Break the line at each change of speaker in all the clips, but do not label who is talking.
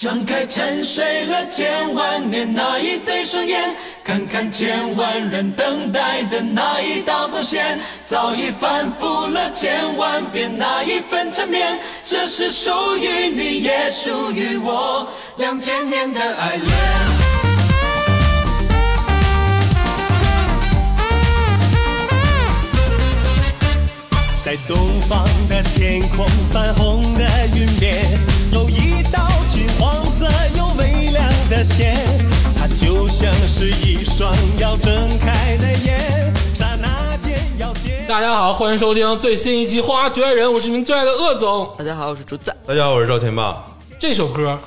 张开沉睡了千万年那一对双眼，看看千万人等待的那一道光线，早已反复了千万遍那一份缠绵，这是属于你也属于我两千年的爱恋。
在东方的天空，泛红的云边，有一道金黄色又微亮的线，它就像是一双要睁开的眼，刹那间要见。
大家好，欢迎收听最新一期《花绝爱人》，我是你们最爱的鄂总。
大家好，我是竹子，
大家好，我是赵天霸。
这首歌，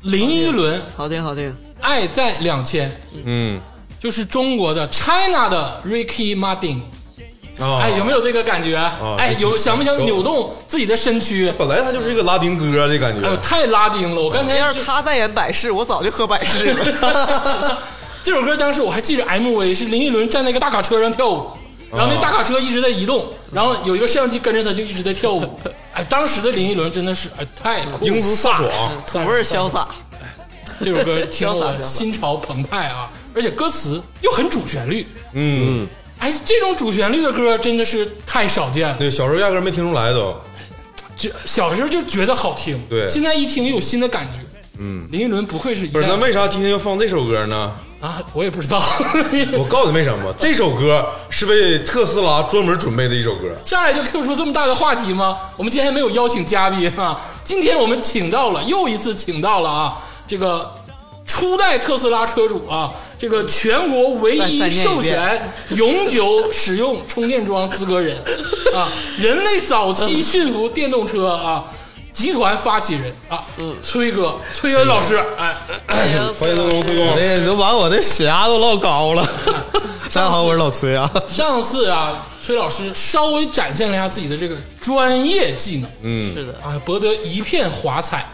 林依轮《
好听好听，
爱在两千》，
嗯，
就是中国的 China 的 Ricky Martin。
啊
哎，有没有这个感觉？哎，有想没想扭动自己的身躯？
本来他就是一个拉丁歌的感觉
哎呦，，太拉丁了！我刚才
要
就是
他代言百事，我早就喝百 事了。
这首歌当时我还记着 MV 是林依轮站在一个大卡车上跳舞，然后那大卡车一直在移动，然后有一个摄像机跟着他就一直在跳舞。哎，当时的林依轮真的是哎太酷了
英，姿飒爽。
土味儿潇洒，
这首歌听
潇洒潇
我
洒
心潮澎湃啊，而且歌词又很主旋律。
嗯，
哎，这种主旋律的歌真的是太少见了，
对，小时候压根儿没听出来都。
就小时候就觉得好听，
对
现在一听又有新的感觉。嗯，林依轮不愧是一
不是，
代
那为啥今天要放这首歌呢？
啊，我也不知道。
我告诉你为什么，这首歌是为特斯拉专门准备的一首歌。
上来就 Q 出这么大的话题吗？我们今天没有邀请嘉宾啊，今天我们请到了，又一次请到了啊，这个初代特斯拉车主啊，这个全国唯一
再再念一遍
授权永久使用充电桩资格人啊，人类早期驯服电动车啊集团发起人啊，崔哥，崔恩老师，哎，
欢迎东东，推动。
那都把我的血压都唠高了。大家好，我是老崔啊。
上次啊，崔老师稍微展现了一下自己的这个专业技能，
是的，
啊，博得一片华彩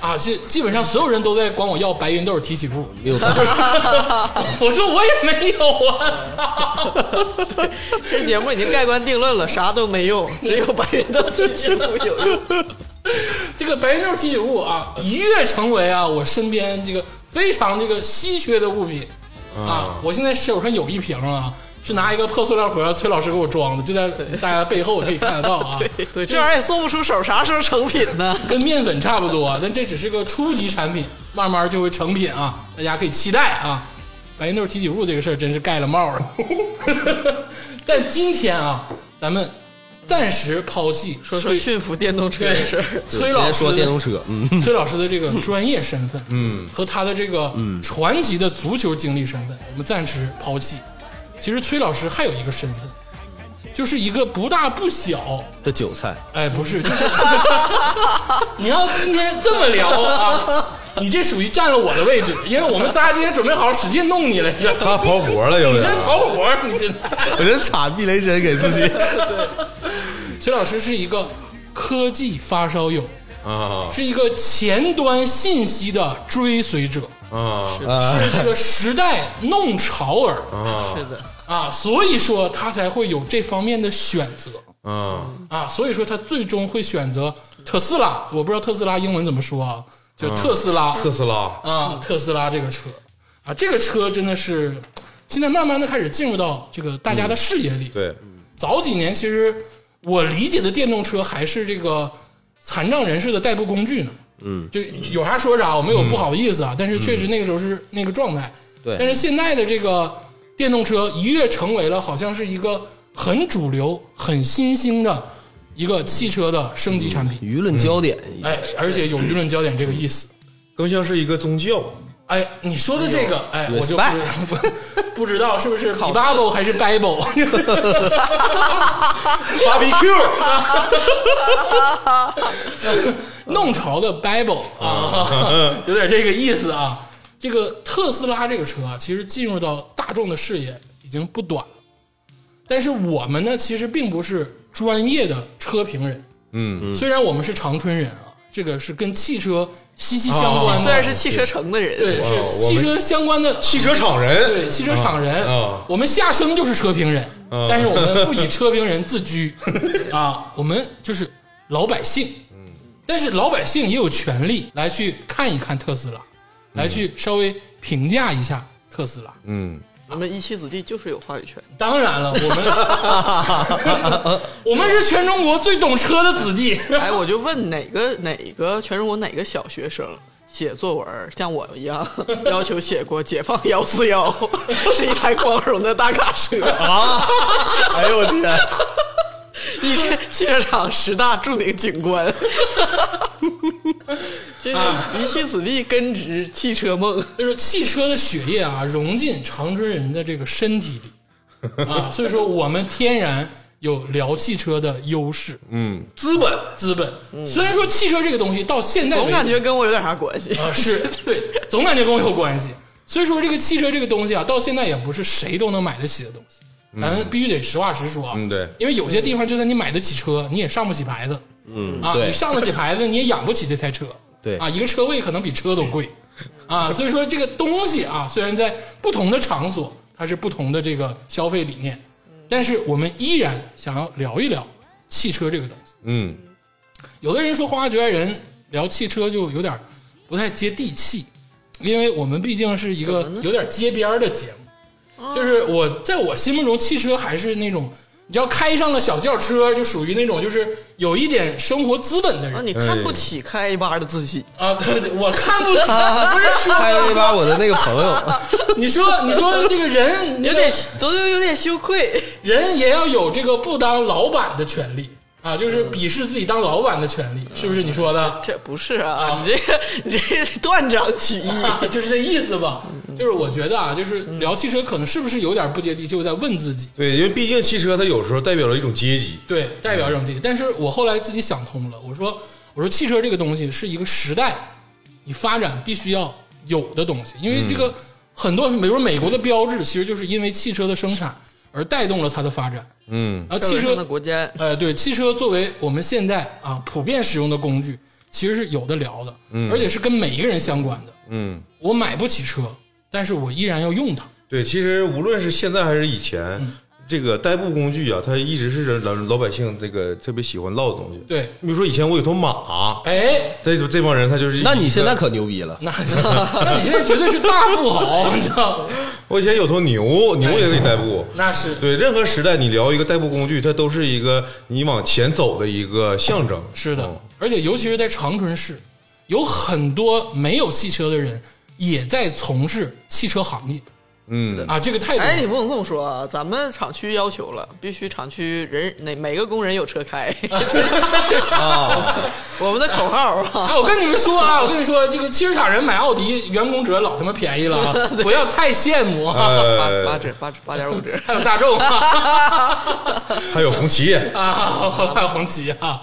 啊！基基本上所有人都在管我要白云豆提取物，没有 我说我也没有啊，操
这节目已经盖棺定论了，啥都没用，只有白云豆提取物有用。
这个白云豆提取物啊，一跃成为啊我身边这个非常这个稀缺的物品啊！我现在手上有一瓶啊。是拿一个破塑料盒，崔老师给我装的，就在大家背后可以看得到啊。
对，这玩意儿也送不出手，啥时候成品呢？
跟面粉差不多，但这只是个初级产品，慢慢就会成品啊，大家可以期待啊。白云豆提取物这个事儿真是盖了帽了， 但今天啊，咱们暂时抛弃
说说
崔
驯服电动车的事儿，
崔老师
说电
的
动车，嗯，
崔老师的这个专业身份，嗯，和他的这个
嗯
传奇的足球经历身份，我们暂时抛弃。其实崔老师还有一个身份，就是一个不大不小，
的韭菜，
哎，不是，就是 你要今天这么聊啊，你这属于占了我的位置，因为我们仨今天准备好使劲弄你来着，
他跑活了，有
你
点
在。跑火儿，你现在。
我这插避雷针给自 己。
崔老师是一个科技发烧友，
啊
是一个前端信息的追随者，
啊
哎
是这个时代弄潮儿
啊
是的，
啊，所以说他才会有这方面的选择
啊！
啊，所以说他最终会选择特斯拉。我不知道特斯拉英文怎么说啊，就特斯拉。
特斯拉，
啊，特斯拉这个车啊，这个车真的是现在慢慢的开始进入到这个大家的视野里。
对，
早几年其实我理解的电动车还是这个残障人士的代步工具呢。嗯，就有啥说啥，我没有不好的意思啊，但是确实那个时候是那个状态。
对
但是现在的这个电动车一跃成为了好像是一个很主流、很新兴的一个汽车的升级产品。
舆论焦点，
哎，而且有舆论焦点这个意思。
更像是一个宗教。
哎，你说的这个，哎，我就
Respect
不不不知道是不是比 Bible 还是 Bible，
芭比 Q，
弄潮的 Bible 啊， 有点这个意思啊。这个特斯拉这个车啊，其实进入到大众的视野已经不短了，但是我们呢，其实并不是专业的车评人，
嗯，
虽然我们是长春人啊，这个是跟汽车息息相 关的，
虽然是汽车城的人，
对
啊哦我
是汽车相关的
汽车厂
对，
人，
汽车厂人，
啊
我们下生就是车评人，
啊
但是我们不以车评人自居啊，我们就是老百姓。但是老百姓也有权利来去看一看特斯拉，来去稍微评价一下特斯拉。
嗯，
咱们一妻子弟就是有话语权，
当然了，我们 我们是全中国最懂车的子弟。
哎，我就问哪个哪个全中国哪个小学生写作文儿像我一 样要求写过“解放幺四幺” 是一台光荣的大卡车，
啊！ 哎呦我天，
一是汽车厂十大著名景观， 这是一妻子弟根植汽车梦。
就是汽车的血液啊，融进长春人的这个身体里啊，所以说我们天然有聊汽车的优势，嗯，资本资本。虽然说汽车这个东西到现在为
嗯总
止
感觉跟我有点啥关系。
啊，是对，总感觉跟我有关系。所以说这个汽车这个东西啊，到现在也不是谁都能买得起的东西，咱必须得实话实说啊。
嗯对
因为有些地方就算你买得起车，你也上不起牌子。嗯啊，
对
你上得起牌子，你也养不起这台车。
对
啊，一个车位可能比车都贵啊。所以说这个东西啊，虽然在不同的场所它是不同的这个消费理念，但是我们依然想要聊一聊汽车这个东西。
嗯，
有的人说《花花绝爱人》聊汽车就有点不太接地气，因为我们毕竟是一个有点街边儿的节目，就是我在我心目中，汽车还是那种你只要开上了小轿车，就属于那种就是有一点生活资本的
啊，
人
你看不起开一巴的自己，
啊。对，对我看不起，不是
还有
说
一把我的那个朋 友，
你说你说这个人，你
有
得
点，总有有点羞愧。
人也要有这个不当老板的权利啊，就是鄙视自己当老板的权利，是不是你说的？
这不是啊，你这个你这是断章取义。
就是这意思吧。就是我觉得啊，就是聊汽车可能是不是有点不接地气，我在问自己。
对，因为毕竟汽车它有时候代表了一种阶级，
对，代表这种地，但是我后来自己想通了，我说我说汽车这个东西是一个时代，你发展必须要有的东西，因为这个很多，比如说美国的标志，其实就是因为汽车的生产而带动了它的发展。
嗯，
然后汽车
的国家，
呃，对，汽车作为我们现在啊普遍使用的工具，其实是有的聊的，而且是跟每一个人相关的。
嗯，
我买不起车，但是我依然要用它。
对，其实无论是现在还是以前，这个代步工具啊，它一直是人老老百姓这个特别喜欢唠的东西。
对
你比如说以前我有头马，
哎，
这这帮人他就是，
那你现在可牛逼了，
那 那你现在绝对是大富豪，你知道吗？
我以前有头牛，牛也可以代步。
那是
对，任何时代你聊一个代步工具，它都是一个你往前走的一个象征。
是
嗯
的，而且尤其是在长春市，有很多没有汽车的人也在从事汽车行业
嗯，
啊，这个太多了。
哎，你不能这么说啊！咱们厂区要求了，必须厂区人哪每个工人有车开。 我们的口号啊，
哎，我跟你们说啊，我跟你说，这个汽车厂人买奥迪，员工折老他妈便宜了啊，不要太羡慕啊。
八 八
呃，
折八折八点五折。
还有大众啊，
还有红旗，
啊还有红旗啊。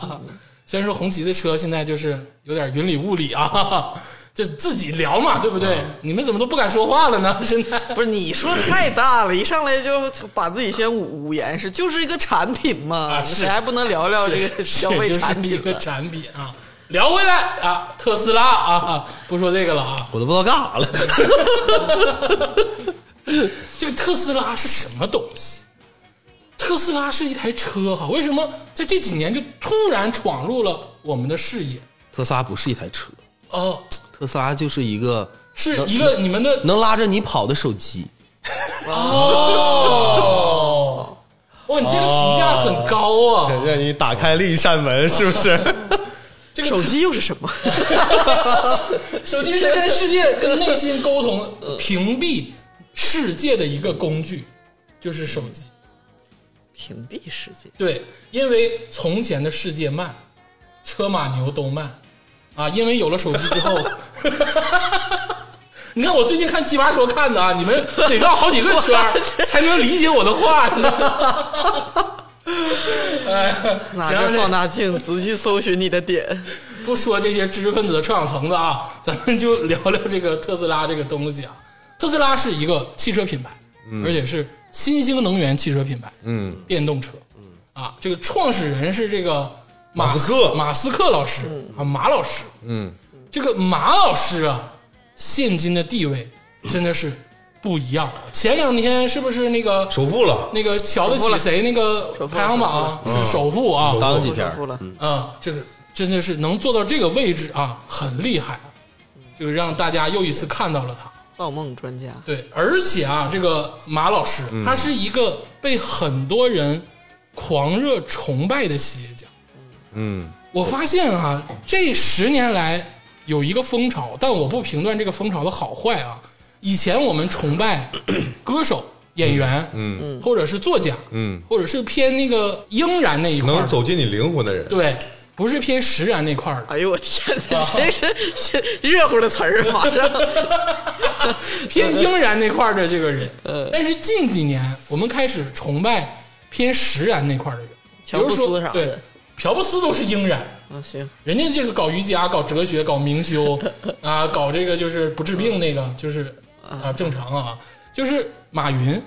虽然说红旗的车现在就是有点云里雾里啊，就自己聊嘛，对不对？你们怎么都不敢说话了呢？现在
不是你说太大了，一上来就把自己先捂捂严实，就是一个产品嘛，
啊是
谁还不能聊聊这
是
个消费产
就是
品
一个
了？
产品啊。聊回来啊，特斯拉啊啊，不说这个了啊，
我都不知道干啥了。
这个特斯拉是什么东西？特斯拉是一台车哈、为什么在这几年就突然闯入了我们的视野？
特斯拉不是一台车，
哦、
特斯拉就是一个
是一个你们的
能拉着你跑的手机。
哦，哇，你这个评价
哦
很高啊！
让你打开另一扇门，是不是？
这个
手机又是什么？
手机是跟世界、跟内心沟
呃
通、屏蔽世界的一个工具，就是手机。
屏蔽世界。
对，因为从前的世界慢，车马牛都慢啊。因为有了手机之后， 你看我最近看《奇葩说》看的啊，你们得绕好几个圈儿才能理解我的话。你知道吗哎，
拿
行
着
这
放大镜仔细搜寻你的点，
不说这些知识分子、臭氧层子啊， 咱们就聊聊这个特斯拉这个东西啊。特斯拉是一个汽车品牌，而且是新兴能源汽车品牌，
嗯，
电动车，啊，这个创始人是这个马
马斯克
马斯克老师啊，马老师，
嗯，
这个马老师啊，现今的地位真的是不一样了。前两天是不是那个
首富了，
那个瞧得起谁那个
首富了
嗯
排行榜是首富啊？
当几天
付了。
啊，这个真的是能做到这个位置啊，很厉害，就是让大家又一次看到了他。
盗梦专家，
对，而且啊，这个马老师
嗯
他是一个被很多人狂热崇拜的企业家。
嗯，
我发现啊，这十年来有一个风潮，但我不评断这个风潮的好坏啊。以前我们崇 拜歌手、演员，嗯，或者是作家，
嗯，
或者是偏那个英然那一块儿
能
的，
走进你灵魂的人，
对，不是偏实然那块儿的。
哎呦我天
啊
哪，这是热乎的词儿，啊马上
偏英然那块儿的这个人，但是近几年我们开始崇拜偏实然那块儿的人，比
乔布
如
斯
说
啥的
对，乔布斯都是英然，
啊行，
人家这个搞瑜伽、搞哲学、搞明修啊，搞这个就是不治病那个，就是啊正常啊，就是马云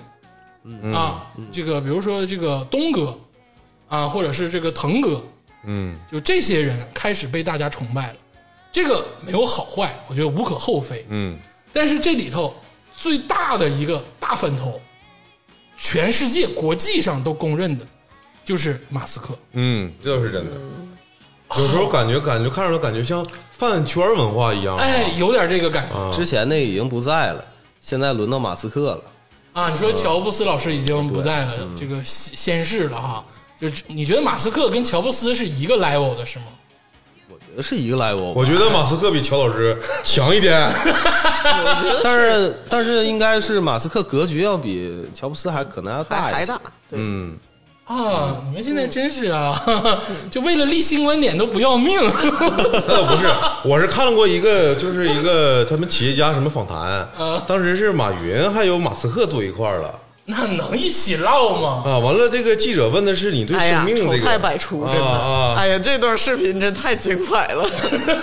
嗯
啊，这个比如说这个东哥啊，或者是这个腾哥，
嗯，
就这些人开始被大家崇拜了，这个没有好坏，我觉得无可厚非，
嗯，
但是这里头最大的一个大分头，全世界国际上都公认的，就是马斯克。
嗯，这倒是真的。有时候感觉感觉看着他感觉像饭圈文化一样，
哎，有点这个感觉
啊
之前那已经不在了，现在轮到马斯克了。
啊！你说乔布斯老师已经不在
嗯
了，这个先先逝了哈。就是你觉得马斯克跟乔布斯是一个 level 的是吗？
是一个 level，吧
我觉得马斯克比乔老师强一点，
但是但是应该是马斯克格局要比乔布斯还可能要大
还
一些
还大，对，
嗯，
啊，你们现在真是啊， 就为了立新观点都不要命。
那不是，我是看过一个，就是一个他们企业家什么访谈，当时是马云还有马斯克坐一块儿了
那能一起唠吗？
啊。完了，这个记者问的是你对
哎
生
呀，
命这
丑
个
态百出，真的，
啊啊
哎呀，这段视频真太精彩了，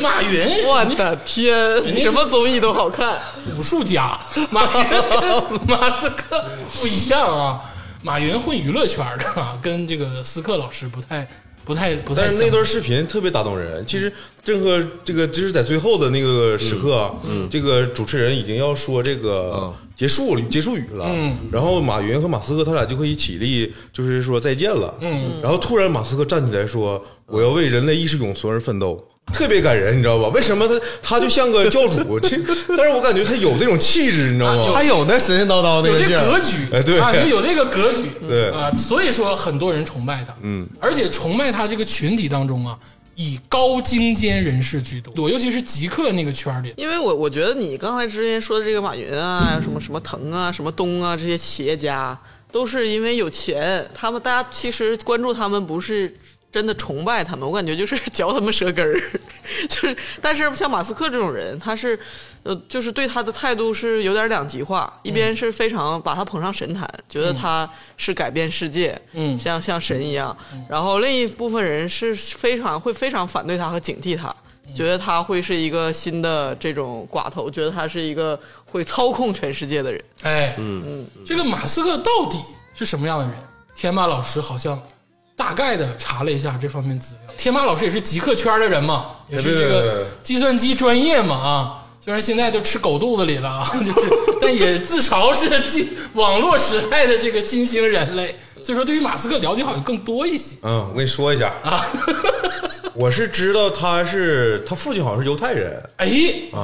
马云是
我的天，
家是
什么综艺都好看，
武术家，马云跟马斯克不一样啊。马云混娱乐圈的、啊，跟这个斯克老师不太、不太、不太
但
相
是
同。
那段视频特别打动人。其实郑和这个就是在最后的那个时刻，啊这个主持人已经要说这个结束了、结束语了。然后马云和马斯克他俩就可以起立，就是说再见了。然后突然马斯克站起来说：“我要为人类意识永存而奋斗。”特别感人，你知道吧？为什么他他就像个教主？这，但是我感觉他有这种气质，你知道吗？
还啊有那神神叨叨那
有
个
这
劲
格
儿，
局，
哎对
啊，有这个格局，
对
啊，所以说很多人崇拜他，
嗯，
而且崇拜他这个群体当中啊，以高精尖人士居多，尤其是极客那个圈儿里，
因为我我觉得你刚才之前说的这个马云啊，什么什么腾啊，什么东啊，这些企业家都是因为有钱，他们大家其实关注他们不是。真的崇拜他们，我感觉就是嚼他们舌根儿， 就是。但是像马斯克这种人，他是，呃，就是对他的态度是有点两极化，一边是非常把他捧上神坛，觉得他是改变世界，
嗯
像像神一样。然后另一部分人是非常会非常反对他和警惕他，觉得他会是一个新的这种寡头，觉得他是一个会操控全世界的人。
哎，嗯，这个马斯克到底是什么样的人？天马老师好像大概的查了一下这方面资料。天马老师也是极客圈的人嘛，也是这
对对
个
对
计算机专业嘛啊。虽然现在都吃狗肚子里了啊， 就是，但也自嘲是进网络时代的这个新兴人类，所以说对于马斯克了解好像更多一些。
嗯，我跟你说一下啊，我是知道他是他父亲好像是犹太人，
哎，
啊，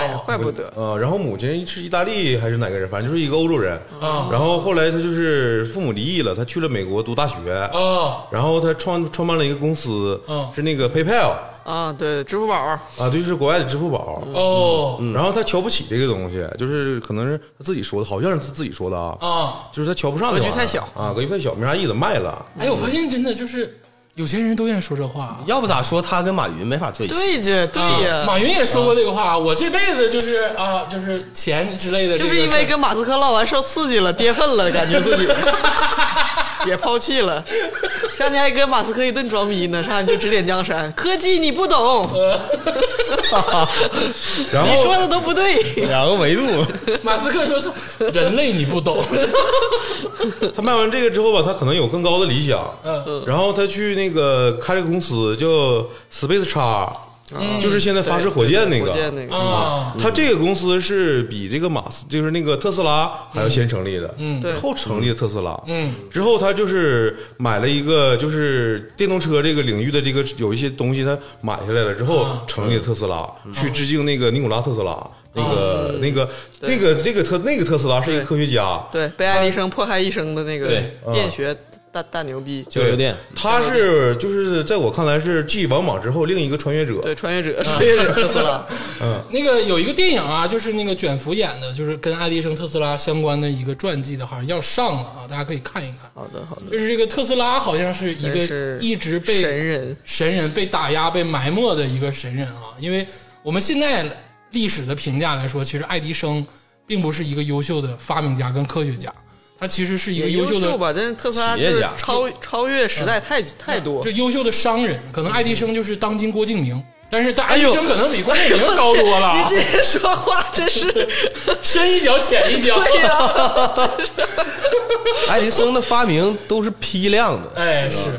哎呀
哦，
怪不得
啊，然后母亲是意大利还是哪个人，反正就是一个欧洲人。
嗯
啊
然后后来他就是父母离异了，他去了美国读大学，
嗯
哦，
然后他创创办了一个公司
嗯，
是那个 PayPal
啊，对，支付宝，
啊，就是国外的支付宝。
哦，
嗯
然后他瞧不起这个东西，就是可能是他自己说的，好像是自己说的啊，
嗯
啊，
就是他瞧不上
格局
这玩意儿
太小
啊，格局太小，没啥意思，卖了。
哎，我发现真的就是有钱人都愿意说这话啊，
要不咋说他跟马云没法坐一起？
对着对呀、
马云也说过这个话，我这辈子就是啊，就是钱之类的这个
呃就
事儿，
是因为跟马斯克唠完受刺激了，跌份了，感觉自 己也抛弃了。上天还跟马斯克一顿装逼呢，上去就指点江 山，科技你不懂，
然后
你说的都不对。
两个维度，
马斯克说是人类你不懂，
他卖完这个之后吧，他可能有更高的理想，
嗯
然后他去那个开了个公司叫 Space 叉，就是现在发射火箭
嗯
那
火
个。
箭那个，
啊，
它这个公司是比这个马斯，就是那个特斯拉还要先成立的，
嗯
对
后成立的特斯拉，
嗯，
之后他就是买了一个，就是电动车这个领域的这个有一些东西，他买下来了之后成立了特斯拉，去致敬那个尼古拉特斯拉，那个那个那个这个特那个特斯拉是一个
对
科学家，
对，被爱医生迫害一生的那个
对
嗯
电学大大牛逼，
交流电，
他是就是在我看来是继王莽之后另一个穿越者，
对，穿越者，穿越 者特斯拉，
那个有一个电影啊，就是那个卷福演的，就是跟爱迪生、特斯拉相关的一个传记的，好像要上了啊，大家可以看一看。
好的好的，
就是这个特斯拉好像是一
但
个
哦是
一直被
神人，
神人被打压、被埋没的一个神人啊。因为我们现在历史的评价来说，其实爱迪生并不是一个优秀的发明家跟科学家，他其实是一个
也优
秀的
吧，但是特斯拉
企
就
业
是
家
超超越时代太太多
就，优秀的商人。可能爱迪生就是当今郭敬明，但是他爱
哎
迪
呦
生可能比郭敬明高多了啊
你，今天说话真是
深一脚浅一脚。
对呀、
爱迪生的发明都是批量的，
哎，是，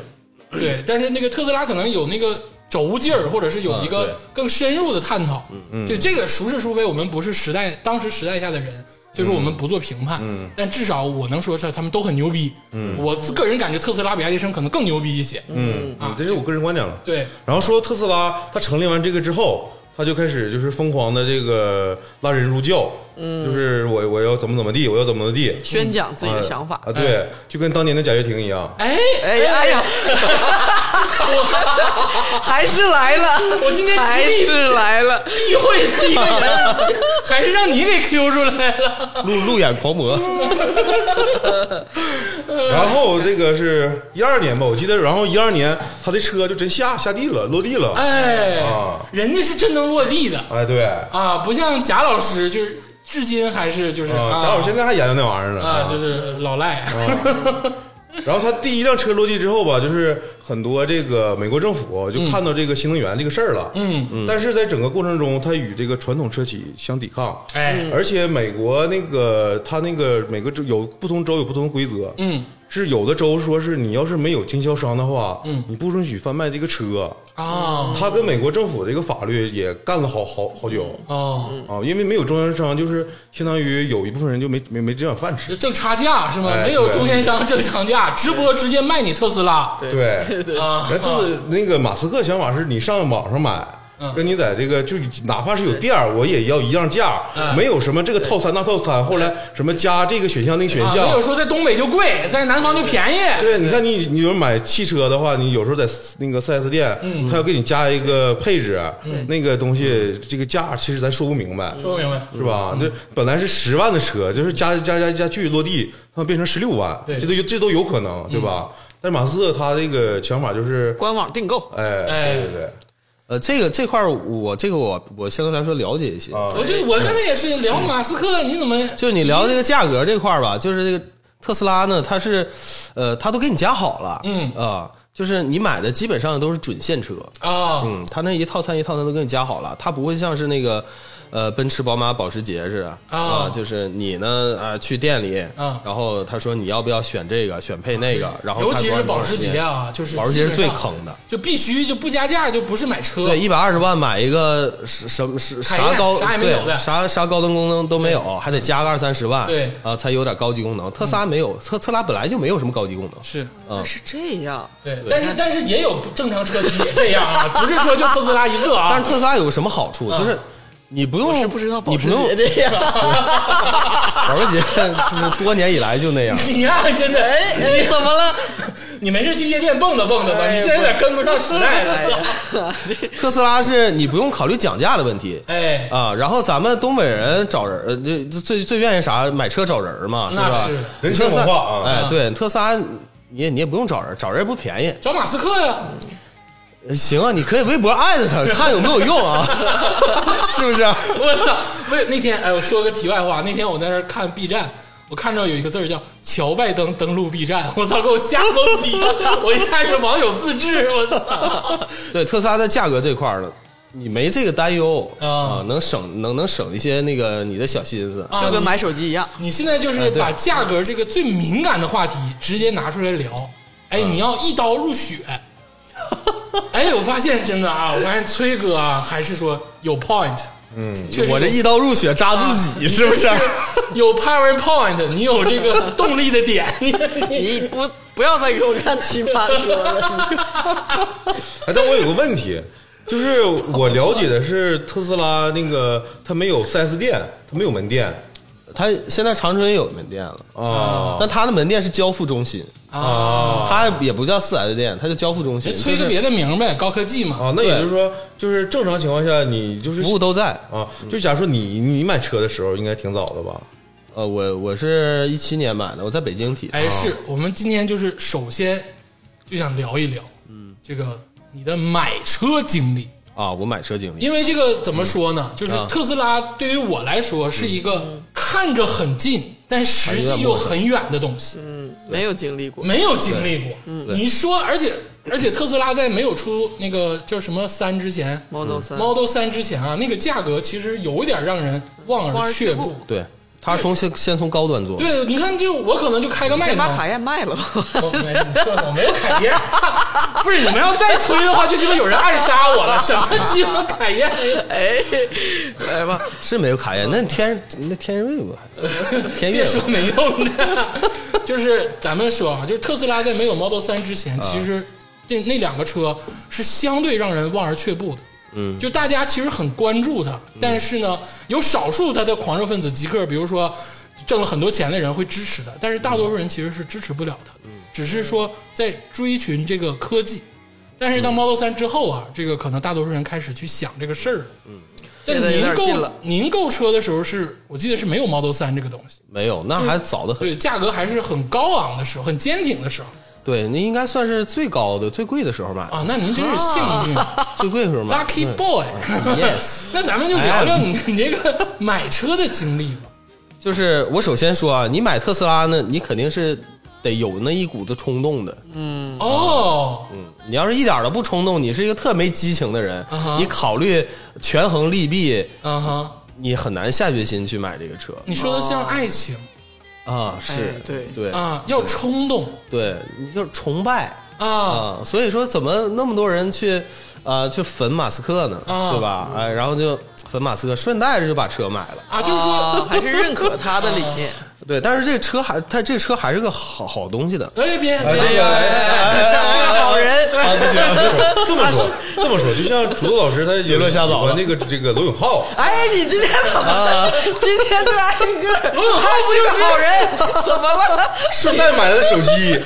对，但是那个特斯拉可能有那个轴劲儿，或者是有一
嗯对
个更深入的探讨。嗯，就这个孰是孰非，我们不是时代当时时代下的人，所以说我们不做评判。嗯，但至少我能说是他们都很牛逼。嗯，我自个人感觉特斯拉比爱迪生可能更牛逼一些。嗯，
嗯，嗯这是我个人观点了。
对，
然后说特斯拉，他成立完这个之后，他就开始就是疯狂的这个拉人入教，嗯，就是我我要怎么怎么地，我要怎么怎么地，
宣讲自己的想法
啊，，对，就跟当年的贾跃亭一样，
哎
哎呀 哎呀，还是来了，
我今天
还
极力
是来了，
避讳的一个人，还是让你给 Q 出来了。
路路演狂魔，
然后这个是一二年吧，我记得，然后一二年他的车就真下下地了，落地了，
哎
啊，
人家是真能落地的
哎，对，
啊，不像贾老师，就是至今还是就是
啊，贾老师现在还研究那玩意儿呢，
啊，就是老赖。
然后他第一辆车落地之后吧，就是很多这个美国政府就看到这个新能源这个事儿了，
嗯
嗯，但是在整个过程中，它与这个传统车企相抵抗，
哎，
而且美国那个它那个每个州有不同州有不同规则，
嗯
是有的州说是你要是没有经销商的话，嗯，你不允许贩卖这个车，
哦
啊
它跟美国政府这个法律也干了好好好久。
哦，
啊，因为没有中间商，就是相当于有一部分人就没没没这碗饭吃
这。挣差价是吗？
哎
没有中间商挣差价，直播直接卖你特斯拉。
对，
啊，
人就是那个马斯克想法是你上网上买
嗯，
跟你在这个就哪怕是有店儿，我也要一样价
嗯，
没有什么这个套餐那套餐，后来什么加这个选项那个选
啊没有
项。
说在东北就贵，在南方就便宜。
对，你看你你有买汽车的话，你有时候在那个 4S 店，他要给你加一个配置，那个东西这个价其实咱说不明白，
说明白？
是吧？这本来是十万的车，就是加加加加去落地，它变成十六万，
对
这都有这都有可能，对吧？但是马斯克他这个想法就是，
官网订购，
哎，
哎
对对对。
呃，这个这块儿我这个我我相对来说了解一些，
啊
我就我刚才也是聊马斯克，你怎么
就是你聊这个价格这块儿吧，就是这个特斯拉呢，它是，呃，它都给你加好了，
嗯
啊、就是你买的基本上都是准现车，
啊？
嗯，它那一套餐一套餐都给你加好了，它不会像是那个，呃，奔驰、宝马、保时捷似的啊、
啊
就是你呢啊、去店里，
啊
然后他说你要不要选这个，选配那个，然后
尤
看
其
多
是
少多
保
少
时
钱
捷，啊，就是
保时捷是
基本
最
上
坑的，
就必须就不加价就不是买车。
对，一百二十万买一个什什么是
凯宴
啥高
啥也没
对
有的
啥啥高端功能都没有，还得加个二三十万，
对
啊，才有点高级功能。特斯拉没有，特特斯拉本来就没有什么高级功能，
是。
嗯
是这样，
对，但是但是也有正常车企也这样啊，不是说就特斯拉一个
但
啊
是。特斯拉有个什么好处，就是你不用
嗯是不知道保
你
时
不用
捷这样，
保时捷就是多年以来就那 样。
你呀、真的，
哎哎，怎么了？
你没事去夜店蹦跶蹦跶吧，
哎
你
呀
现在有点跟不上时代了。操
特斯拉是你不用考虑讲价的问题。
哎，
啊，然后咱们东北人找人，呃，这最最愿意啥？买车找人嘛，
那
吧
是？
人情文化啊
哎，对，特斯拉你也你也不用找人，找人也不便宜，
找马斯克呀、
行啊，你可以微博艾特他，看有没有用 啊，是不是？啊
我操！不是那天，哎，我说个题外话，那天我在那儿看 B 站。我看到有一个字儿叫“乔拜登登陆 B 站”，我操，给我吓懵逼！我一看是网友自制，我操！
对，特斯拉在价格这块儿呢，你没这个担忧
啊
啊，能省能能省一些那个你的小心思。
啊，
就跟
你
买手机一样，
你现在就是
哎
把价格这个最
嗯
敏感的话题直接拿出来聊，哎，你要一刀入血，哎，我发现真的啊，我发现崔哥啊，还是说有 point，嗯，确实啊
我这一刀入血扎自己，是不是？
有 PowerPoint，你有这个动力的 点，你
你不不要再给我看奇葩说了，
哎，但我有个问题，就是我了解的是特斯拉那个它没有 4S 店，它没有门店
他现在长春也有门店了，
哦
啊。
但他的门店是交付中心啊，他也不叫四 S 店，他叫交付中心，
哎吹个
就是
别的名呗，高科技
嗯
嘛，
啊，那也就是说，就是正常情况下，你就是
服务都在。
啊，就假如说你你买车的时候，应该挺早的吧？
呃，我我是一七年买的，我在北京提的。
哎，是我们今天就是首先就想聊一聊，嗯，这个你的买车经历，
啊，我买车经历
因为这个怎么说呢，就是
啊
特斯拉对于我来说
嗯
是一个看着很近，但实际又很远的东西，
嗯没有经历过，
没有经历过。
嗯
你说，而且而且特斯拉在没有出那个叫什么三之前
Model 3
，Model 三之前啊，那个价格其实有点让人望
望
而
而
却
却
步
步。
对，他从先先从高端做，
对，你看，就我可能就开个麦
先把
当。
卡宴卖了吧。
我没你说的我没有凯 宴，不是你们要再吹的话，就就会有人暗杀我了。什么鸡巴凯宴？
哎，来吧，
是没有卡宴。那天那天瑞 吧，天
别
悦吧
说没用的， 就是咱们说啊，就是特斯拉在没有 Model 三之
啊
前，其实那那两个车是相对让人望而却步的。嗯，就大家其实很关注它，
嗯
但是呢，有少数它的狂热分子极客，比如说挣了很多钱的人会支持它，但是大多数人其实是支持不了它的，
嗯
只是说在追寻这个科技。但
嗯
是到 Model 三之后啊，这个可能大多数人开始去想这个事儿了。嗯，但
现在有
您
点近
购
了
您购车的时候是，我记得是没有 Model 三这个东西。
没有，那还早得很。
对，价格还是很高昂的时候，很坚挺的时候
对，那应该算是最高的、最贵的时候买的，
啊，那您真是幸运、
啊
最贵的时候
l u
买
c
的。
k y boy。
Yes，
那咱们就聊
哎
聊你你这个买车的经历吧。
就是我首先说啊，你买特斯拉呢，你肯定是得有那一股子冲动的。
嗯
哦，
你要是一点儿都不冲动，你是一个特没激情的人
啊哈，
你考虑权衡利弊，
啊哈，
你很难下决心去买这个车
你说的像爱情
啊。是
哎，对
嗯
对
啊，要冲动
对，你就是崇拜
啊，
啊，所以说怎么那么多人去呃去粉马斯克呢，
啊
对吧？哎，然后就粉马斯克，顺带着就把车买了。
啊，就是说，
啊还是认可他的理念。
对，但是这车还，它这车还是个好好东西的。
哎别别
哎
别，
他是个好人，
啊，不行，这么说，这么说，就像竹子老师他结
论下早了
那个这个罗永浩，
哎，你今天怎么？今天对挨个儿，
罗永浩
他是
不就
个
是
好人，怎么了？
顺带买了个手机，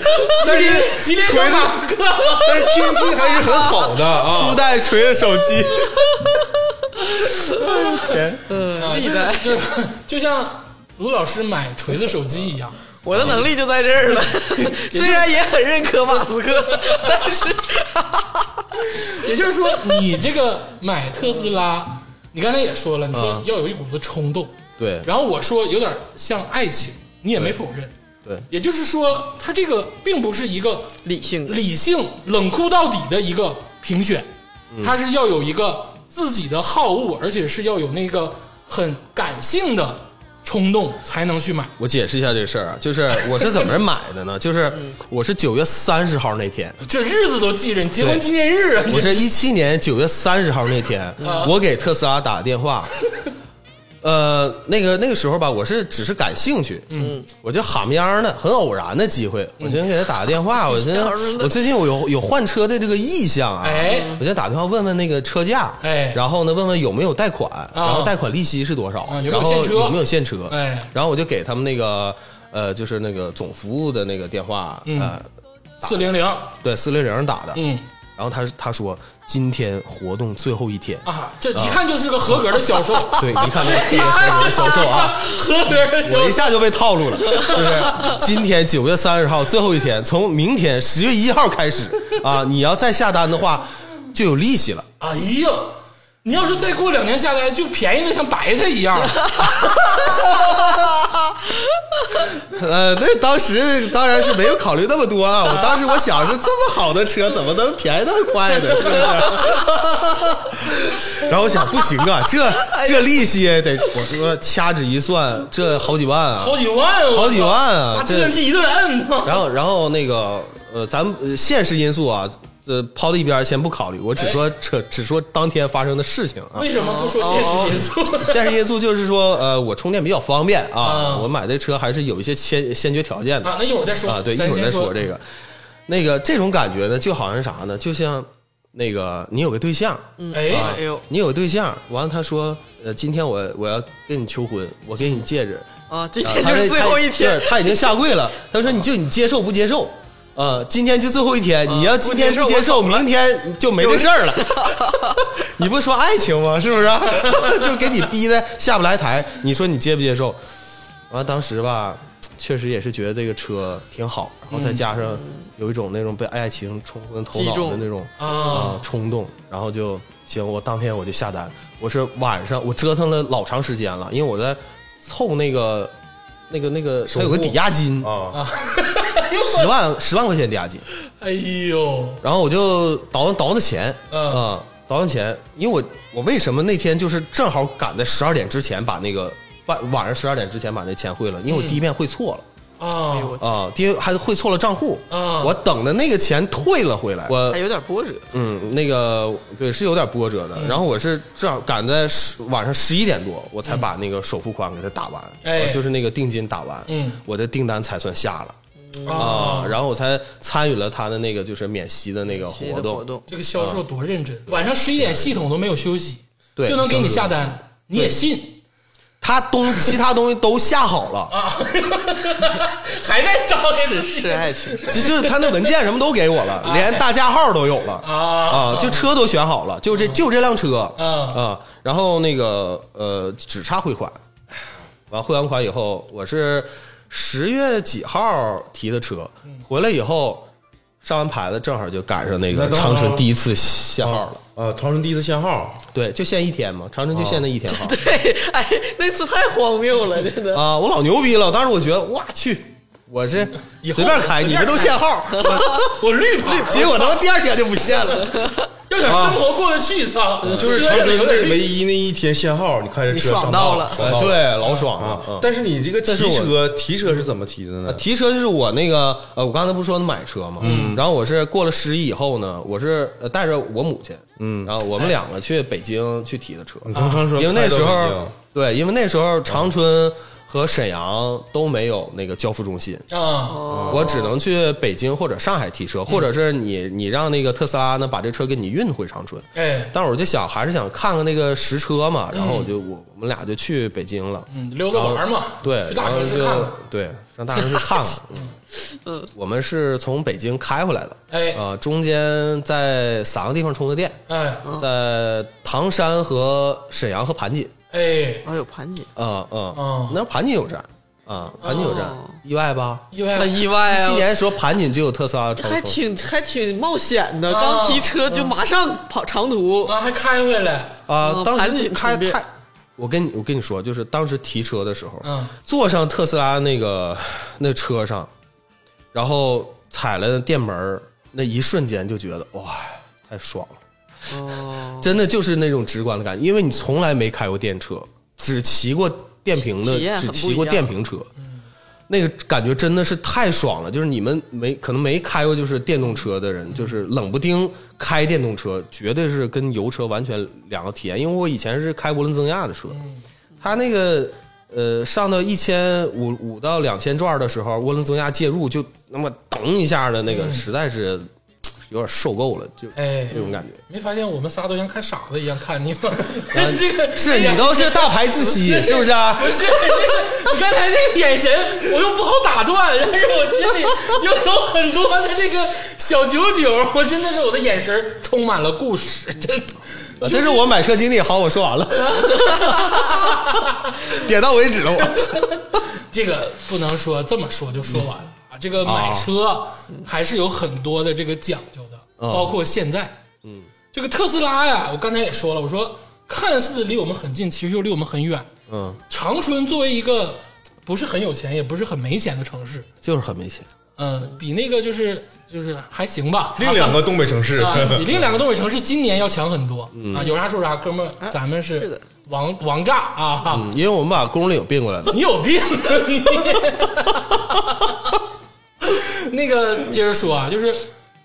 但是
吉林
锤
小马
子，
斯克吗
但是听力还是很好的
初
啊。
代锤子手机，
啊， 就是就是就像卢老师买锤子手机一样，
我的能力就在这儿了，虽然也很认可马斯克，但是
也就是说，你这个买特斯拉，你刚才也说了，你说要有一股子冲动，
嗯对
然后我说有点像爱情，你也没否认。
对
也就是说，它这个并不是一个
理性的
理性冷酷到底的一个评选，
嗯
它是要有一个自己的好恶，而且是要有那个很感性的冲动才能去买。
我解释一下这个事儿啊，就是我是怎么买的呢？就是我是九月三十号那天，
这日子都记着，你结婚纪念日啊！你
我
这
是一七年九月三十号那 天，
啊
我给特斯拉打电话。呃，那个那个时候吧，我是只是感兴趣，嗯，我就哈咪样的，很偶然的机会，
嗯
我先给他打个 电话，我先我最近我有有换车的这个意向啊，
哎
我先打电话问问那个车价，
哎啊
然后呢问问有没有贷款，然后贷款利息是多少，
啊有没有
然后
现车
有没有现车，
哎
然后我就给他们那个呃就是那个总服务的那个电话，呃，
四零零，
对四六零打的，
嗯
然后他他说今天活动最后一天，
啊，这一看就是个合格的 销售。
对，你看这
一
个哎合格的销售啊，，
合格的
我
销
一
售。
下就被套路了，就是今天九月三十号最后一天，从明天十月一号开始啊，你要再下单的话就有利息了。
哎呀，你要是再过两年下单，就便宜的像白菜一样了。
呃，那当时当然是没有考虑那么多 啊，我当时我想是这么好的车怎么能便宜那么快呢？是 不是？然后我想不行啊，这这利息得我说掐指一算，这好几万啊，
好几万啊，
好几万啊
把
这
计算器一顿摁，
然后，然后那个呃，咱们呃现实因素啊，呃抛到一边儿，先不考虑，我只说扯，只说当天发生的事情啊。
哎为什么不说现实因素？
现实因素就是说，呃，我充电比较方便啊，
啊
我买这车还是有一些先先决条件的
啊，那一会儿再说
啊，对，一
咱
会儿
先
再
说
说这个。那个这种感觉呢，就好像啥呢？就像那个你有个对象， 啊
哎
哎，呦，
你有个对象，完了他说，呃，今天我我要跟你求婚，我给你戒指，
啊，今
啊
天
他
就是
这
最
他
后一天
对，他已经下跪了。他说：“你就你接受不接受？啊，今天就最后一天，你要今天
啊不接
接
受
受，明天就没这事儿了。 你不说爱情吗？是不 是？就给你逼的下不来台。你说你接不接受？完、了，当时吧，确实也是觉得这个车挺好，然后再加上有一种那种被爱情冲昏
嗯
头
击
脑的
中
那种
啊，
啊冲动，然后就行，我当天我就下单。我是晚上我折腾了老长时间了，因为我在凑那个那个那个还有个
付
抵押金，
啊，
十万十万块钱抵押金，
哎呦，
然后我就倒腾倒腾钱，
嗯
啊倒腾钱，因为我我为什么那天就是正好赶在十二点之前把那个晚晚上十二点之前把那钱汇了，因为我第一遍汇错了。
啊，
啊，第一还汇错了账户
啊
我等的那个钱退了回来，我
还有点波折，
嗯，那个对是有点波折的。然后我是正好赶在十晚上十一点多，我才把那个首付款给他打完，
哎
呃就是那个定金打完，
嗯
我的订单才算下了
啊，
然后我才参与了他的那个就是免息的那个
这
活
个
动，
活动
这个销售多认真，晚上十一点系统都没有休息，
对
就能给你下单，你也信
他东 其他东西都下好 了，
啊？ 还在找
是是爱情，
就就是他那文件什么都给我了，连大架号都有了
啊
啊，就嗯车都选好了，就这就这辆车
啊
啊，然后那个呃，只差汇款，完汇完款以后，我是十月几号提的车，回来以后上完牌子，正好就赶上那哦
那
个
等会儿
长春第一次限号了，
啊，长春第一次限号，
对，就限一天嘛，长春就限那一天号
对，哎，那次太荒谬了，真的，
啊，我老牛逼了，当时我觉得哇去。我这
以后
随便
我
开，
随
你
便
们都
开
限号，
我绿牌，
结果他妈第二天就不限了。
要想生活过得去，操，
嗯就是
车
长
有点
春唯
绿
唯一那一天限号，你看这
你
车
爽
上
到
道
了
爽
哎，
到了
对，老爽了
啊
嗯！
但是你这个提
这是我
车，提车是怎么提的呢？
提车就是我那个呃，我刚才不是说买车嘛，然后我是过了十一以后呢，我是呃带着我母亲，嗯，然后我们两个去北京去提的车，
你从长春
因为
开
那
到
时
北
候
京
对，因为那时候长春和沈阳都没有那个交付中心，
啊，
我只能去北京或者上海提车，或者是你你让那个特斯拉呢把这车给你运回长春，
哎，
但是我就想还是想看看那个实车嘛，然后我就我我们俩就去北京了，
嗯，溜达玩嘛，
对，
去大
然后
城市
就
看看，
对，上大城市看 看。嗯，我们是从北京开回来的，
哎
呃，中间在三个地方充的电，
哎
在唐山和沈阳和盘锦，
哎，
哎呦，盘姐，
啊
哦
嗯，那盘锦有站啊，盘锦有站
哦，
意外吧？
意外
很意外
一
啊
七，年的时候，盘锦就有特斯拉的超
还
充
挺还挺冒险的，
啊
刚提车就马上跑长途，
啊，还开回来，
啊
嗯，
当
盘
时
锦
就开
充电
开，我跟你我跟你说，就是当时提车的时候，
嗯
坐上特斯拉那个那车上，然后踩了电门儿那一瞬间就觉得哇，太爽了！
哦，
真的就是那种直观的感觉，因为你从来没开过电车，只骑过电瓶的
体验，很
只
不
骑过
一样
电瓶车。那个感觉真的是太爽了，就是你们没可能没开过就是电动车的人，就是冷不丁开电动车，绝对是跟油车完全两个体验。因为我以前是开涡轮增压的车，
嗯
它那个呃上到一千五五到两千转的时候，涡轮增压介入就那么噔一下的
嗯
那个，实在是有点受够了，就
哎，
那种感觉。
没发现我们仨都像看傻子一样看你吗？
啊
这个哎
是你 都是大牌自喜，是不是啊？
不是这个，你刚才那个眼神，我又不好打断，但是我心里又有很多的这个小九九，我真的是我的眼神充满了故事，真的。
这是我买车经历。好，我说 完了，点到为止了。我
这个不能说这么说就说完了
嗯
啊。这个买车还是有很多的这个讲究的，
嗯
包括现在，嗯，这个特斯拉呀，我刚才也说了，我说看似离我们很近，其实又离我们很远。
嗯，
长春作为一个不是很有钱，也不是很没钱的城市，
就是很明显，
嗯，比那个就是就是还行吧，
另两个东北城市，
啊，比另两个东北城市今年要强很多
嗯
啊。有啥说啥，哥们儿，咱们
啊是
是
的
王王炸啊！
嗯因为我们把公领并过来了。
你有病！ 你那个接着说啊，就是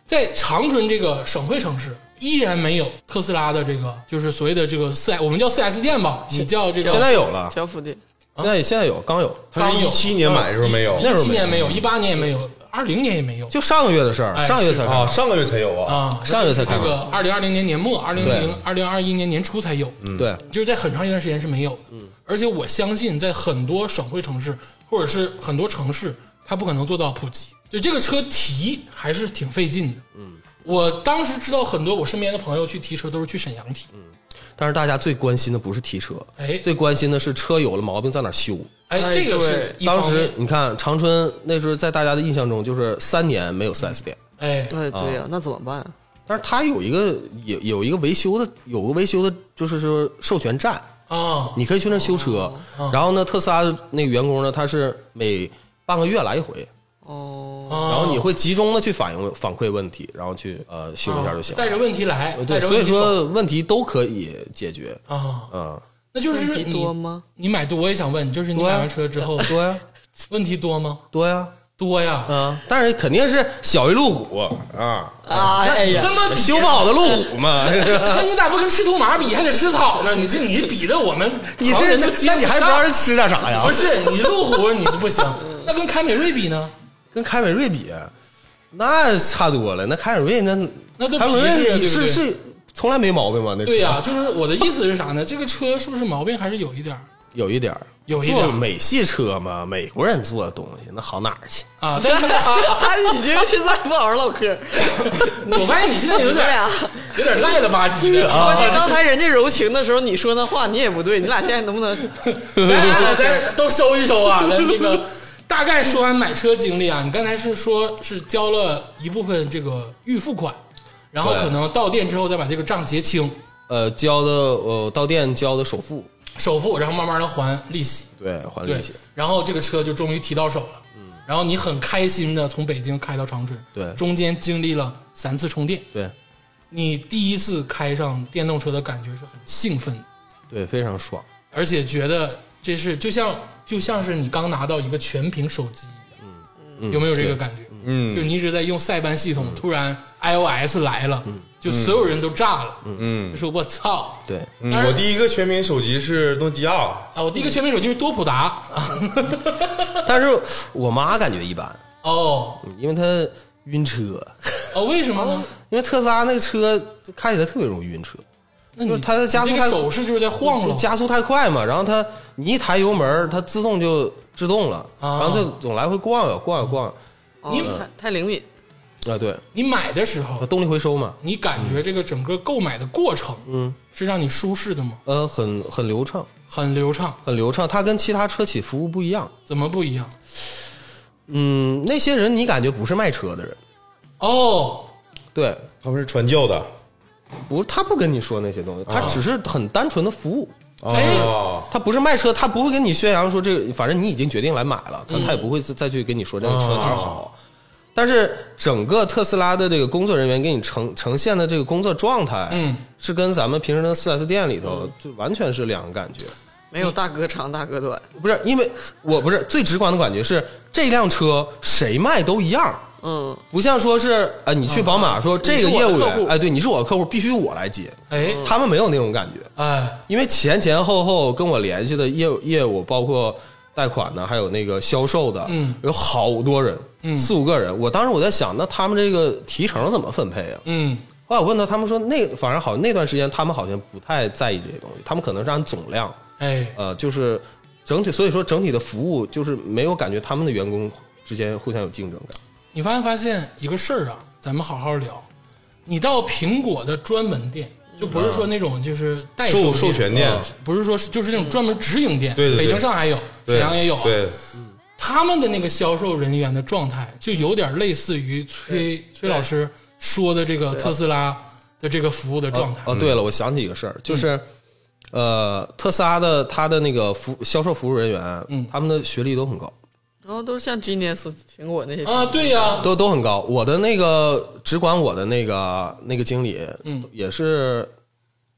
在长春这个省会城市，依然没有特斯拉的这个，就是所谓的这个四 S，我们叫四 S 店吧，你叫这个。
现在有
啊
了，
交付店
现在现在有，刚有，
他是一七年买的时候没有
那时候
一七年
没
没有，一八年也没有，二零年也没有
就上个月的事儿，
哎
上个月才
啊，
看。
上个月才有
啊。
啊。
上月才开
这个二零二零年年末，二零零
对嗯
二零二一年年初才有。
对，
就是在很长一段时间是没有的。而且我相信，在很多省会城市或者是很多城市，它不可能做到普及。就这个车提还是挺费劲的。嗯，我当时知道很多我身边的朋友去提车都是去沈阳提。
但是大家最关心的不是提车，
哎
最关心的是车有了毛病在哪儿修。
哎，
哎
这个是
对
一
当
方面
时。你看长春那时候在大家的印象中就是三年没有四 S 店，
哎，
哎，对呀、那怎么办？
但是它有一个有有一个维修的有个维修的，就是说授权站，
啊，
你可以去那儿修车。
哦
然后呢，特斯拉那个员工呢，他是每半个月来一回，
哦，
然
然后你会集中的去反映反馈问题，然后去呃修一下就行。
带着问题来，带
呃对，
着
所
问
以
题走
说问题都可以解决。
啊，
嗯，
那就是
问
你
题多吗？
你买多，我也想问，就是你
多呀
买完车之后，
多呀，
问题多吗？
多呀，
多呀，
啊嗯，但是肯定是小于路虎啊，
啊，哎呀，
这么比
修不好的路虎嘛。
那你咋不跟吃土马比，还得吃草呢？你这你比的我们
你
旁
是
人都接
那你还不
上
让人嗯吃点啥呀
不？是你路虎你就不 行，那跟凯美瑞比呢？
跟凯美瑞比，那差多了。那凯美瑞那
那都
凯美
皮实呀对不
瑞
对
是是从来没毛病吧？那车
对呀、就是我的意思是啥呢？这个车是不是毛病还是有一点儿
有一点儿
有一点儿
做美系车嘛，美国人做的东西那好哪儿去？
啊？但是
他已经现在不好好唠嗑。
我发现你现在有
对
点儿
呀、
有点儿赖了吧唧 的
不
啊！
过你刚才人家柔情的时候，你说那话你也不对，你俩现在能不能？
咱俩咱都收一收啊！咱这个大概说完买车经历啊，你刚才是说是交了一部分这个预付款，然后
对
可能到店之后再把这个账结清，
呃，交的呃到店交的首付，
首付，然后慢慢的还利息。
对，还
对
利息。，
然后这个车就终于提到手了。嗯，然后你很开心的从北京开到长春，
对
中间经历了三次充电。
对
你第一次开上电动车的感觉是很兴奋的，
对，非常爽。
而且觉得这是就像就像是你刚拿到一个全屏手机一样，嗯，有没有这个感觉？嗯，就你一直在用塞班系统，突然 iOS 来了，就所有人都炸了，嗯嗯，就说我操，
对，
嗯
当然
我第一个全屏手机是诺基亚，
啊，我第一个全屏手机是多普 达，
但是我妈感觉一般，
哦
因为她晕车，
哦，为什么呢？
因为特斯拉那个车开起来特别容易晕车，
那
就
你
是它的加
你
速
这个
太
手势就是在晃
就
了，
加速太快嘛，然后它你一抬油门，它自动就制动了，
啊
然后就总来回逛悠逛悠逛悠
你
哦、太太灵敏，
啊，对，
你买的时
呃
嗯
候，
动力回收嘛，
你感觉这个整个购买的过程，嗯，是让你舒适的吗？
呃，很很流畅，
很流畅，
很流畅，它跟其他车企服务不一样。
怎么不一样？
嗯，那些人你感觉不是卖车的人，
哦，
对，
他们是传教的。
不，他不跟你说那些东西，
啊
他只是很单纯的服务。
哎
啊，
他不是卖车，他不会跟你宣扬说这个，反正你已经决定来买了，
嗯
他他也不会再去跟你说这个车
啊
哪儿好。但是整个特斯拉的这个工作人员给你呈呈现的这个工作状态，
嗯，
是跟咱们平时的四 S 店里
嗯
头就完全是两个感觉。
没有大哥长大哥短。
不是因为我不是最直观的感觉是这辆车谁卖都一样，
嗯，
不像说是呃你去宝马说这个业务
啊你是我的客
员
户
哎对你是我的客户必须我来接，
哎
他们没有那种感觉。
哎，
因为前前后后跟我联系的业务业务，包括贷款的，还有那个销售的，
嗯
有好多人，
嗯
四五个人。我当时我在想，那他们这个提成怎么分配啊？
嗯，
后来我问他，他们说那反正好像那段时间他们好像不太在意这些东西，他们可能是按总量，
哎，
呃，就是整体，所以说整体的服务就是没有感觉他们的员工之间互相有竞争感。
你发没发现一个事儿啊？咱们好好聊。你到苹果的专门店，就不是说那种就是代售
授授权店
嗯不是说是就是那种专门直营店，
对对对
北京、上海有，沈阳也有啊，
对，
他们的那个销售人员的状态，就有点类似于崔崔老师说的这个特斯拉的这个服务的状态。嗯
哦，对了，我想起一个事儿，就是，呃，特斯拉的他的那个服销售服务人员，
嗯
他们的学历都很高。
然后都是像 Genius、苹果那些，
啊，对呀、
都都很高。我的那个只管我的那个那个经理，
嗯
也是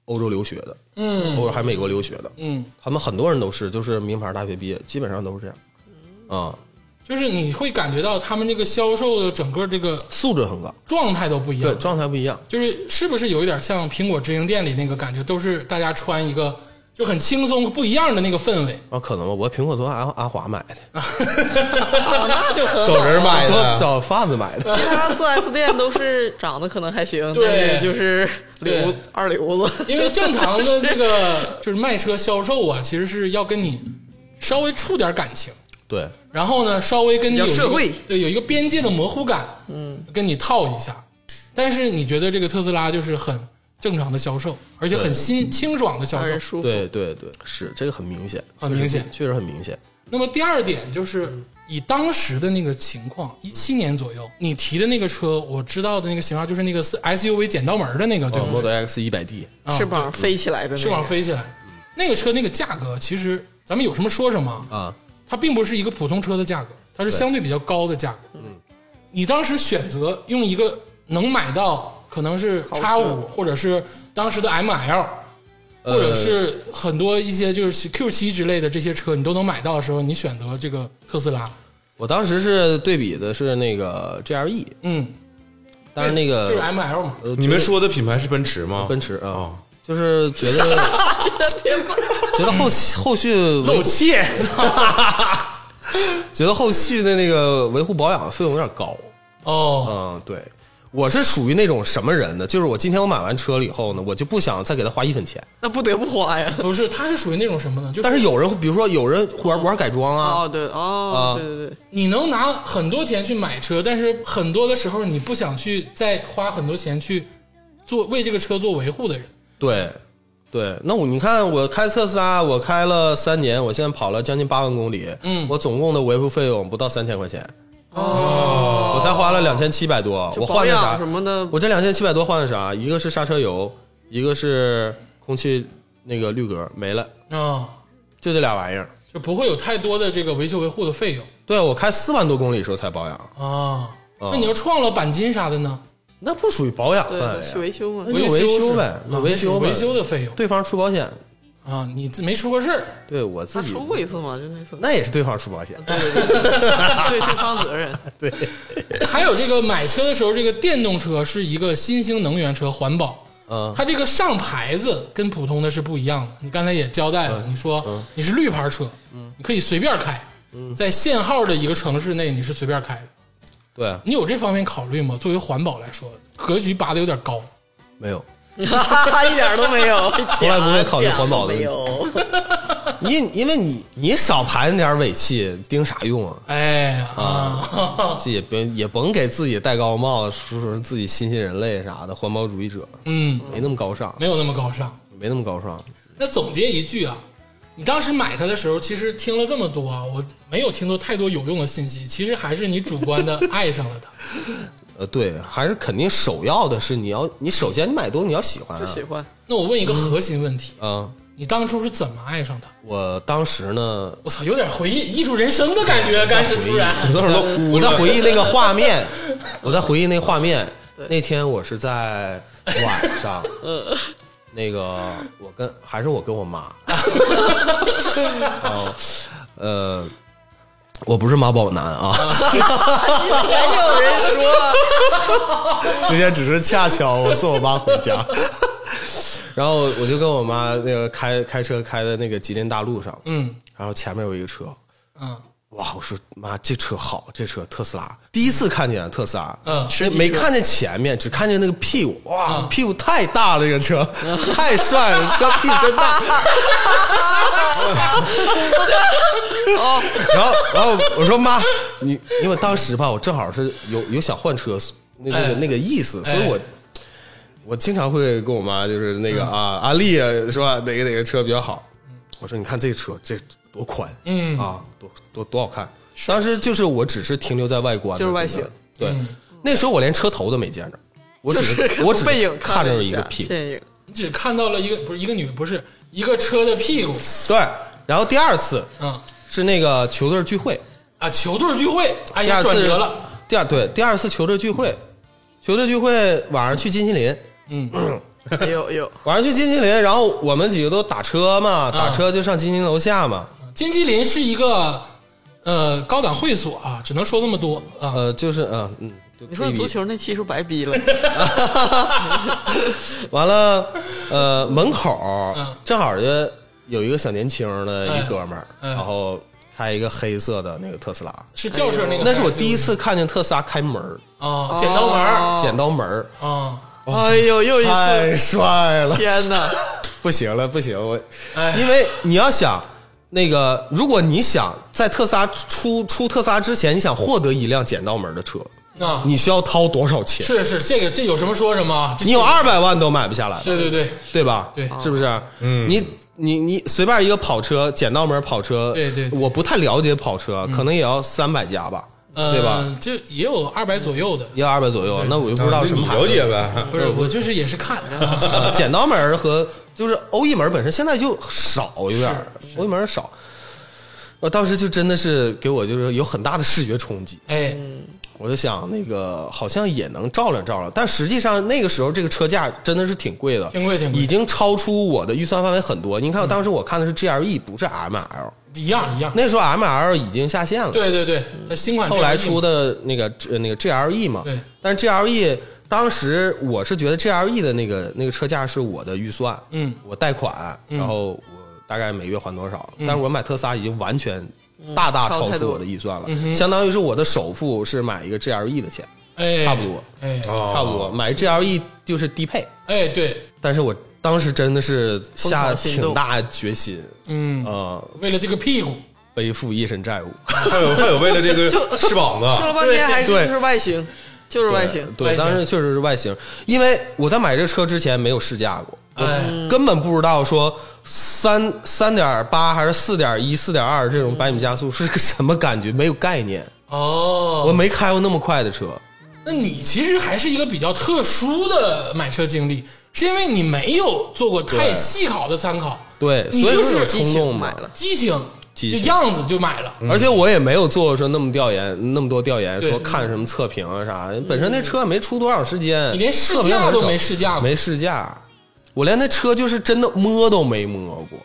欧洲留学的，
嗯
欧洲还美国留学的，
嗯，
他们很多人都是，就是名牌大学毕业，基本上都是这样，啊、
就是你会感觉到他们这个销售的整个这个
素质很高，
状态都不一
对
样，
状态不一样。
就是是不是有一点像苹果直营店里那个感觉，都是大家穿一个就很轻松不一样的那个氛围。
啊，可能吧，我苹果都阿阿华买的，
哦那就很好
找人
哎
买
找
的，
找贩子买的。
其他四 S 店都是长得可能还行，
对
但是就是
对
流二流子，
因为正常的这个就是卖车销售啊，其实是要跟你稍微触点感情，
对，
然后呢，稍微跟你有一个
比较社会
对有一个边界的模糊感，嗯，跟你套一下。但是你觉得这个特斯拉就是很正常的销售，而且很新清爽的销
让
售
人，舒服。
对对对，是这个很明显，
很明显。
确实很明显。
那么第二点就是以当时的那个情况，一七年左右，你提的那个车，我知道的那个型号就是那个 SUV 剪刀门的那个，啊对
哦
吧？
，Model X 一百 D，
啊
翅膀飞起来的那
翅膀
个，
飞起来，那个车那个价格，其实咱们有什么说什么啊。
啊，
它并不是一个普通车的价格，它是相对比较高的价格。嗯，你当时选择用一个能买到可能是叉五，或者是当时的 M L，或者是很多一些就是 Q 七之类的这些车，你都能买到的时候，你选择这个特斯拉。
我当时是对比的是那个 GLE，
嗯，
但是那个
就是 M L 嘛，
呃
你们说的品牌是奔驰吗？
奔驰啊
哦，
就是觉得 觉得后后续维
露怯，
觉得后续的那个维护保养费用有点高。
哦，
嗯，对，我是属于那种什么人呢？就是我今天我买完车了以后呢，我就不想再给他花一分钱。
那不得不花呀。
不是，它是属于那种什么呢？就
但
是
是有人，比如说有人玩玩改装啊，
哦，对，哦
啊，
对对对，
你能拿很多钱去买车，但是很多的时候你不想去再花很多钱去做为这个车做维护的人。
对，对。那我你看，我开特斯拉，我开了三年，我现在跑了将近八万公里，
嗯
我总共的维护费用不到三千块钱，哦，我才花了两千七百多，
就
我
保
换的
养
啥
什？么的，
我这两千七百多换的啥？一个是刹车油，一个是空气那个滤格没了，
啊、
就这俩玩意儿。
就不会有太多的这个维修维护的费用
对我开四万多公里的时候才保养，
啊。
啊
那你要撞了钣金啥的呢？
那不属于保养
对
范
去
围啊。
维修嘛
那。就维
修
修
是
呗
啊
那维修呗
维修的费用
对方出保险，
啊，你自没出过事儿，
对我
他
自己
出过一次嘛，就那次，
那也是对方出保险。
对对对，对对方责 任，
还有这个买车的时候，这个电动车是一个新兴能源车，环保。
嗯
它这个上牌子跟普通的是不一样的。你刚才也交代了，你说你是绿牌车，你可以随便开，在限号的一个城市内你是随便开的。
对，
你有这方面考虑吗？作为环保来说，格局拔的有点高。
没有，
一点都没 有，
从来不会考虑环保的嗯
一
问
点
题
都没有。
你因为你你少排那点尾气，盯啥用啊？
哎
哦
啊，
这也别也甭给自己戴高帽，说说自己新兴人类啥的，环保主义者
嗯，
没那么高尚，
没有那么高尚。
没那么高尚。
那总结一句啊，你当时买它的时候，其实听了这么多啊，我没有听到太多有用的信息，其实还是你主观的爱上了它。
呃，对，还是肯定首要的是你要，你首先你买东西你要喜欢啊，
喜欢
那我问一个核心问题，
嗯，
你当初是怎么爱上它？
我当时呢，
我操，有点回忆艺术人生的感觉，但是突然，
我当时都哭了我在回忆那个画面，我在回忆那个画面。那天我是在晚上， 那个我跟还是我跟我妈，哦，呃，我不是妈宝男啊，
有人说，
那天只是恰巧我送我妈回家，然后我就跟我妈那个开开车开的那个吉林大路上，
嗯
然后前面有一个车，
嗯
哇！我说妈，这车好，这车特斯拉，第一次看见特斯拉，
嗯
那没看见前面，只看见那个屁股，哇，屁股太大了，这个车
嗯
太帅了，车屁股真大。
哦
然后，然后我说妈，你因为当时吧，我正好是有有想换车那那
哎
个那个意思，所
哎
以我。我经常会跟我妈就是那
嗯
个啊，安利啊，是吧？哪个哪个车比较好？我说你看这车这多宽，
嗯
啊，多多多好看。当时就是我只是停留在外观的，
就是外
真的
形。
对，
嗯
那时候我连车头都没见着，我只是我只是
背影
看
着
着一个屁股。
电影，
你只看到了一个不是一个女，不是一个车的屁股，
对，然后第二次
嗯
是那个球队聚会，
啊，球队聚会，哎
第
呀，
二
转
次
折了，，
第二对第二次球队聚会，球队聚会晚上去金麒麟，
哎呦 哎呦，
晚上去金麒麟，然后
啊
我们几个都打车嘛，打车就上金麒麟楼下嘛，
金麒麟是一个呃高档会所啊，只能说这么多啊。
呃，就是嗯嗯，就
你说
KB
足球那期是白逼 了，
完了，呃，门口
嗯
正好就有一个小年轻的一哥们儿，
哎哎
然后开一个黑色的那个特斯拉，
是轿车那个牌子，
哎那是我第一次哦看见特斯拉开门儿，
啊，剪刀门儿
剪刀门儿，
啊，
哎呦，又一次，
太帅了！
天 哪！
不行了，不行，我
哎，
因为你要想。那个，如果你想在特斯拉出出特斯拉之前，你想获得一辆剪刀门的车，
啊，
你需要掏多少钱？
是是这个这有什么说什么啊，这
你有二百万都买不下来。
对对对
对吧？
对
是不是？嗯，你你你随便一个跑车，剪刀门跑车，
对对对嗯
我不太了解跑车，可能也要三百加吧，
呃，
对吧？？
就也有二百左右的，
要二百左右，那我就不知道什么
啊
牌
了
子。
解呗。
不是我就是也是看 啊，
呃剪刀门和就是欧意门本身现在就少有点儿，欧意门少。我当时就真的是给我就是有很大的视觉冲击，
哎，
我就想那个好像也能照亮照亮，但实际上那个时候这个车价真的是挺贵的，
挺贵挺贵嗯
已经超出我的预算范围很多。你看当时我看的是 GLE，不是 ML，
一样一样，
那时候 M L 已经下线了，
对对对，那新款
后来出
的
的那个呃那个 G L E 嘛
对，
但是 G L E 当时我是觉得 G L E 的那个那个车价是我的预算，
嗯，嗯
我贷款，然后我大概每月还多少，但是我买特斯拉已经完全大大
超
超
太
出
多
我的预算
嗯
了，相当于是我的首付是买一个 G L E 的钱，
哎
差不多，
哎
哦
差不多买 G L E 就是低配，
哎对，
但是我当时真的是
疯
下
狂心动
挺大决心，
嗯，
呃，
为了这个屁股，
背负一身债务。
还有还有，为了 这个翅膀
说了
子，
半天还是
对
就是外形，就是外形。
对，
外形
当时确实是外形，因为我在买这车之前没有试驾过，
哎，
根本不知道说三三点八还是四点一、四点二这
嗯
种百米加速是个什么感觉，没有概念，
哦，
我没开过那么快的车。
那你其实还是一个比较特殊的买车经历，是因为你没有做过太细考的参考，
对，
你
所以
就
说
是
有
激
冲动
情
嘛
买了，
激情，
激
就
情
样子就买了，
而且我也没有做过说那么调研，那么多调研，
嗯对
说看什么测评啊啥，本身那车也没出多少时间，
你连试
测评
驾
很
都
少
没试驾过
没试驾，我连那车就是真的摸都没摸过。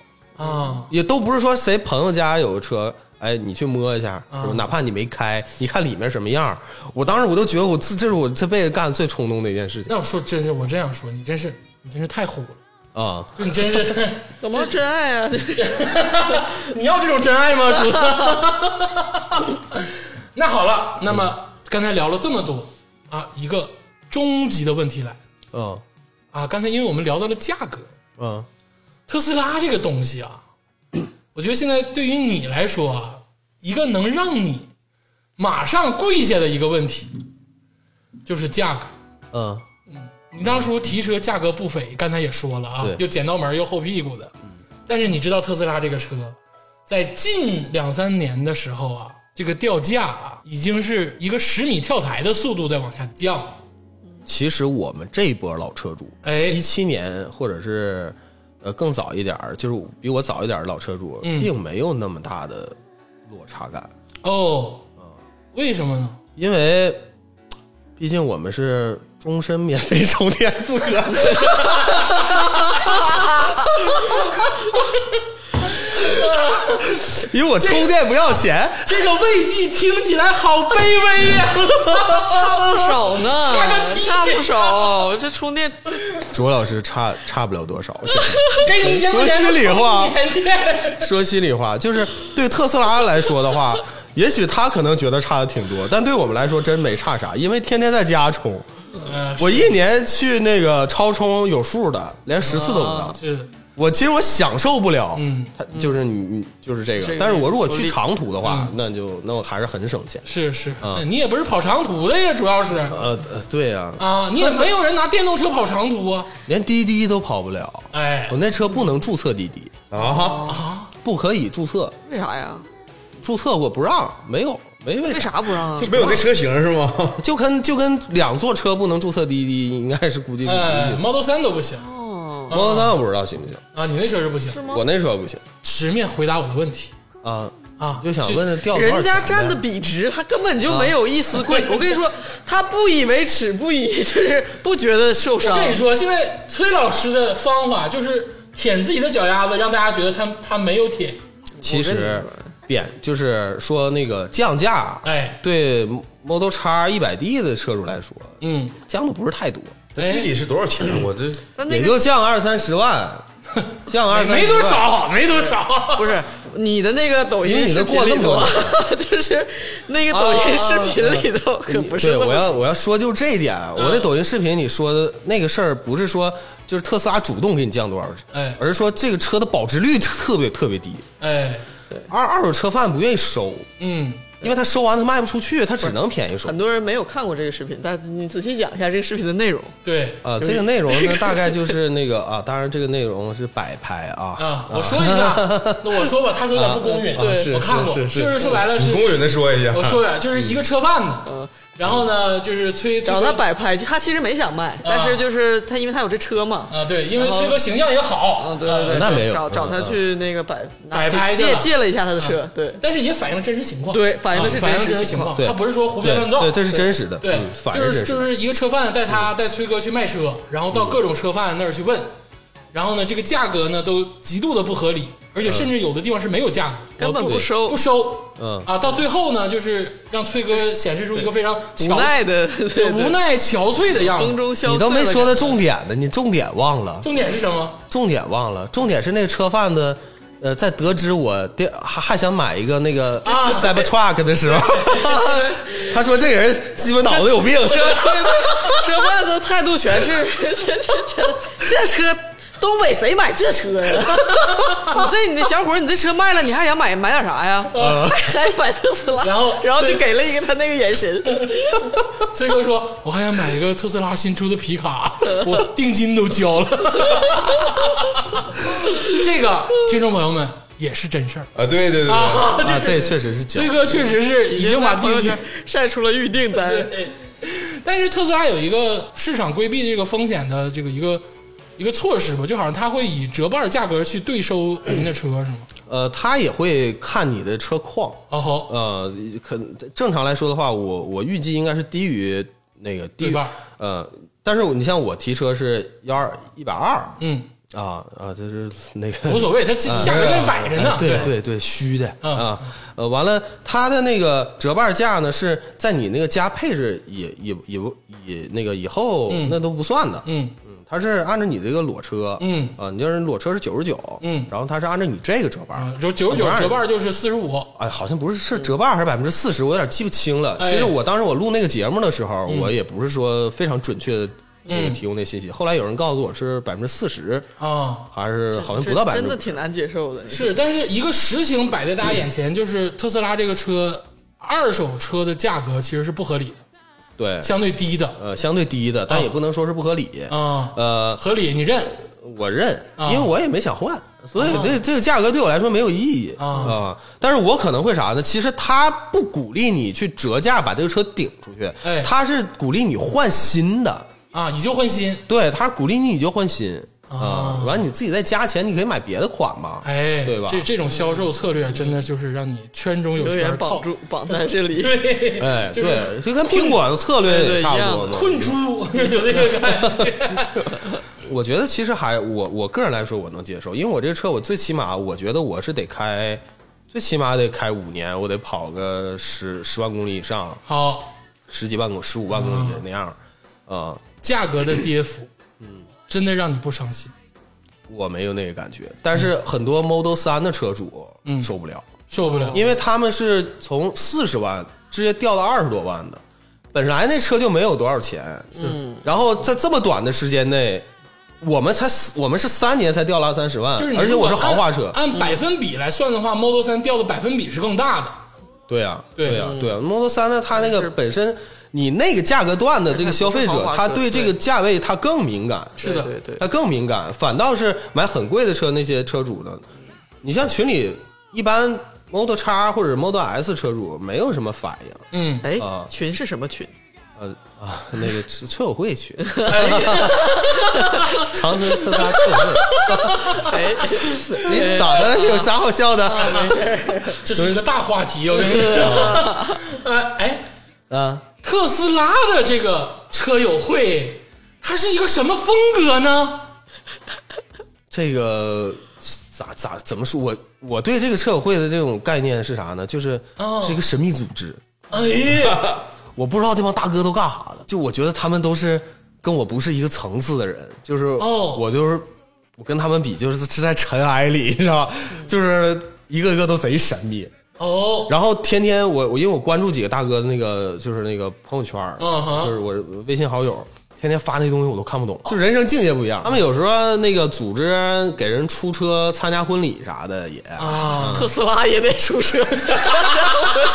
啊，
也都不是说谁朋友家有个车，哎，你去摸一下，
啊
是吧哪怕你没开，你看里面什么样儿。我当时我都觉得我自这是我这辈子干最冲动的一件事情
那我说真是，我真想说，你真是你真是太虎了，
啊、
就你真是，
怎么真爱啊？ 这是
你要这种真爱吗，主子？ 那好了，那么刚才聊了这么多啊，一个终极的问题来
嗯
啊，刚才因为我们聊到了价格，
嗯
特斯拉这个东西啊，我觉得现在对于你来说啊，一个能让你马上跪下的一个问题，就是价格。
嗯，
你当初提车价格不菲，刚才也说了啊
对，
又剪刀门又后屁股的。但是你知道特斯拉这个车，在近两三年的时候啊，这个掉价啊，已经是一个十米跳台的速度在往下降。
其实我们这一波老车主，
哎
一七年或者是呃更早一点儿，就是比我早一点儿的老车主，
嗯
并没有那么大的落差感，
哦，为什么呢？
因为毕竟我们是终身免费充电 资格。因为我充电不要钱，
这个慰藉听起来好卑微呀、
差不少呢
差个屁，
差不少。这充电这
卓老师差差不了多少。真
给你一千块钱
说心里话
充一年
的说心里话，就是对特斯拉来说的话， 也许他可能觉得差的挺多，但对我们来说真没差啥，因为天天在家充。
呃
我一年去那个超充有数的，连十次都不到。
是
我其实我享受不了，
嗯，
它就是你你就是这
这
个
个，
但是我如果
合
去
理
长途的话，那就那我还是很省钱。
是是，那你也不是跑长途的呀，主要是
呃，呃对呀、
啊，你也没有人拿电动车跑长途啊。
连滴滴都跑不了，
哎
我，那车不能注册滴滴，
啊，
不可以注册，
为啥呀？
注册过不让，没有，没为
为啥不让啊？
没有这车型是吗？
就跟就跟两座车不能注册滴滴，应该是估计是
哎
滴滴。
，Model 三都不行
哦，
摩托三我不知道行不行，
啊，你那车是不行。
吗
我那车不行
直面回答我的问题
啊，
啊，
就想问他掉多少
人家
钱呗
站的笔直，他根本就没有一丝跪。我跟你说，他不以为耻，不以就是不觉得受
我
伤。
啊跟你说，现在崔老师的方法就是舔自己的脚丫子，让大家觉得他他没有舔。
其实贬就是说那个降价，
哎
对 Model X 一百 D 的车主来说，
嗯，
降的不是太多，
哎
那具体是多少钱？我这
但那
也
个
就降二三十万，降二三
没
十
多
万，
少，没多少，
不是你的那个抖
因为
音
你
视
都
频
过
里
这么
头
多
啊，就是那个抖音视频里头 可不是
对，
那
我
么嗯
要我要说就这一点，啊我在抖音视频里说的那个事儿，不是说就是特斯拉主动给你降多少，
哎
而是说这个车的保值率特别特别低，
哎，
二二手车贩不愿意收，
嗯，
因为他收完他卖不出去，他只能便宜收
很。多人没有看过这个视频，但你仔细讲一下这个视频的内容。
对
啊，这个内容呢，大概就是那个啊，当然这个内容是摆拍啊，
啊，我说一下， 那我说吧，他说有点不公允，
啊是
我看过，
是是
就是说白了是
你，公允的说一下，
我说呀，就是一
嗯
个车贩子，然后呢，就是崔崔
嗯找
哥
他摆拍，他其实没想卖，但是就是他，因为他有这车嘛，
啊，对，因为崔哥形象也好，啊
嗯，对对对，
那没有
找
嗯
找他去那个摆拿
摆拍去
借
了
借了一下他的车，对，
但是也反映了真实情况，
对反映的
啊
是
反
真
映
实
真实
情
情况，
况
对
他不是说胡编乱造，
对，这是真实的，
对
嗯，反
就
正
是
真
就
实的。嗯
是一个车贩带他带崔哥去卖车，然后到各种车贩那儿去问，然后呢，这个价格呢都极度的不合理，而且甚至有的地方是没有价格，
根本
我
不收
不收，
嗯
啊，到最后呢，就是让崔哥显示出一个非常
无
憔
奈的，对
无奈憔悴的样
风
子。
中消
你都没说到重点呢，你重点忘了，
重点是什么？
重点忘了，重点是那个车贩子，呃，在得知我第还还想买一个那个
啊
Cybertruck 的时候， 他说这个人鸡巴脑子有病，
车贩子态度全是， 这车东北谁买这车 呀？你这你这小伙儿，你这车卖了，你还想买买点啥呀？ 还买特斯拉？
嗯然后
然后就给了一个他那个眼神，
崔哥说：“我还想买一个特斯拉新出的皮卡， 我定金都交了。” 这个听众朋友们也是真事儿
啊，对对对对，
啊，
啊，这确实是假
崔。哥确实是已经把
朋
定
友
金
圈晒出了预订单。
对， 但是特斯拉有一个市场规避这个风险的这个一个一个措施吧，就好像它会以折半价格去对收您的车，是吗？
呃，他也会看你的车况，
哦吼，
呃，可正常来说的话，我我预计应该是低于那个低
对
于
半
呃，但是你像我提车是幺二一百二
嗯，
啊啊，就是那个啊
无所谓，它这价格在摆着呢。
对对对，虚的
嗯
啊，呃，完了，它的那个折半价呢，是在你那个加配置也也也不也那个以后
嗯
那都不算的，
嗯
嗯，它是按照你这个裸车，
嗯
啊，你要是裸车是九十九，
嗯
然后它是按照你这个折半
啊，，就九十九折半就是四十五。
哎，好像不是是折半还是百分之四十，我有点记不清了。
哎嗯
其实我当时我录那个节目的时候，我也不是说非常准确的那个提供那信息，后来有人告诉我是百分之四十，
啊，
还是好像不到百分
真
之
的挺难接受的。
是，但是一个实情摆在大家眼前，就是特斯拉这个车二手车的价格其实是不合理的，
对，
相对低的
呃，相对低的，但也不能说是不合理。
啊，
呃，
合理你认
我认，
啊
因为我也没想换，所以这这个价格对我来说没有意义
啊
但是我可能会啥呢？其实他不鼓励你去折价把这个车顶出去
哎，
他是鼓励你换新的。
啊，以旧换新。
对，他鼓励你你就换新
啊
啊，完、你自己再加钱，你可以买别的款嘛，
哎，
对吧？
这这种销售策略真的就是让你圈中有
永远
圈
绑
套，
住绑在这里，
对，
哎，
就是
对，就跟苹果的策略也差不多嘛。
困猪有这个感觉。
我觉得其实还我我个人来说我能接受，因为我这个车我最起码我觉得我是得开，最起码得开五年，我得跑个十十万公里以上，
好，
十几万公十五万公里
嗯
那样，啊、
价格的跌幅，嗯，真的让你不伤心，
我没有那个感觉。但是很
嗯
多 Model 三的车主受不了，
受不了。
因为他们是从四十万直接掉到二十多万的，本来那车就没有多少钱，嗯，然后在这么短的时间内，我们才四我们是三年才掉了二三十万
就是，你
而且
如
我
果
是豪华车
按，按百分比来算的话，Model 三掉的百分比是更大的。
对呀、啊，
对
对呀、
嗯
对呀、m o d e l 三呢，它那个本身你那个价格段的这个消费
它不是
者
豪华，车
他对这个价位他更敏感，
是的，
对对对，
他更敏感，反倒是买很贵的车那些车主呢，你像群里一般 Model X 或者 Model S 车主没有什么反应。
嗯，
哎
啊，
群是什么群？
呃啊，那个车车友会去，
哎
长春特斯拉车友
哎，
会，你 咋的了？有啥好笑的？
这是一个大话题， 我跟你说。 呃，哎，
嗯
啊，
特斯拉的这个车友会，它是一个什么风格呢？
这个咋咋怎么说？我我对这个车友会的这种概念是啥呢？就是
哦
是一个神秘组织，
哎呀，
我不知道这帮大哥都干啥的，就我觉得他们都是跟我不是一个层次的人，就是
哦
我就是我跟他们比，就是是在尘埃里，是吧？就是一个一个都贼神秘，
哦，
然后天天我我因为我关注几个大哥的那个就是那个朋友圈儿，
嗯哼哦
就是我微信好友，天天发那东西我都看不懂，就人生境界不一样。他们有时候那个组织给人出车参加婚礼啥的也，
啊
特斯拉也得出 车。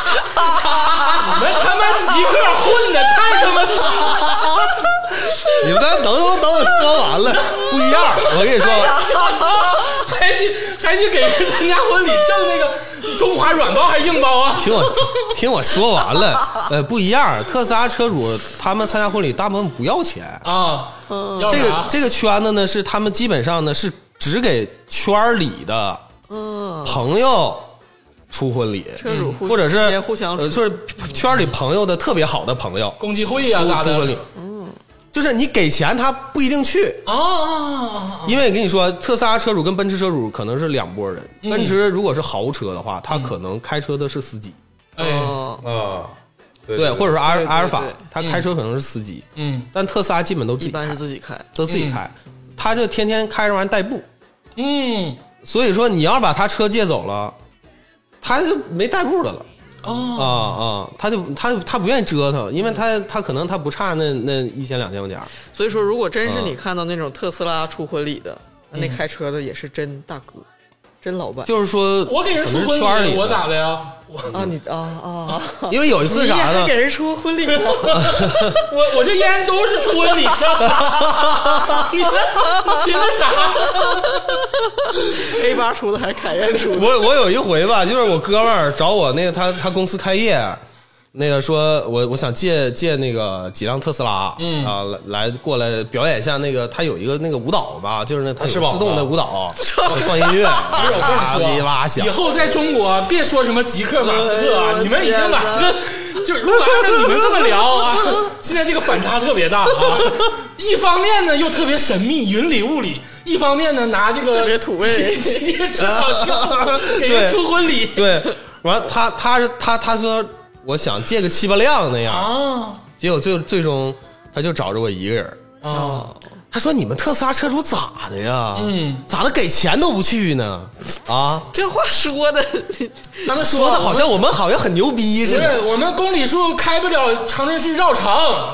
你们他妈极客混的太他妈惨了！
你们等等我等我说 完了，不一样。我跟
哎
你说，
还去还去给人参加婚礼挣那个中华软包还是硬包啊？
听我听我说完了，呃，不一样。特斯拉车主他们参加婚礼大部分不要钱，
啊，要
这个
啥
这个圈子呢是他们基本上呢是只给圈儿里的朋友出婚礼，
嗯
嗯
车主互
或者是
也互相
呃，就是圈儿里朋友的特别好的朋友
共济会呀
啊
出
咋
出婚礼
的？。
嗯
就是你给钱他不一定去，
啊啊啊！
因为跟你说，特斯拉车主跟奔驰车主可能是两拨人。
嗯
奔驰如果是豪车的话，他可能开车的是司机，
哎，
哦，
啊，对
对，或者是阿尔
对对
阿尔法
对，
他开车可能是司机，
嗯
但特斯拉基本都自
一
己
般
开
是，自己开。嗯
都自己开，他就天天开着玩意儿代步。
嗯，
所以说，你要把他车借走了，他就没代步的了。
哦
啊啊，他就他他不愿意折腾，因为他他可能他不差那那一千两千块钱儿。
所以说，如果真是你看到那种特斯拉出婚礼的，那开车的也是真大哥，真老板。
就是说，
我给人出
可能是圈
婚
儿里
礼，
的
我咋的呀？ 我
啊，你啊啊，啊
因为有一次
你
啥
也
呢
是给？人出婚礼啊？
我我这烟都是出婚礼的， 你这寻思啥？
A 八出的还是凯宴出的？
我我有一回吧，就是我哥们儿找我那个他他公司开业，那个说我我想借借那个几辆特斯拉，嗯啊来来过来表演一下那个他有一个那个舞蹈吧，就是那他
翅膀
有
啊
自动的舞蹈，放音 乐，
我跟你
噼
说，
哇响
以。后在中国别说什么极客马斯克啊，
哎呦
你们已经把
天哪
这个。就是如果按照你们这么聊 啊，现在这个反差特别大啊！一方面呢又特别神秘、云里雾里，一方面呢拿这个
特别 土味
直接指导跳给人
对
出婚礼
对，完了他他是他他说我想借个七八辆那样，
啊
结果最最终他就找着我一个人儿。
啊！
他说：“你们特斯拉车主咋的呀？
嗯，
咋的给钱都不去呢？啊，
这话说的，
他们
说的好
哦
像我们好像很牛逼
不
似的。
是啊我们公里数开不了长春市绕城，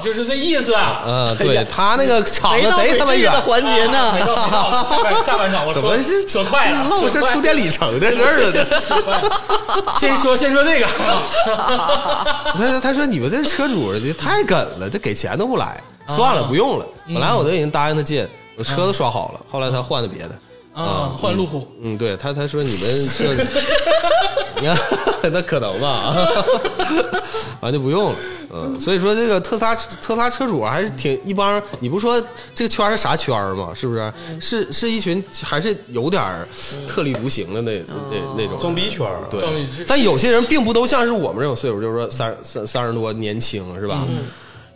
就是这意思。啊
嗯，对他那个厂
没
子
到
贼
鬼
他妈
这
远
个，环节
哎没
呢。
到没到，下半下半场我
怎
说
么是
说快了，
唠
说
是
快
出点里程的事儿了呢？
说快了 先说先说这个，
啊
他他说你们这车主这太梗了，这给钱都不来，
啊
算了，不用了。
嗯
本来我都已经答应他借，我车都刷好了，后来他换的别的。
啊，换路虎。
嗯，对他他说你们 这，你看那可能吧，完就不用了。嗯，所以说这个特斯拉特斯拉车主还是挺一帮，你不说这个圈儿是啥圈儿吗？是不是？
嗯
是是一群还是有点儿特立独行的那那那种
装逼圈儿
嗯
对
装逼是，
但有些人并不都像是我们这种岁数，就是说三三三十多年轻是吧？
嗯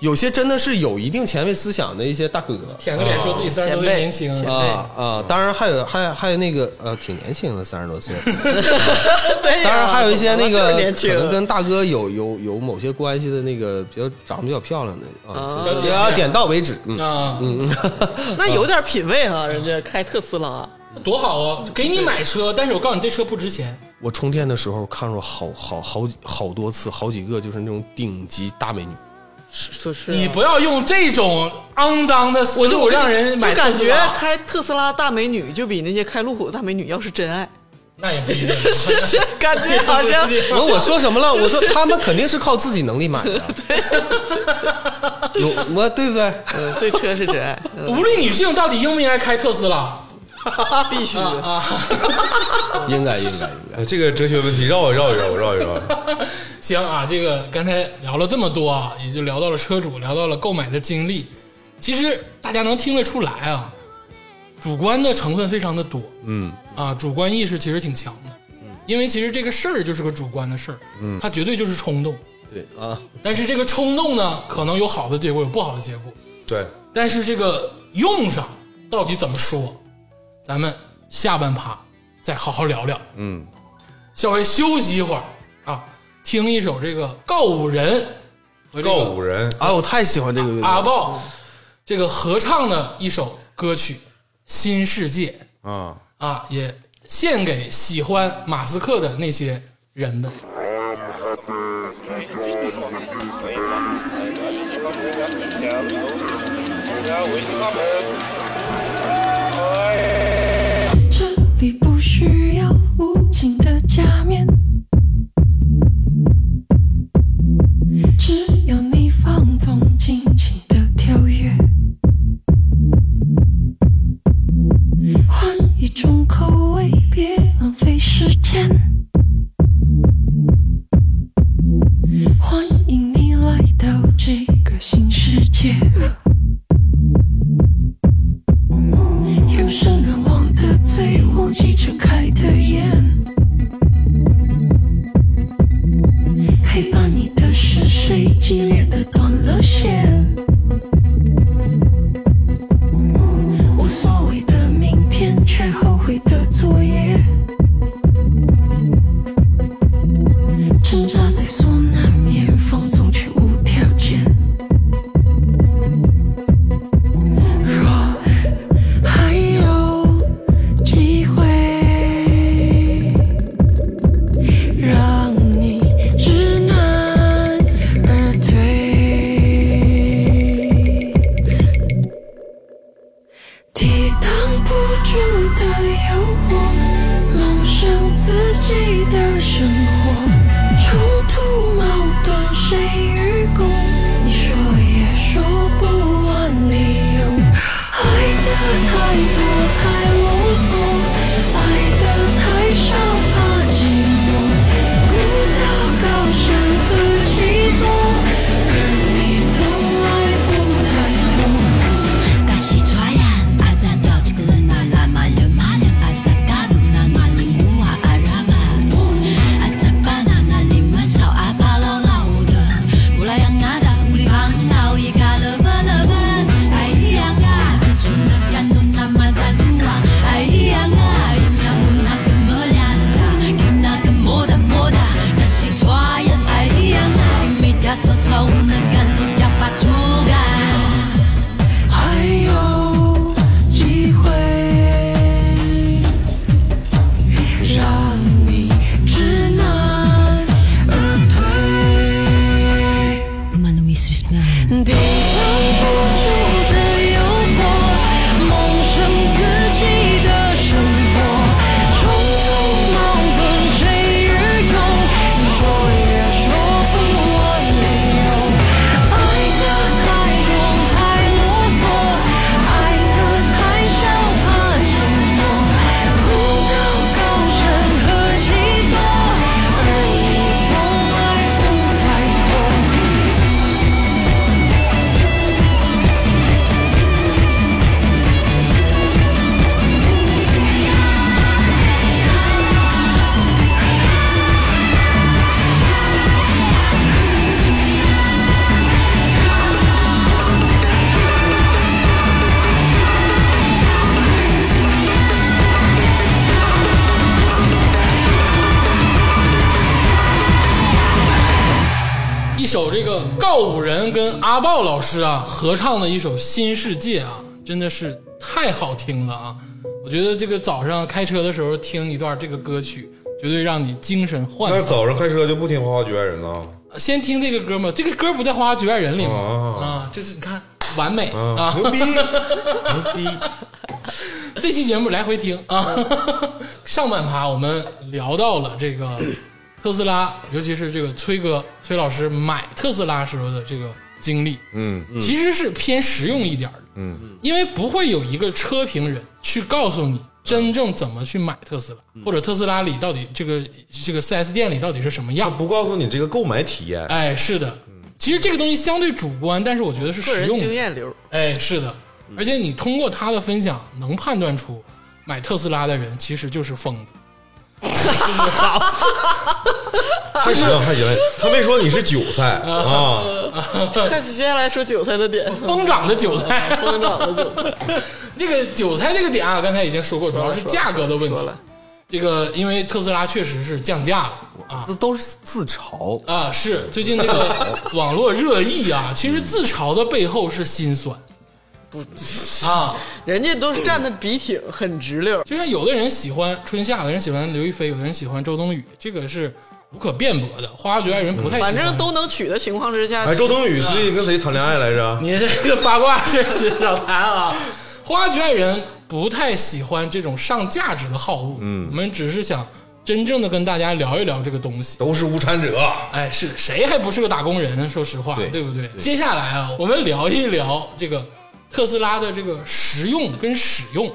有些真的是有一定前卫思想的一些大哥
舔个脸说自己三十多岁年轻，
前辈
啊啊，当然还有还还有那个呃挺年轻的三十多岁，
对呀
当然还有一些那
我就是
个
年
可能
轻，
跟大哥有有有某些关系的那个比较长得比较漂亮的啊，
小姐姐
要点到为止，嗯，
啊，
那有点品位啊，人家开特斯拉。
多好啊！给你买车，但是我告诉你，这车不值钱。
我充电的时候看着好好好几好多次，好几个就是那种顶级大美女，
是是啊
你不要用这种肮脏的思
我就
路
我就
让人买
就感
特斯
觉
拉，
开特斯拉大美女就比那些开路虎的大美女要是真爱，
那也不一定。
是感觉好像
完我说什么了？我说他们肯定是靠自己能力买的，有我对不对？
嗯对车是真爱，嗯
独立女性到底应不应该开特斯拉？
必须
啊
的。
应该应该应该。
哎这个哲学问题绕一绕一绕，绕一绕。
行啊，这个刚才聊了这么多啊，也就聊到了车主，聊到了购买的经历。其实大家能听得出来啊，主观的成分非常的多，嗯，啊，主观意识其实挺强的，因为其实这个事儿就是个主观的事儿，嗯，它绝对就是冲动，
对啊，
但是这个冲动呢，可能有好的结果，有不好的结果，
对，
但是这个用上到底怎么说，咱们下半趴再好好聊聊，
嗯，
稍微休息一会儿啊，听一首这个告五人和这个
告五人，
啊，我太喜欢这个乐队
阿
了，
豹这个合唱的一首歌曲《新世界
啊，》
啊，也献给喜欢马斯克的那些人们。
这里不需要无情的假面，只要你放纵尽情的跳跃，换一种口味，别浪费时间。欢迎你来到这个新世界。有生难忘的醉，忘记睁开的眼。陪伴你的是谁？激烈的断了线。无所谓的明天，却后悔的作业。挣扎在所难免，放纵却无条件。若。还有机会让你知难而退，抵挡不住的诱惑，梦想自己的生活，冲突矛盾谁与共？你说也说不完理由。爱的太多太啰嗦，爱的太少怕寂寞，孤岛高山和寂寞，而你从来不太懂。
가시좌얀 아자도 지금 나라 말려 말은 아자가도 난 말리 무아 아라바 아자빠나 날림만 저 아발로 나오다 몰라야 나다 우리 방 나오이가 러버러버 아이양아 존나간 눈 남마다 좋아 아이양아 임양문 나금 멀리한다 김나금 뭐다 뭐다 다시 좌얀 아이양아 뒷미다 젖어 웃는 간눈 야빠주가
还有机会让你知难而退。
엄마 눈 있을 수 있으면
抵挡不住的诱惑，梦想自己的生活，冲突矛盾谁与共？你说也说不完理由。爱的太多太啰嗦，爱的太少怕寂寞，孤岛高山和几多，而你从来不太懂。
一首这个告五人跟阿豹老师啊合唱的一首《新世界》啊，真的是太好听了啊！我觉得这个早上开车的时候听一段这个歌曲，绝对让你精神焕
嗯那
发。
早上开车就不听《花花局外人》了
先听这个歌嘛，这个歌不在《花花局外人》里吗？
啊
啊，这是你看完美
啊
啊！
牛逼，牛逼！
这期节目来回听 啊。上半趴我们聊到了这个特斯拉，尤其是这个崔哥崔老师买特斯拉时候的这个经历，
嗯，
其实是偏实用一点儿的，嗯，因为不会有一个车评人去告诉
嗯
你真正怎么去买特斯拉，或者特斯拉里到底这个这个 4S 店里到底是什么
他
样。
不嗯告诉你这个购买体验，
哎，是的，其实这个东西相对主观，但是我觉得是
个
实
人
用
经
的。
验流，
哎，是的，
嗯
而且你通过他的分享，能判断出买特斯拉的人其实就是疯子。
太行太行，他没说你是韭菜啊，
看接下来说韭菜的点，
疯长的韭菜，
嗯 疯长的韭菜，
这个韭菜这个点啊，刚才已经说过，主要是价格的问题
说了。
这个因为特斯拉确实是降价了啊
这都是自嘲。
啊，是最近这 个网络热议啊，其实自嘲的背后是心酸。不啊，
人家都是站的笔挺，很直溜。
就像有的人喜欢春夏，有的人喜欢刘亦菲，有的人喜欢周冬雨，这个是无可辩驳的。花花绝爱人不太喜欢，
反正都能娶的情况之下，
哎，周冬雨最近跟谁谈恋爱来着？
你这个八卦事儿少谈啊。花绝爱人不太喜欢这种上价值的好物，嗯，我们只是想真正的跟大家聊一聊这个东西。
都是无产者，
哎，是谁还不是个打工人？说实话，
对
不对？接下来啊，我们聊一聊这个特斯拉的这个实用跟使用。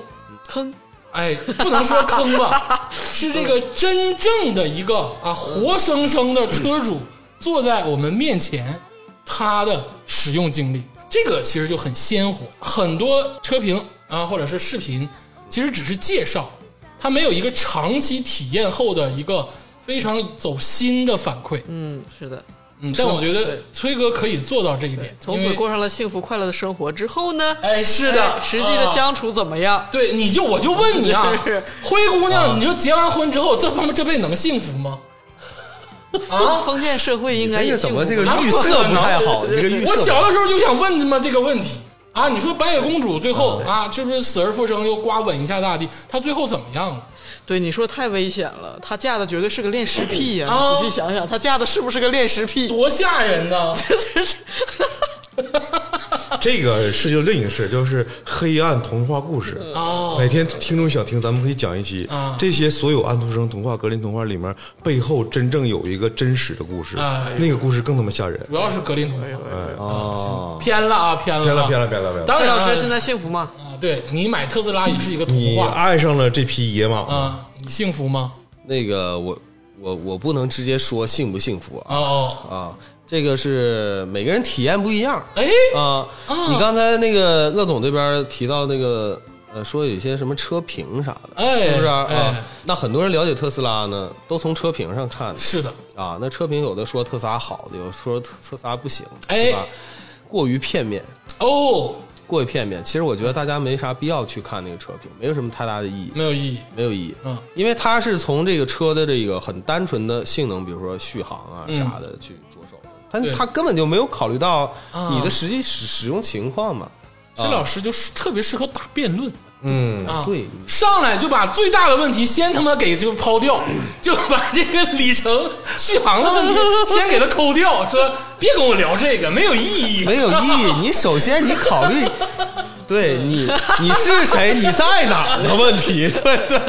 坑
哎，不能说坑 吧，是这个真正的一个啊，活生生的车主坐在我们面前，他的使用经历，这个其实就很鲜活。很多车评啊，或者是视频，其实只是介绍，他没有一个长期体验后的一个非常走心的反馈。
嗯，是的。
嗯，但我觉得崔哥可以做到这一点，
从
因
此
为
过上了幸福快乐的生活之后呢？
哎，是的，
哎实际的
啊
相处怎么样？
对，你就我就问你啊
是，
灰姑娘，你说结完婚之后，这他妈这辈子能幸福吗？啊，
封建社会应该
这
也
个怎么这
幸福
个
吧
预设不太好？你这个预设
我
不太
小
好
的时候就想问他妈这个问题啊！你说白雪公主最后啊，是不是死而复生又瓜吻一下大地？她最后怎么样了？
对你说太危险了，她嫁的绝对是个恋尸癖呀、
啊
你仔细想想，她嫁的是不是个恋尸癖？
多吓人呢！
这个是就另一个事，就是黑暗童话故事。
哦，
哪天听众想听，咱们可以讲一期
啊。
这些所有安徒生童话、格林童话里面，背后真正有一个真实的故事
哎，啊
那个故事更他妈吓人。
主要是格林童话
哦，
偏了啊，偏了啊，
偏了，偏了，偏了，偏了。
当
魏
然
老
了，
师现在幸 福吗？
啊对你买特斯拉也是一个童
你啊
话
爱上了这匹野马，
啊，你幸福吗？
那个我我我不能直接说幸不幸福啊
哦，
啊，这个是每个人体验不一样
哎，
啊。你刚才那个乐总这边提到那个呃，说有一些什么车评啥的，
哎
是不是啊
哎
啊？那很多人了解特斯拉呢，都从车评上看的
是的，
啊。那车评有的说特斯拉好的，有的说特特斯拉不行，
哎
是吧？过于片面。
哦，
过于片面，其实我觉得大家没啥必要去看那个车评，没有什么太大的意义。
没有意义。
没有意义。
嗯
因为它是从这个车的这个很单纯的性能，比如说续航啊啥的去着手，但
嗯对
它根本就没有考虑到
啊
你的实际使使用情况嘛。
崔老师就是特别适合打辩论
嗯，
啊，
对，
上来就把最大的问题先他妈给就抛 掉，就把这个里程续航的问题先给它抠掉，说别跟我聊这个，没有意义。
没有意义。你首先你考 虑，对你你是谁，你在哪儿的问题， 对对。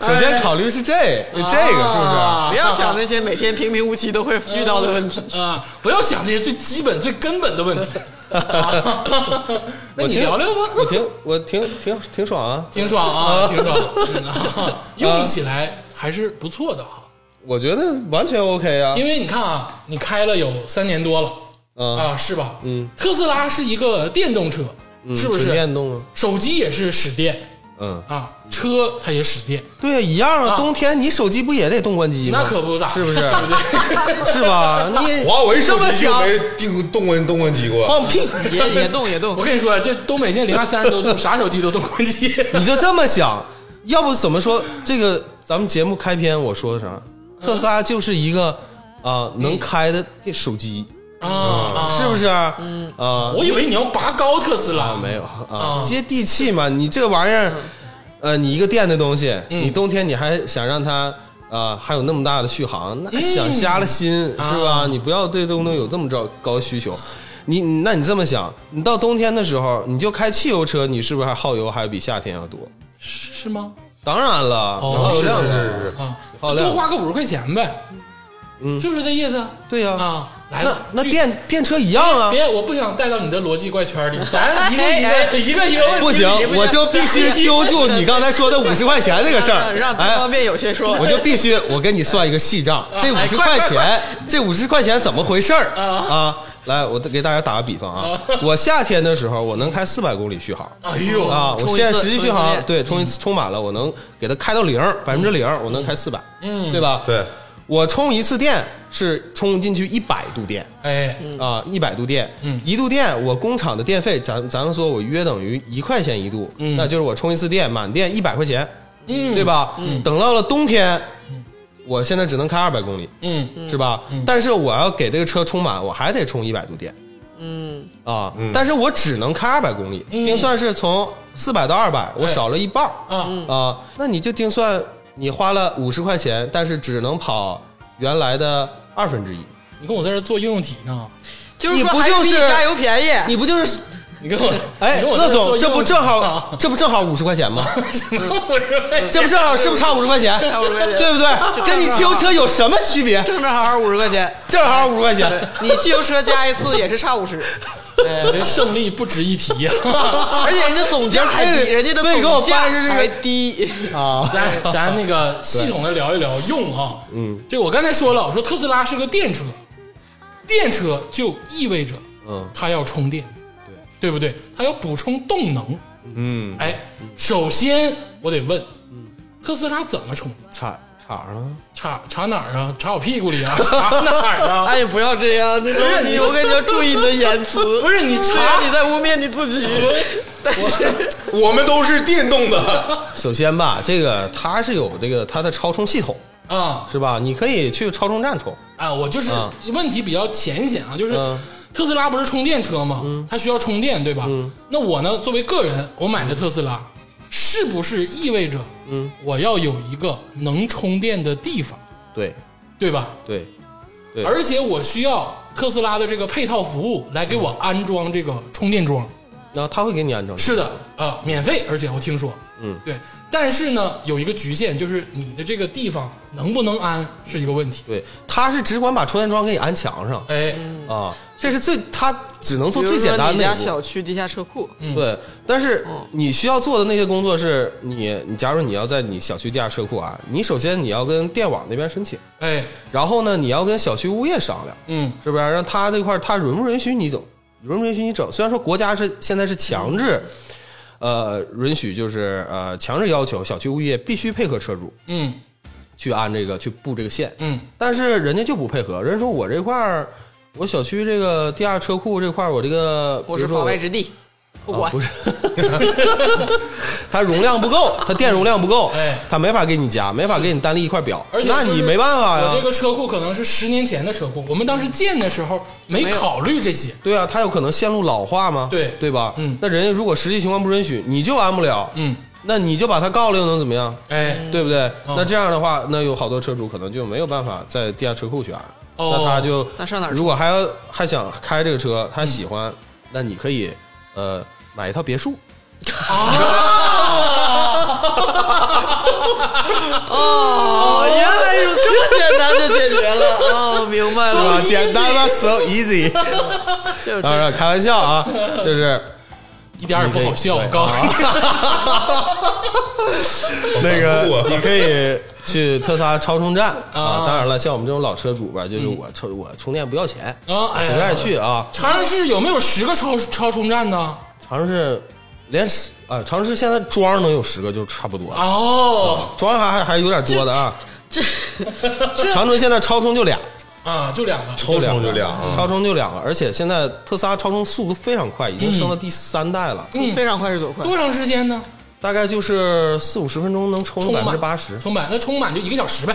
首先考虑是这这个是不是？
不
哎啊
要想那些每天平平无奇都会遇到的 问题。
啊！不要想这些最基本、最根本的问 题。啊那你聊聊吧，
我挺我挺挺挺爽啊！
挺爽啊，挺爽，嗯 啊用起来还是不错的哈。
我觉得完全 OK 啊
因。为你看啊，你开了有三年多了
嗯
啊，是吧？
嗯，
特斯拉是一个电动车，是不
纯
是？
电动啊？
手机也是使电。
嗯，
啊，车它也使电，
对呀，一样
啊
啊。冬天你手机不也得动关机吗？
那可不咋，
是不是？ 是吧？你
华为
这么想
手机就没动动关动关机过，
放屁，
也也动也动
我，跟你说，这东北现在零下三十多度，啥手机都动关机。
你就这么想，要不怎么说这个？咱们节目开篇我说的啥？特斯拉就是一个啊、能开的电手机，
啊啊！
嗯是不是？嗯啊，
我以为你要拔高特斯
啊
拉，
没有啊
啊，
接地气嘛。你这个玩意儿，呃，你一个电的东西，你冬天你还想让它。啊、还有那么大的续航，那想瞎了心、是吧？你不要对东东有这么着高的需求。你你那你这么想，你到冬天的时候，你就开汽油车，你是不是还耗油还比夏天要多？
是是吗？
当然了，
哦
耗油量
是
高
是是
啊，
耗
多
量
花个五十块钱呗，
嗯
是不是这意思？
对呀、
啊，来
那
吧，
那
去
电电车一样啊，
别，我不想带到你的逻辑怪圈里， 咱一个一
哎哎
个一个一个问题
不行
捋，
我就必须揪住你刚才 说的五十块钱这个事儿
让，让对
哎
方。辩友先说。
我就必须，我给你算一个细账，这五十块钱， 这五十块钱怎么回事儿啊？来，我给大家打个比方啊，我夏天的时候我能开四百公里续航
哎呦
啊，
充一次
我现在实际续
充一次嗯
航
电
对充一次充满了，我能给它开到零百分之零，我能开四百，嗯，对吧？
对，
我充一次电是充进去一百度电，
哎，
啊，一百度电，
嗯
一度电我工厂的电费，咱咱们说我约等于一块钱一度，
嗯
那就是我充一次电满电一百块钱，
嗯
对吧？等到了冬天，我现在只能开二百公里，
嗯
是吧？但是我要给这个车充满，我还得充一百度电。嗯啊，但是我只能开二百公里，定算是从四百到二百，我
嗯对
少了一半儿
啊，
啊。那你就定算你花了五十块钱，但是只能跑原来的二分之一。
你跟我在这做应用题呢？
就是
你
说
不
还
就是
比你加油便宜，
你不就是
你跟我
哎，
你跟我
乐
在做啊
总，这
应
不
用题
正好
呢
这不正好五十块钱吗？
我说
这不正好是不是差五十块钱？
50块钱
对不对？跟你汽油车有什么区别？
正正好好五十块钱。
正好五十块钱。
你汽油车加一次也是差 五十，
我的哎胜利不值一提呀、
而且人家总价还低，人家的
对给我
总价
掰着这个
还 低。
啊，
咱咱那个系统的聊一聊用啊，哎嗯，这我刚才说了，我说特斯拉是个电车，电车就意味着，嗯，它要充电，对对不对？它要补充动能，
嗯，
哎，首先我得问，特斯拉怎么充？
插插上了。
插插哪儿啊？插我屁股里啊？插哪儿啊？
哎呀，不要这样，你
是你
你，我跟你说，注意你的言辞。
不是你
虽然
插
你在污蔑你自己，但是
我们都是电动的，
首先吧，这个它是有这个它的超充系统，
啊
是吧？你可以去超充站充。
啊！我就是
嗯
问题比较浅显啊，就是
嗯
特斯拉不是充电车吗？它需要充电，对吧？
嗯
那我呢，作为个人，我买了特斯拉，是不是意味着，嗯，我要有一个能充电的地方，
对
对吧？
对，对
而且我需要特斯拉的这个配套服务来给我安装这个充电桩。
然后它会给你安装。
是的，啊，免费，而且我听说，
嗯，
对。但是呢，有一个局限，就是你的这个地方能不能安是一个问题。
对，它是只管把充电桩给你安墙上
哎，
啊，这是最它只能
比
做
如
最简
说
单
你
的
家
一步。
小区地下车库，
对，但是
嗯
你需要做的那些工作是你，你假如你要在你小区地下车库啊，你首先你要跟电网那边申请，
哎，
然后呢，你要跟小区物业商量，
嗯，
是不是让他这块儿他允不允许你整，允不允许你整？虽然说国家是现在是强制，
嗯
呃，允许就是呃强制要求小区物业必须配合车主
嗯，
去按这个去布这个线，
嗯，
但是人家就不配合，人家说我这块儿。我小区这个地下车库这块儿，我这个
我是
比如说
法外之地，不
啊
管
不。是，它容量 不够，它电容量不够，
哎
它没法给你加，没法给你单立一块表，
而且
那
就是
你没办法呀
我这。个车库可能是十年前的车库，我们当时建的时候没
有
考虑这些。
对啊，它有可能线路老化吗？
对
对吧？
嗯
那人家如果实际情况不允许，你就安不了，
嗯，
那你就把它告了又能怎么样？
哎，
对不对？
嗯
那这样的话，那有好多车主可能就没有办法在地下车库去安，
哦
那他就
那上哪儿住
如果还要还想开这个车，
嗯
他喜欢，那你可以呃买一套别墅，
哦，原来有这么简单就解决了。哦，明白
是
了，
吧？简单吧，so easy。
就是
当
这
然开玩笑啊，就是
一点也不好笑，我
你可以啊
告诉你，
那
好
个
酷啊
你可以去特斯拉超充站
啊
啊。当然了，像我们这种老车主吧，就是我充我充电不要钱，
啊，哎
随
呀
便，去啊。
长安市有没有十个超超充站呢？
长市连十啊，长市现在桩能有十个就差不多了，
哦，
桩还还还有点多的啊。
这
长春现在超充就俩，
啊，就两个，
超充就俩啊，
超充就两个，而且现在特斯拉超充速度非常快，已经升到第三代了，
这 非常快是多快？
多长时间呢？
大概就是四五十分钟能充
充
百分之
满
八十
充满，那充满就一个小时呗。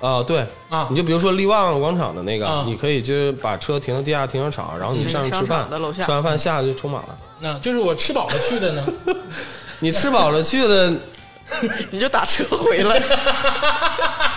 啊，对
啊
你就比如说力旺广场的那个，
啊
你可以就把车停到地下停车场，然后你上去吃
商
饭
场的楼，下
吃完饭下去就充满了。
那就是我吃饱了去的 呢。
你吃饱了去的，
你就打车回来。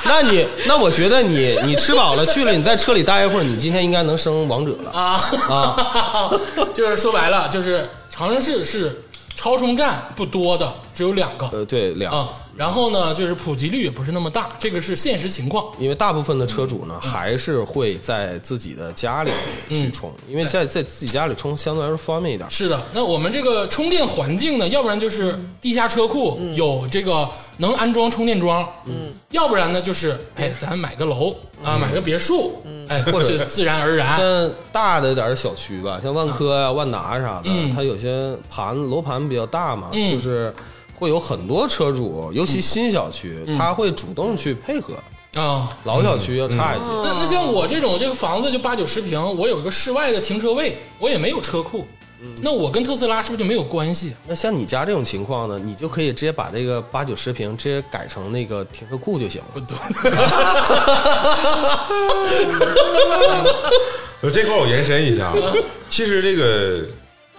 那你那我觉得你你吃饱了去了，你在车里待一会儿，你今天应该能升王者了。
啊啊， 就是说白了，就是长春市是超充站不多的，只有两个
呃，对，两，
啊。然后呢，就是普及率也不是那么大，这个是现实情况。
因为大部分的车主呢，还是会在自己的家里
嗯
去充，因为在在自己家里充相对来说方便一点。
是的，那我们这个充电环境呢，要不然就是地下车库
嗯
有这个能安装充电桩，嗯，要不然呢就是哎，咱买个楼
嗯
啊，买个别墅，哎，
或者
这自然而然，
像大的点儿小区吧，像万科呀、万达啥的，它有些盘楼盘比较大嘛，
嗯
就是会有很多车主，尤其新小区，他会主动去配合。
啊。
老小区要差一
嗯
些，
那那像我这种这个房子就八九十平，我有一个室外的停车位，我也没有车库，
嗯
那我跟特斯拉是不是就没有关系？
那像你家这种情况呢，你就可以直接把这个八九十平直接改成那个停车库就行了。
呃，这块儿我延伸一下，其实这个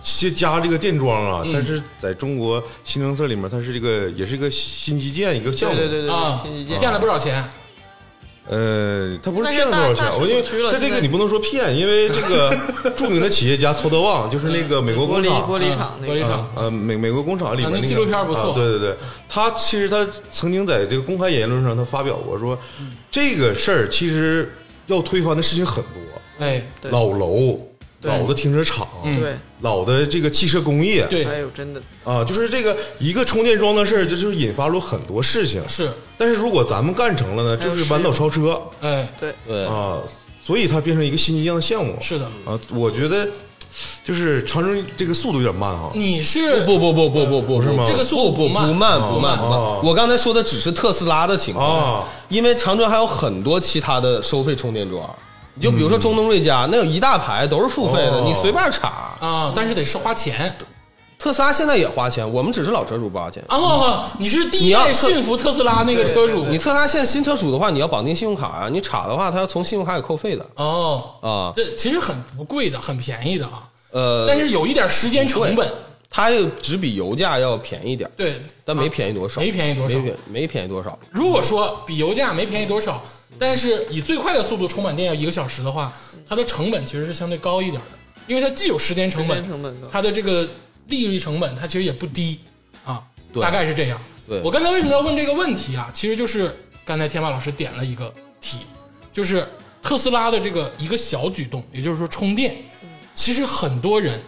其实加这个电桩啊，
嗯
它是在中国新政策里面，它是这个也是一个新基建一个项
对
目。
对对对对，
啊
天津，建
骗了不少钱。
呃，它不是
但是
骗了多少
大
钱
大，
我因为
市区了
它这
现
个
在
你不能说骗，因为这 个著名的企业家曹德旺，就是那个美国
玻
工
璃
啊
厂
玻璃
嗯
厂那
玻璃
个，
厂，
呃，美美国工厂里面
啊那
那个
纪录片不错
啊对对对，他其实他曾经在这个公开言论上，他发表过说，
嗯
这个事儿其实要推翻的事情很多，
哎，
对
老楼、
对
老的停车场、
嗯
对，
老的这个汽车工业，
哎
对，
呦，真的
啊，就是这个一个充电桩的事儿，就是引发了很多事情。
是，
但是如果咱们干成了呢，
还有
就是弯道超车
哎，
对，
对，
啊，所以它变成一个新一样的项目。
是的，
啊，我觉得就是长征这个速度有点慢哈。
你是
不不不不不不是
吗
这个速度
不
慢
慢慢不慢
不
慢
我刚才说的只是特斯拉的情况
啊，
因为长春还有很多其他的收费充电桩，你就比如说中东瑞家，那有一大排都是付费的，
哦
你随便查。
啊，但是得是花钱
特斯拉现在也花钱，我们只是老车主不花钱。
啊。你是第一
你要
代
特
驯服特斯拉那个车主
你特斯拉现在新车主的话，你要绑定信用卡啊，你查的话，它要从信用卡里扣费的
哦，
啊。
这其实很不贵的，很便宜的啊，
呃，
但是有一点时间成本，
它又只比油价要便宜点儿，
对，
但没便宜多少，
没便宜多少
没便没便宜多少。
如果说比油价没便宜多少，但是以最快的速度充满电要一个小时的话，
嗯
它的成本其实是相对高一点的，因为它既有时间成
时
本，
间成本高
它的这个利率成本它其实也不低啊，
对
大概是这样。
对
我刚才为什么要问这个问题啊？其实就是刚才天霸老师点了一个题，就是特斯拉的这个一个小举动，也就是说充电，
嗯
其实很多人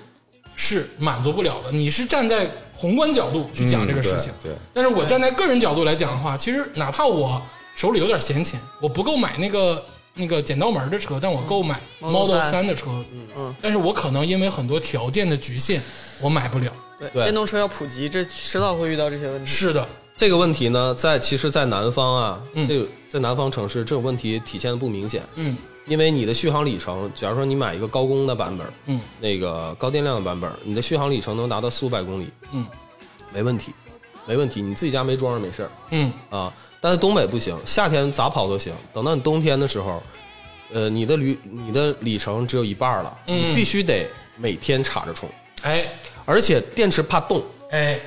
是满足不了的。你是站在宏观角度去讲这个事情，
嗯对对
但是我站在个人角度来讲的话，其实哪怕我手里有点闲钱，我不够买那个那个剪刀门的车，但我购买
Model
Model
3
3的车，
嗯，
但是我可能因为很多条件的局限，我买不了。
对，
对
电动车要普及，这迟早会遇到这些问题。
是的，
这个问题呢，在其实，在南方啊，
嗯
这个在南方城市这种问题体现的不明显，
嗯
因为你的续航里程，假如说你买一个高功的版本，
嗯
那个高电量的版本，你的续航里程能达到四五百公里，
嗯
没问题，没问题，你自己家没装上没事儿。
嗯，
啊，但是东北不行，夏天咋跑都行，等到你冬天的时候，呃，你的旅你的里程只有一半了，
嗯
你必须得每天插着充，
哎
而且电池怕冻，
哎，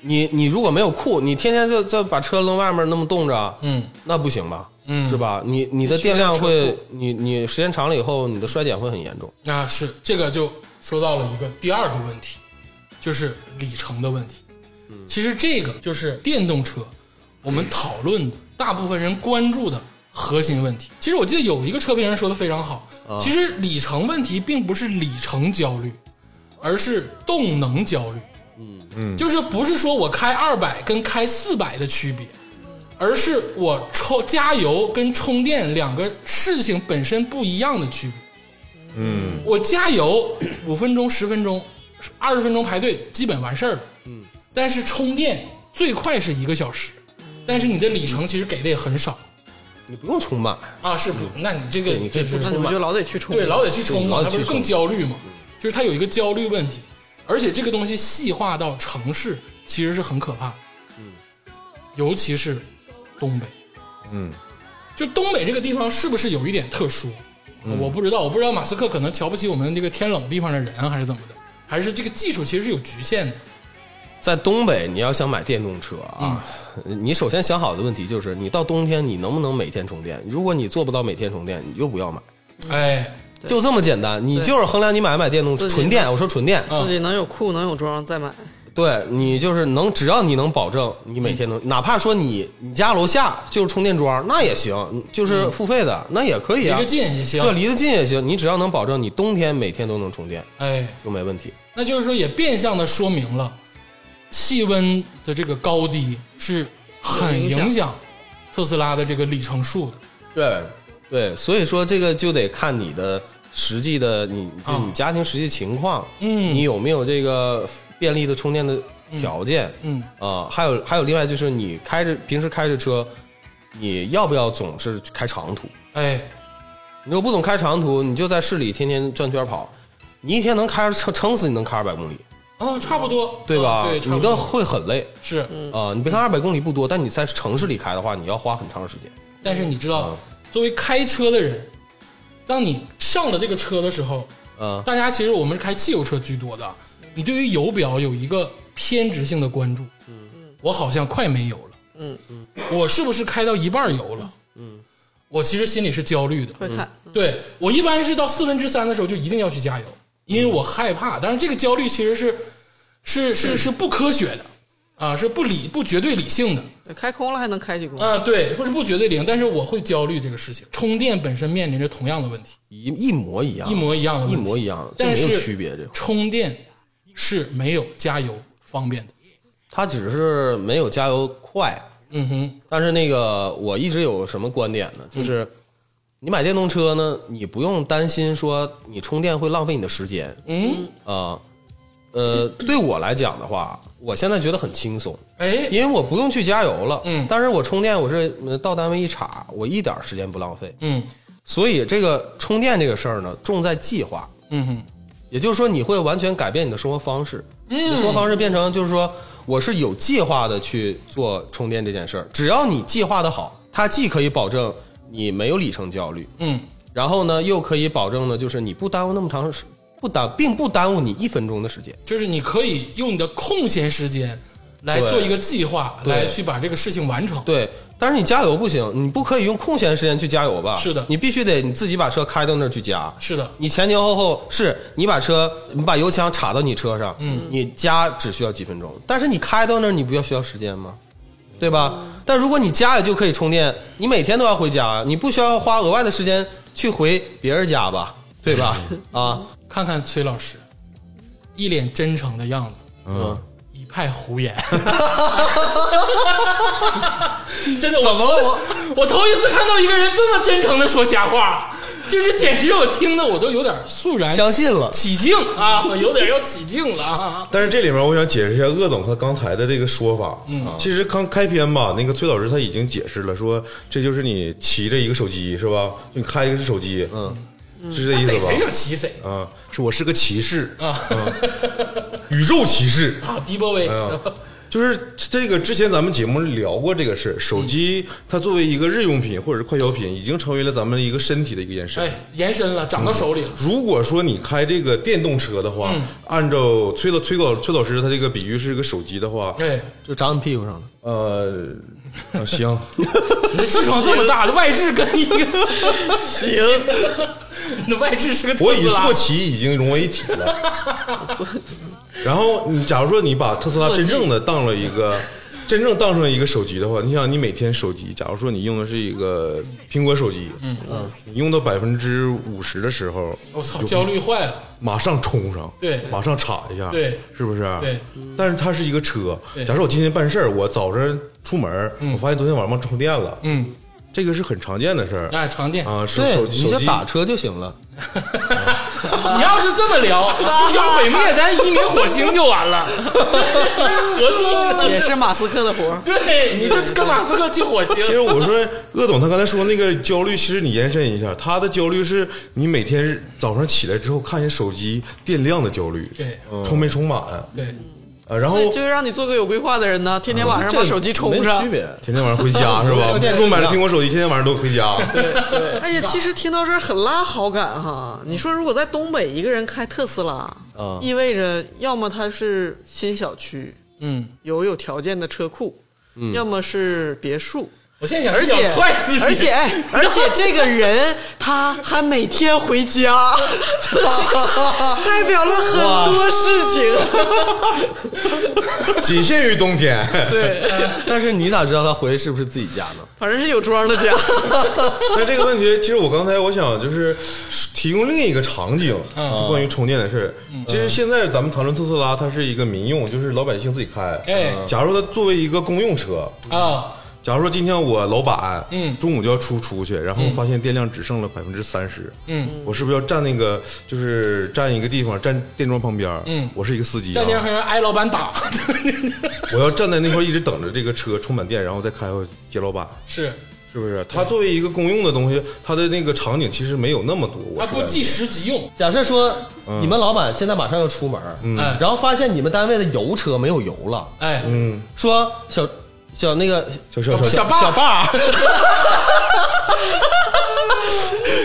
你你如果没有库，你天天就就把车扔外面那么冻着，
嗯
那不行吧？
嗯
是吧？你你的
必须要
电量
车
会
库，
你你时间长了以后，你的衰减会很严重。
那啊是这个就说到了一个第二个问题，就是里程的问题。其实这个就是电动车我们讨论的大部分人关注的核心问题。其实我记得有一个车评人说的非常好，其实里程问题并不是里程焦虑，而是动能焦虑。嗯嗯，就是不是说我开二百跟开四百的区别，而是我充加油跟充电两个事情本身不一样的区别。嗯，我加油五分钟、十分钟、二十分钟排队基本完事儿了。嗯，但是充电最快是一个小时，但是你的里程其实给的也很少
你不用充满，
啊，是不？那你这个
嗯对你可以
这是
不
那你不就老得去充？
对，老得去充嘛，他
老得去
不是更
充
焦虑嘛？就是他有一个焦虑问题，而且这个东西细化到城市其实是很可怕的，嗯，尤其是东北，
嗯，
就东北这个地方是不是有一点特殊？我不知道，我不知道马斯克可能瞧不起我们这个天冷地方的人，还是怎么的，还是这个技术其实是有局限的。
在东北，你要想买电动车啊，你首先想好的问题就是，你到冬天你能不能每天充电？如果你做不到每天充电，你就不要买，
哎，
就这么简单。你就是衡量你买不买电动
自己嗯
纯电，我说纯电，
啊
自己能有库能有装再买，
对你就是能，只要你能保证你每天能，
嗯
哪怕说你你家楼下就是充电桩，那也行，就是付费的，那也可以
嗯离
啊
着，近也行。
对，离得近也行，你只要能保证你冬天每天都能充电，
哎，
就没问题。
那就是说也变相的说明了气温的这个高低是很影响特斯拉的这个里程数的。
对对，所以说这个就得看你的实际的你就
啊
你家庭实际情况，
嗯
你有没有这个便利的充电的条件，
嗯
啊、还有还有另外就是你开着平时开着车，你要不要总是开长途？
哎，
你如果不总开长途，你就在市里天天转圈跑，你一天能开撑撑死你能开二百公里，
啊，差不多，
对吧？
嗯对，差不
你
多嗯
都会很累
是，
啊、你别看二百公里不多，但你在城市里开的话，你要花很长时间。
但是你知道，作为开车的人，当你上了这个车的时候，
嗯
大家其实我们是开汽油车居多的，你对于油表有一个偏执性的关注。嗯我好像快没油了。嗯嗯，我是不是开到一半油了？嗯，我其实心里是焦虑的。
会看，
嗯
对我一般是到四分之三的时候就一定要去加油，因为我害怕。但是这个焦虑其实是是是是不科学的啊，是不理不绝对理性
嗯
的。
开空了还能开几公里？
啊，对，或者不绝对零，但是我会焦虑这个事情。充电本身面临着同样的问题，
一一模一样，
一模一样的问
啊一
题，
模一样的，这
但
没有
是
区别。这
充电是没有加油方便的。
它只是没有加油快，
嗯哼，
但是那个我一直有什么观点呢？
嗯
就是你买电动车呢，你不用担心说你充电会浪费你的时间
嗯，
啊、呃，对我来讲的话，我现在觉得很轻松，
哎，
因为我不用去加油了。
嗯
但是我充电，我是呃到单位一插，我一点儿时间不浪费。
嗯
所以这个充电这个事儿呢，重在计划。
嗯哼，
也就是说，你会完全改变你的生活方式，你
嗯
的生活方式变成就是说，我是有计划的去做充电这件事儿。只要你计划的好，它既可以保证你没有里程焦虑，
嗯
然后呢，又可以保证呢，就是你不耽误那么长时，不耽并不耽误你一分钟的时间。
就是你可以用你的空闲时间来
对
做一个计划，
对
来去把这个事情完成。
对，但是你加油不行，你不可以用空闲时间去加油吧？
是的
你必须得你自己把车开到那儿去加。
是的，
你前前后后是你把车，你把油枪插到你车上，嗯，你加只需要几分钟，但是你开到那儿，你不要需要时间吗？对吧？
嗯
但如果你家里就可以充电，你每天都要回家，你不需要花额外的时间去回别人家吧？对吧？啊，
看看崔老师，一脸真诚的样子，
嗯，
一派胡言。真的，我
怎么了我？
我头一次看到一个人这么真诚的说瞎话，就是简直让我听的我都有点肃
哎
然
相信了
起敬啊，我有点要起敬了啊。
但是这里面我想解释一下鄂总他刚才的这个说法。嗯，其实刚开篇吧，那个崔老师他已经解释了说，这就是你骑着一个手机是吧？就你开一个是手机，嗯，是这意
逮
思吧
哎谁？想骑谁
啊，是我是个骑士，
啊
宇宙骑士。
啊！迪波威，
呀就是这个，之前咱们节目聊过这个事儿，手机它作为一个日用品或者是快消品，已经成为了咱们一个身体的一个延伸。
哎，延伸了，长到手里了。
如果说你开这个电动车的话，按照崔老崔老崔老师他这个比喻是一个手机的话，
哎，
就长你屁股上了。
呃，啊行，
你的痔疮这么大，的外痔跟一个行， 你的外痔是个
我
特
已
斯拉
坐骑已经融为一 体了。然后你假如说你把特斯拉真正的当了一个。真正当成一个手机的话，你想你每天手机，假如说你用的是一个苹果手机，嗯嗯，你用到百分之五十的时候，
我操，焦虑坏了。
马上冲上，
对
马上插一下，
对
是不是？
对。
但是它是一个车
对，
假如我今天办事儿，我早晨出门儿，我发现昨天晚上忘充电了，
嗯，
这个是很常见的事儿
哎，床垫，
啊，是
对
手，
你
手
就
机
打车就行了。
你要是这么聊，地球毁灭，咱移民火星就完 了，何
嗯
必呢？
也是马斯克的活儿。
哦
对，你就跟马斯克去火
其实
星。
我说，鄂总他刚才说那个焦虑，其实你延伸一下，他的焦虑是你每天早上起来之后看见手机电量的焦虑，
对
充没充满
对，
啊，然后
对，就是让你做个有规划的人呢，天天晚上把手机充
哦没
上
区。别。
天天晚上回家是吧？
这个电
自从买了苹果手机，天天晚上都回家，
哎呀，其实听到这儿很拉好感哈。你说如果在东北一个人开特斯拉，
嗯
意味着要么他是新小区
嗯，
有有条件的车库，
嗯
要么是别墅。
我现在想
而且
想踹死你，
而且哎 而且这个人他还每天 回家，代表了很多事
仅限于冬天。
情。对，
但是你咋知道他回去是不是自己家呢？
反正是有庄 的家。
但这个问题，其实我刚才我想就是提供另一个场景，就关于充电的事儿。其实现在咱们谈论特斯拉，它是一个民用，就是老百姓自己开。
哎
假如它作为一个公用车，
啊，
假如说今天我老板，
嗯
中午就要出出去，然后发现电量只剩了百分之三十，
嗯，
我是不是要站那个就是站一个地方，站电桩旁边儿？
嗯
我是一个司机、啊，
站街上让挨老板 打，
我要站在那块儿一直等着这个车充满电，然后再开回去接老板，
是
是不是？它作为一个公用的东西，它的那个场景其实没有那么多。我
它啊
是
不
感觉
计时即用，
假设说
嗯
你们老板现在马上要出门，
哎
然后发现你们单位的油车没有油了，
哎，
嗯
说小小那个
小小小
小
小
爸
爸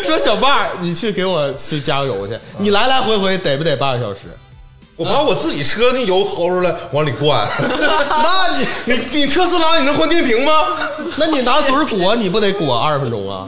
说小爸儿，你去给我去加个
嗯
油去，你来来回回得不得半个 小时？
我把我自己车那油薅出来往里 灌，
那你
你你特斯拉你能换电瓶吗？
那你拿嘴儿裹，你不得裹二十分钟啊？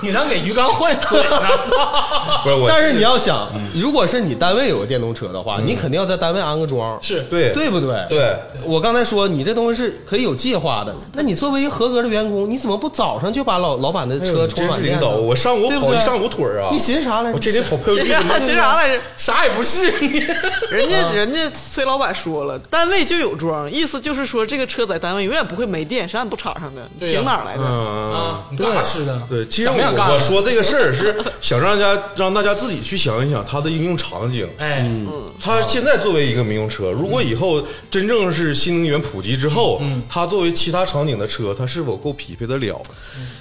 你能给鱼缸换水呢？ 操
不是我，
但是你要想，
嗯
如果是你单位有个电动车的话，你肯定要在单位安个桩，
是
对
对不对？
对，
我刚才说你这东西是可以有计划的，那你作为一个合格的员工，你怎么不早上就把老老板的车充
哎真是
满电
领
呢？
导，我上午
对不
跑
对
一上午腿儿啊！
你寻思啥
哦
来着？
我天天跑票
寻
据
啥
啊
寻啥来着？
啥也不是你，
啊人
嗯
家人家崔老板说了，单位就有桩，意思就是说这个车在单位永远不会没电，啥也不插上的，
对呀
停哪儿来的？
嗯，
啊，你干啥吃的？
对，其实
想
我
不想干了
我说这个事儿是想让大家让大家自己去想一想它的应用场景。
哎，
嗯它现在作为一个民用车，如
嗯
果以后真正是新能源普及之后，它作为其他场景的车，它是否够匹配得了？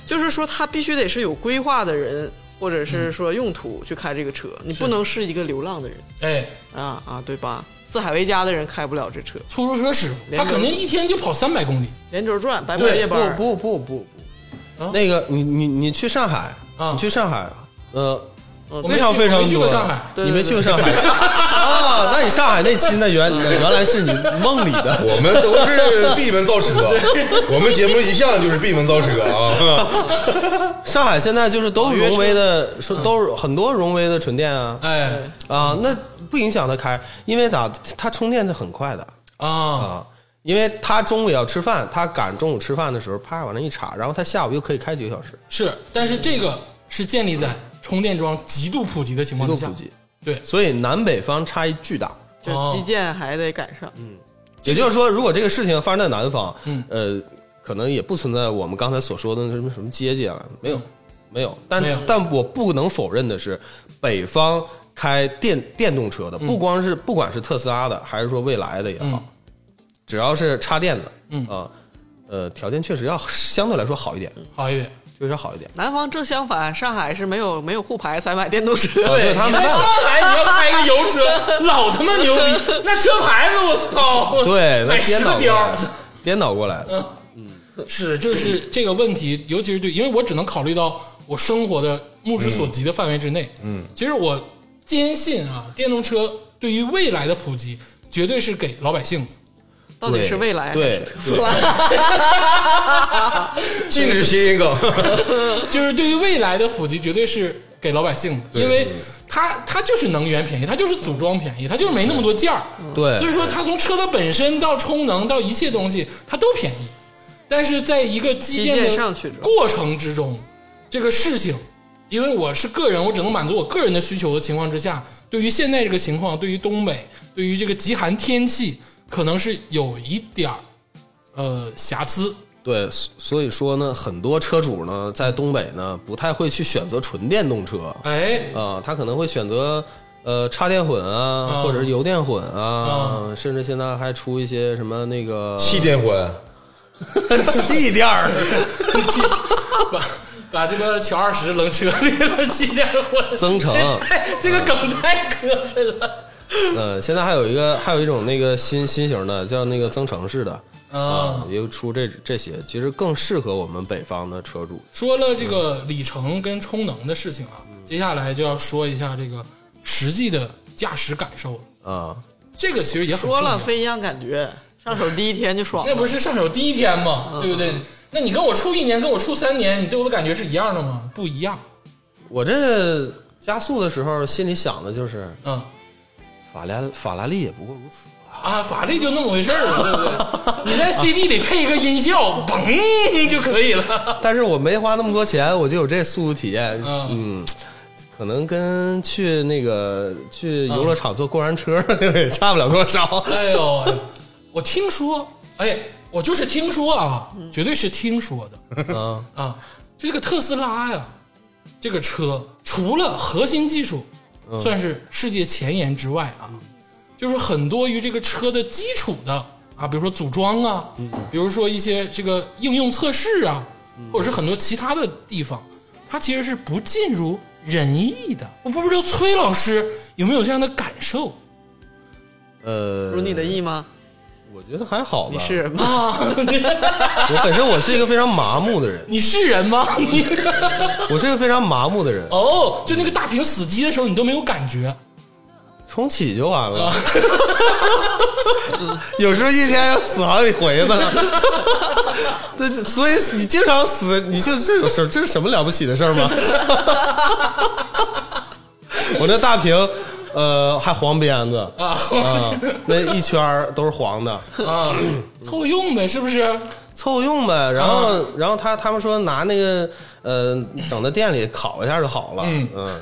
就是说他必须得是有规划的人，或者是说用途去开这个车，
嗯
你不能是一个流浪的人
哎，
啊啊，对吧？四海为家的人开不了这车，
出租车师傅，他
连着
肯定一天就跑三百公里。
连轴转，白班
对
夜班儿，
不不不不
啊
不，那个你你你去上海
啊
你去上海，呃，
我没
非常
去
非
我
常
没去
多
过上海，
对
你
对
没去过上海 啊？那你上海那期那原原来是你梦里的。
我们都是闭 门造车，我们节目一向就是闭门造车啊。
上海现在就是都是荣威的，是都是很多荣威的纯电啊
哎
啊，那不影响它开，因为咋它充电是很快的
啊，
啊，因为它中午也要吃饭，它赶中午吃饭的时候，啪往那一插，然后它下午又可以开几个小时，
是，但是这个是建立在充电桩极度普及的情
极
况
度
之下
普。及，
对，
所以南北方差异巨大。
就基建还得赶上，
嗯也就是说，如果这个事情发生在南方，
嗯
呃，可能也不存在我们刚才所说的那什么什么阶级啊，没有，没有。但
没有
但我不能否认的是，北方开电电动车的，不光是、不管是特斯拉的，还是说蔚来的也好，
嗯
只要是插电的，
嗯
啊、呃，条件确实要相对来说好一点，
好一点。
确实好一点。
南方正相反，上海是没有没有沪牌才买电动车，
啊对他
你
们
在
那
上海你要开个油车，老他妈牛逼，那车牌子我 操，
对，那
买十
颠
个
倒
貂
过
儿嗯
来。，颠倒过来，
是就是这个问题，尤其是对，因为我只能考虑到我生活的目之所及的范围之内。嗯，其实我坚信啊，电动车对于未来的普及，绝对是给老百姓的。
到嗯底是未来还是
对，
禁止谐音梗，
就是对于未来的普及，绝对是给老百姓的，因为它它就是能源便宜，它就是组装便宜，它就是没那么多件儿。
对
所以说它从车的本身到充能到一切东西，它都便宜。但是在一个基建
基
的
建上去之后
过程之中，这个事情，因为我是个人，我只能满足我个人的需求的情况之下，对于现在这个情况，对于东北，对于这个极寒天气，可能是有一点儿呃瑕疵。
对，所所以说呢，很多车主呢在东北呢不太会去选择纯电动车，
哎，
啊，他可能会选择呃插电混啊，
嗯
啊
或者是油电混啊，甚至现在还出一些什么那 个
气垫婚，
气垫儿，
气 把把这个小二十扔车里了，气垫混
增程
这个梗太磕碜了
呃，现在还有一个还有一种那个新新型的叫那个增程式的。
嗯
啊！
也就出这这些，其实更适合我们北方的车主。
说了这个里程跟充能的事情啊，
嗯
接下来就要说一下这个实际的驾驶感受了
啊。
这个其实也很
说
重要
了非一样感觉，上手第一天就爽
那
了，
不是上手第一天
嗯
吗？对不对？那你跟我处一年，跟我处三年，你对我的感觉是一样的吗？不一样，
我这加速的时候，心里想的就是
嗯
法拉法拉利也不过如此。
啊，法律就那么回事儿了，对不对？你在 CD 里配一个音效，嘣就可以了。
但是我没花那么多钱，我就有这速度体验。
嗯
嗯，可能跟去那个去
嗯
游乐场坐过山车 那个也差不了 多少。
哎呦，我听说，哎，我就是听说啊，绝对是听说的
啊，
啊。就这个特斯拉呀，这个车除了核心技术算是世界前沿之外啊，就是很多于这个车的基础的啊，比如说组装啊，比如说一些这个应用测试啊，或者是很多其他的地方，它其实是不尽如人意的。我不知道崔老师有没有这样的感受
呃，
如你的意吗？
我觉得还嗯好吧。
你是人 吗？
啊？
我本身我是一个非常麻木的人，
你是人吗？ 你
我是一个非常麻木的人，
哦，就那个大屏死机的时候，你都没有感觉。
重启就完
啊
了。 有时候一天要死好几回 呢。对，所以你经常死，你就这有事儿，这是什么了不起的事儿吗？ 我那大屏，呃，还黄边子啊、那一圈儿都是黄的，
啊，凑合用呗，是不是？
凑合用呗。然后，
啊
然后他他们说拿那个呃，整到店里烤一下就好了。
嗯
嗯，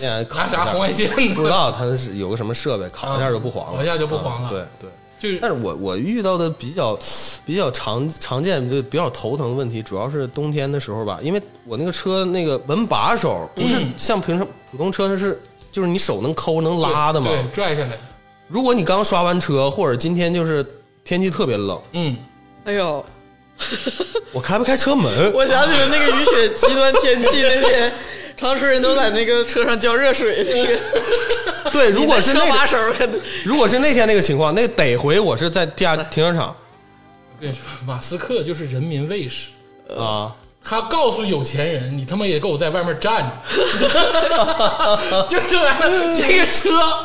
店里烤
拿
一
啥
下
红外线啊呢？
不知道它是有个什么设备，烤一下就不黄了，
烤一下就不黄了
嗯对对。
就是
但是我我遇到的比较比较常常见就比较头疼的问题，主要是冬天的时候吧，因为我那个车那个门把手不是
嗯
像平常普通车是就是你手能抠能拉的嘛。
对，拽下来。
如果你刚刷完车，或者今天就是天气特别冷，
嗯，
哎呦，
我开不开车门？
我想起了那个雨雪极端天气那天，长春人都在那个车上浇热水那个。
对 如果是
你
那
的
个
车把手，可能
如果是那天那个情况，那得回我是在地下停车场
我跟你说，马斯克就是人民卫士。
呃
啊，
他告诉有钱人，你他妈也给我在外面站着， 就这玩意儿。这个车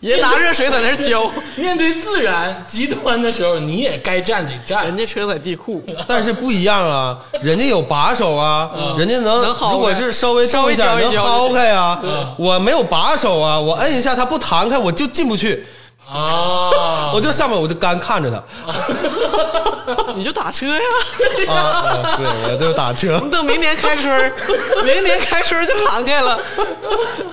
也拿热水在那儿浇，
面对自然极端的时候，你也该站得站
人。家车在地 库，
但是不一样啊，人家有把手啊，人家能
能薅开
如果是稍微动一
稍
下
微
能
嚼一嚼
薅开啊
嗯，
我没有把手啊，我摁一下它不弹开我就进不去，
啊，
我就上面我就干看着它
你就打车呀。
啊啊，对，我就打车。
等明年开春儿，明年开春儿就弹开了。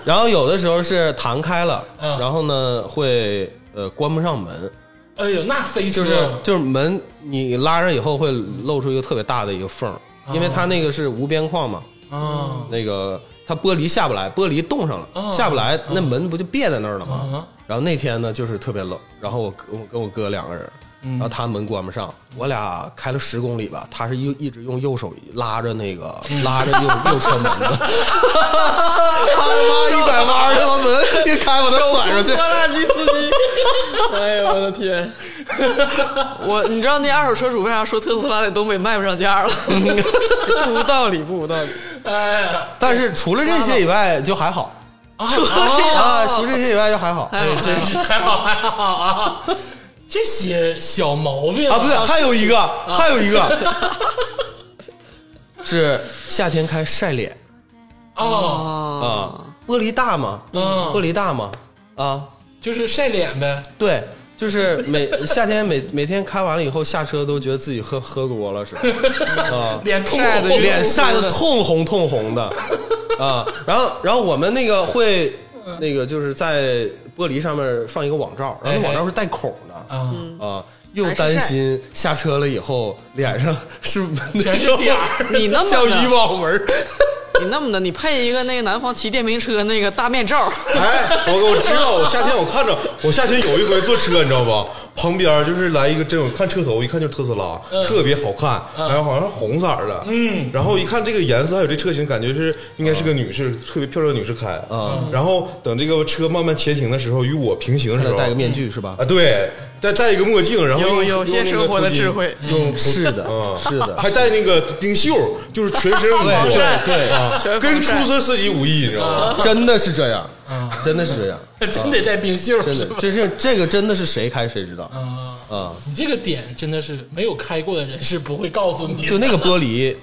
然后有的时候是弹开了，
嗯
然后呢会呃关不上门，
哎呦，那飞车
就是就是门你拉上以后会露出一个特别大的一个缝儿，因为它那个是无边框嘛，
啊
那个它玻璃下不来，玻璃冻上
哦
了，下不来，那门不就别在那儿了
啊
吗？然后那天呢，就是特别冷，然后我跟我跟我哥两个人，然后他门关不上，
嗯
我俩开了十公里吧，他是一一直用右手拉着 那个
嗯
拉着右右车门的，他妈一拐弯，他妈门一开把他甩出 去
拖，拉机司机，哎呦我的天！ 我你知道那二手车主为啥说特斯拉在东北卖不上价了？ 不无道理，不无道 理。
哎呀，
但是除了这些以外就还好
说这
哦
啊，除
样
了这些以外就还好啊，
哎
哎，真是还好还好啊！这些小毛病
啊不对，还有一个，还有一个
哦
是夏天开晒脸。
哦，
啊，玻璃大嘛，
嗯
玻璃大嘛，啊，
就是晒脸呗。，
对，就是每夏天每每天开完了以后下车都觉得自己喝喝多了似的，啊
脸通
晒得
红
脸晒得通红通红的，啊，然后然后我们那个会
嗯
那个就是在玻璃上面放一个网罩，
哎
然后那网罩是带孔的，
啊，
啊，又担心下车了以后脸 上是
全是点儿。
你那么
像渔
的，
网纹 儿，
你那么的，你配一个那个南方骑电瓶车那个大面罩，
哎，我我知道，我夏天我看着，我夏天有一回坐车，你知道吧？旁边就是来一个真有看车头，一看就是特斯拉，
嗯
特别好看，然后好像是红色儿的，嗯，然后一看这个颜色还有这车型，感觉是应该是个女士，特别漂亮的女士开，
嗯
啊，然后等这个车慢慢前行的时候，与我平行的时候，
戴个面具是吧？
嗯
啊，对，再戴一个墨镜，然后
有
用
有些
用那个
生活的
头巾
智慧
用
是
嗯
的，是的，
还带那个冰袖，就是全身无
对
光，
对 对啊，
全
跟出
防晒嗯
租车司机无异，你知道吗？
真的是这样，
嗯
真的是这样，
真得带冰袖，
真
是
的
吧，
这是这个真的是谁开谁知道
啊，
啊！
你这个点真的是没有开过的人是不会告诉你的。
就那个玻璃，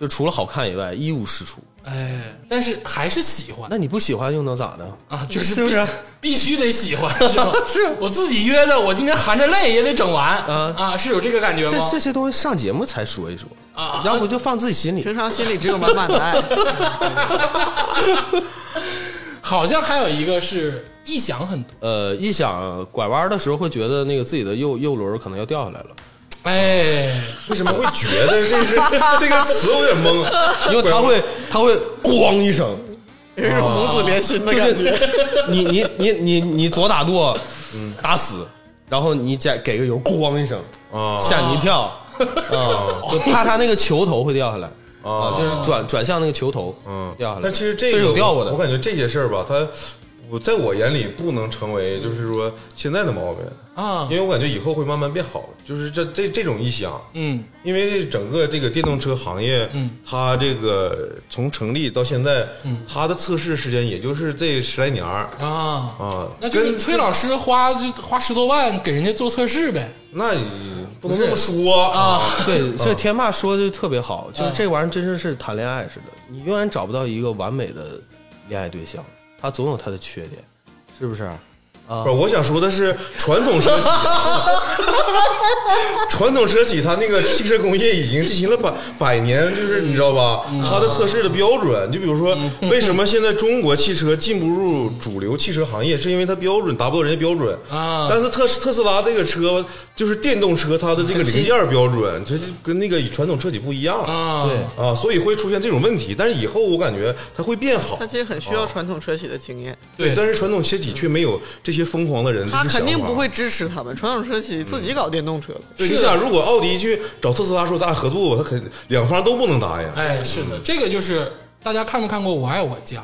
就除了好看以外一无是处。
哎，但是还是喜欢
那你不喜欢又能咋的？
啊，就是
是不是
必必须得喜 欢是吧？是我自己约的，我今天含着泪也得整完
啊
啊，是有这个感觉
这
吗
这？些东西上节目才说一说
啊
要不就放自己心里。
平常心里只有满满的爱。
好像还有一个是臆想很多，
呃，一想拐弯的时候会觉得那个自己的右右轮可能要掉下来了，
哎，
为什么会觉得这是这个词？我有点懵。
因为它 会它会咣一声，啊
有一种母子连心的
就
感觉。
是 你你你你你左打舵，
嗯
打死，然后你再给个油，咣一声，
啊
吓你一跳，啊，就怕它那个球头会掉下来。
啊
就是转转向那个球头，
嗯，
掉下来。
但其实这
是
个
有掉过的，
我感觉这些事儿吧，它我在我眼里不能成为就是说现在的毛病，
啊
因，为我感觉以后会慢慢变好。就是这这这种异响，
嗯
因为整个这个电动车行业，
嗯
它这个从成立到现在，它的测试时间也就是这十来年儿
啊，
啊，
那就是
跟
崔老师花就花十多万给人家做测试呗
那也不能这么说啊，
对，所以天霸说的特别好，就是
嗯
这玩意儿真是是谈恋爱似的，你永远找不到一个完美的恋爱对象，他总有他的缺点，是不是？啊
不是，我想说的是传统车企，传统车企它那个汽车工业已经进行了百百年，就是你知道吧？
嗯
它的测试的标准，就比如说为什么现在中国汽车进不入主流汽车行业，是因为它标准达不到人家标准
啊
但是特斯特斯拉这个车就是电动车，它的这个零件标准，它就跟那个传统车企不一样
啊，
对
啊，所以会出现这种问题。但是以后我感觉它会变好
他。其实很需要传统车企的经 验，
对
但是传统车企却没有这些疯狂的人，
他
这些
肯定
想法
不会支持他们。传统车企自己搞电动车的，
对，
是
你想，如果奥迪去找特斯拉说咱俩合作吧，他肯两方都不能答应。
哎，是的，这个就是大家看没看过《我爱我家》？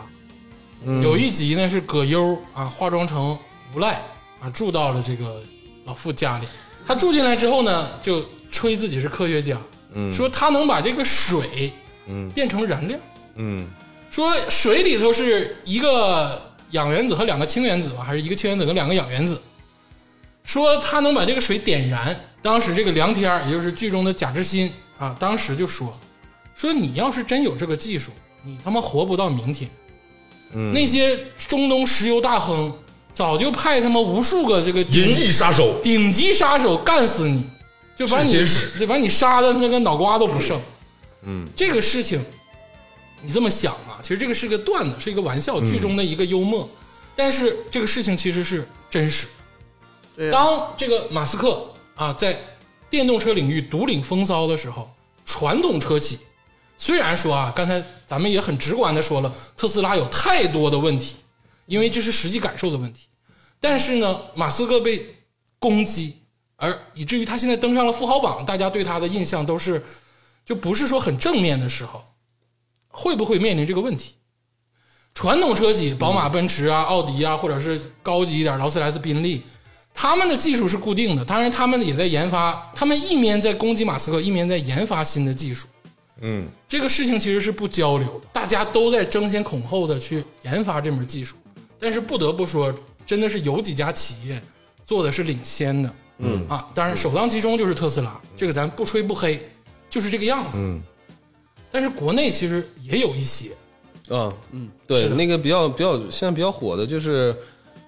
有一集呢是葛优啊化妆成无赖啊住到了这个老傅家里，他住进来之后呢就吹自己是科学家，说他能把这个水
嗯
变成燃料，
嗯
说水里头是一个氧原子和两个氢原子吧，还是一个氢原子跟两个氧原子？说他能把这个水点燃。当时这个梁天儿，也就是剧中的贾志新啊，当时就说：“说你要是真有这个技术，你他妈活不到明天。
嗯
那些中东石油大亨早就派他妈无数个这个
银翼杀手，
顶级杀手干死你，就把你
是真是
就把你杀的那个脑瓜都不剩。嗯，这个事情你这么想啊，其实这个是个段子，是一个玩
嗯
笑，剧中的一个幽默，但是这个事情其实是真实。
对啊，
当这个马斯克啊在电动车领域独领风骚的时候，传统车企虽然说啊，刚才咱们也很直观的说了，特斯拉有太多的问题，因为这是实际感受的问题。但是呢，马斯克被攻击，而以至于他现在登上了富豪榜，大家对他的印象都是就不是说很正面的时候，会不会面临这个问题？传统车企，宝马、奔驰啊、奥迪啊，或者是高级一点劳斯莱斯、宾利，他们的技术是固定的，当然他们也在研发，他们一面在攻击马斯克，一面在研发新的技术。
嗯，
这个事情其实是不交流的，大家都在争先恐后的去研发这门技术。但是不得不说，真的是有几家企业做的是领先的。嗯啊，当然首当其冲就是特斯拉，这个咱不吹不黑，就是这个样子。
嗯，
但是国内其实也有一些，
嗯嗯，对，那个比较比较现在比较火的就是，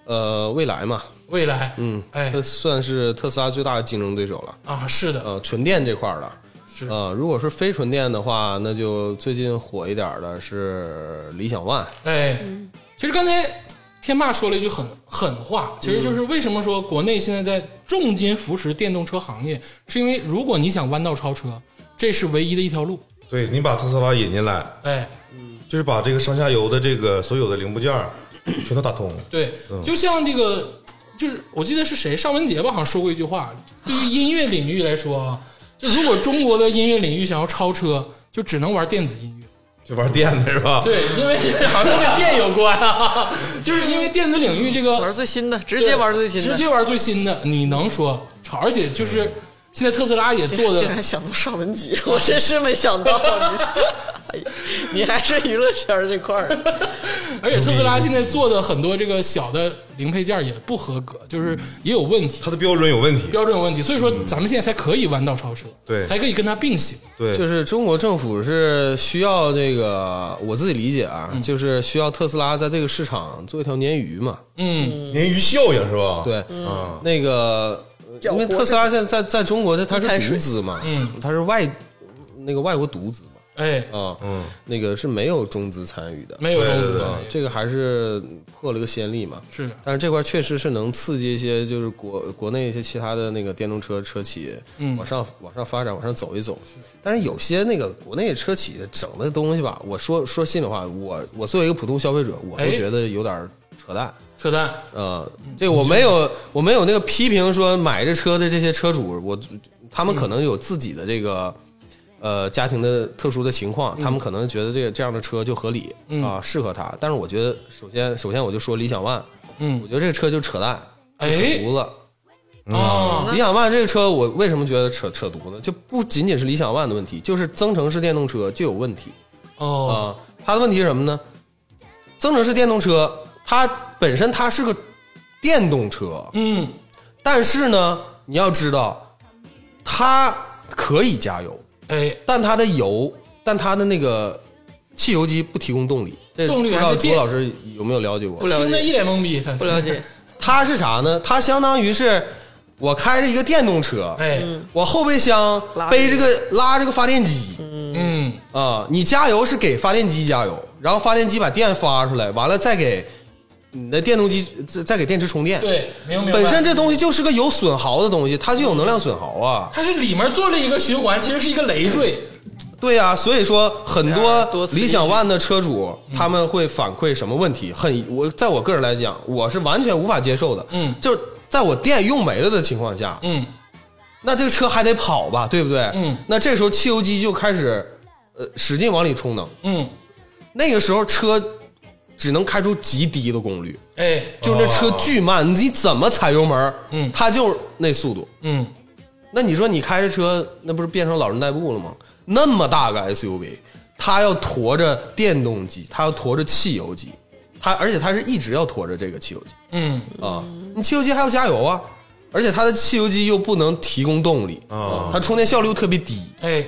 呃，蔚来嘛，
未来，嗯，哎
它算是特斯拉最大的竞争对手了。
啊，是的，
呃，纯电这块儿的，
是
呃，如果是非纯电的话，那就最近火一点儿的是理想 ONE，
哎，其实刚才天霸说了一句狠狠话，其实就是为什么说国内现在在重金扶持电动车行业，是因为如果你想弯道超车，这是唯一的一条路。
对你把特斯拉引进来，
哎，
就是把这个上下游的这个所有的零部件儿全都打通。
对，就像这个，就是我记得是谁，尚雯婕吧，好像说过一句话，对于音乐领域来说 啊，就如果中国的音乐领域想要超车，就只能玩电子音乐。
就玩电的是吧？
对，因为 好像跟电有关啊，就是因为电子领域这个
玩最新的，直接玩最新
直
的。
接玩最新的，你能说超？而且就是现在特斯拉也做
竟
的
然想到尚雯婕，我真是没想到。你这哎呀 你还是娱乐圈这块 儿，
而且特斯拉现在做的很多这个小的零配件也不合格，就是也有问题，
它的标准有问题。
标准有问题，所以说咱们现在才可以弯道超车，
对
才可以跟它并行。
对，
就是中国政府是需要这个，我自己理解啊，
嗯
就是需要特斯拉在这个市场做一条鲶鱼嘛，
嗯，
鲶鱼效应是
哦
吧？
对，
啊，
那个因为特斯拉现在在在中国它它
开
是
水
独资嘛，
嗯，
它是外那个外国独资嘛，
哎，
啊，
嗯，
那个是没有中资参与的，啊
没有
对
融
对
资
对
参与
这个还是破了个先例嘛，
是
但是这块确实是能刺激一些，就是国国内一些其他的那个电动车车企，
嗯
往上往上发展，往上走一走。但是有些那个国内车企整的东西吧，我说说心里话，我我作为一个普通消费者，我
哎
都觉得有点扯淡。
扯淡，
呃，这个我没有我没有那个批评说买这车的这些车主，我他们可能有自己的这个。呃家庭的特殊的情况，他们
嗯
可能觉得这个这样的车就合理啊，适合他。但是我觉得，首先首先我就说理想 ONE，
嗯
我觉得这个车就扯淡，
哎
扯犊子。
啊，
理想 ONE 这个车，我为什么觉得扯扯犊子？就不仅仅是理想 ONE 的问题，就是增程式电动车就有问题啊、
哦，
它的问题是什么呢？增程式电动车，它本身它是个电动车，
嗯，
但是呢，你要知道，它可以加油，
哎，
但它的油，但它的那个汽油机不提供动力。这
动力
不知
源
道
是
朱
电
老师有没有了解过
不？了解
听得一脸懵逼，他
不了解，
它是啥呢？它相当于是我开着一个电动车，
哎，
我后备箱
拉
背这个拉这个发电机
嗯，
啊、你加油是给发电机加油，然后发电机把电发出来，完了再给你的电动机再再给电池充电。
对，明白。
本身这东西就是个有损耗的东西，它就有能量损耗啊。
它是里面做了一个循环，其实是一个累赘，
对呀、所以说很
哎呀多
多
此一举
理想 ONE 的车主他们会反馈什么问题？很我在我个人来讲，我是完全无法接受的。
嗯
就是在我电用没了的情况下，
嗯，
那这个车还得跑吧，对不对？
嗯，
那这时候汽油机就开始呃使劲往里充能，
嗯，
那个时候车只能开出极低的功率，
哎，
就那车巨慢，你怎么踩油门儿，
嗯
它就是那速度。
嗯，
那你说你开着车，那不是变成老人代步了吗？那么大个 SUV，它要驮着电动机，它要驮着汽油机，它而且它是一直要驮着这个汽油机
嗯，
啊。你汽油机还要加油啊，而且它的汽油机又不能提供动力
啊
嗯
它充电效率又特别低，
哎，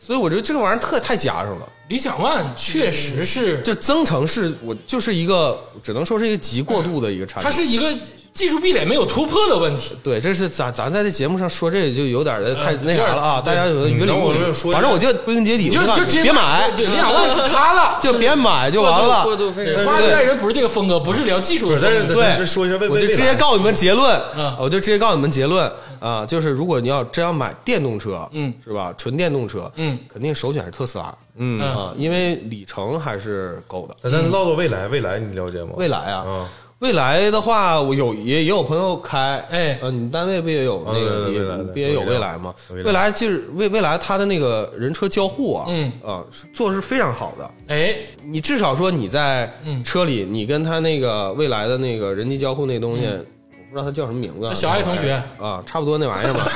所以我觉得这个玩意儿特太夹上了。
理想 ONE 确实是，
就增程式，我就是一个只能说是一个极过度的一个产
它是
品。
一个技术壁垒没有突破的问题。
对，这是咱咱在这节目上说这个就有点儿的太
嗯
那啥了啊，大家有的云里
然后
雾
我们
里
又说一
反正我就归根结底，
你就
我告诉
就
你
直接
别买，
对，理想 ONE 是它了，
就别买就完了。
过度费用
对花时代人不是这个风格，不是聊技术
不
的
是，
风
但是
格，
咱咱说一下为
我就
为
直
未
接
来，
告诉你们结论啊
嗯，
我就直接告诉你们结论啊，就是如果你要真要买电动车，
嗯
是吧？纯电动车，
嗯
肯定首选是特斯拉
嗯，
嗯
啊，因为里程还是够的。
咱咱唠唠未来，未来你了解吗？
未来啊
嗯，
未来的话，我有也也有朋友开，
哎
呃，你们单位不也有那
啊
个
对对对
也
未来
不也有
我知
未
道
来吗？
未来
未来就是未未来它的那个人车交互啊，
嗯
啊，是做的是非常好的，
哎，
你至少说你在
嗯
车里，你跟他那个未来的那个人机交互那东西，我不知道他叫什么名字啊，
嗯小爱同学
那玩意儿啊，差不多那玩 意儿吧。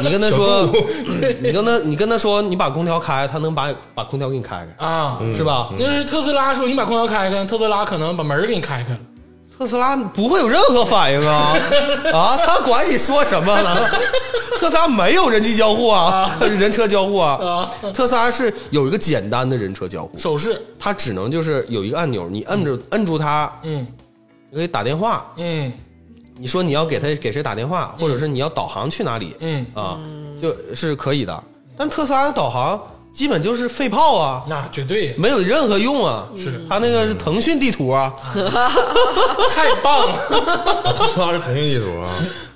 你跟他说， 你跟他你跟他说，你把空调开，他能把把空调给你开开，
啊，
是吧？
那是特斯拉说你把空调开开，特斯拉可能把门儿给你开开了。
特斯拉不会有任何反应 啊啊！他管你说什么了？特斯拉没有人机交互啊，人车交互啊
啊。
特斯拉是有一个简单的人车交互，
手势，
它只能就是有一个按钮，你摁着摁住它，
嗯
你可以打电话，
嗯
你说你要给他给谁打电话，或者是你要导航去哪里，
嗯，
啊，就是可以的。但特斯拉的导航基本就是废炮啊，
那绝对
没有任何用啊。
是
它那个是腾讯地图啊，
太棒了。
啊特斯拉是腾讯地图 啊，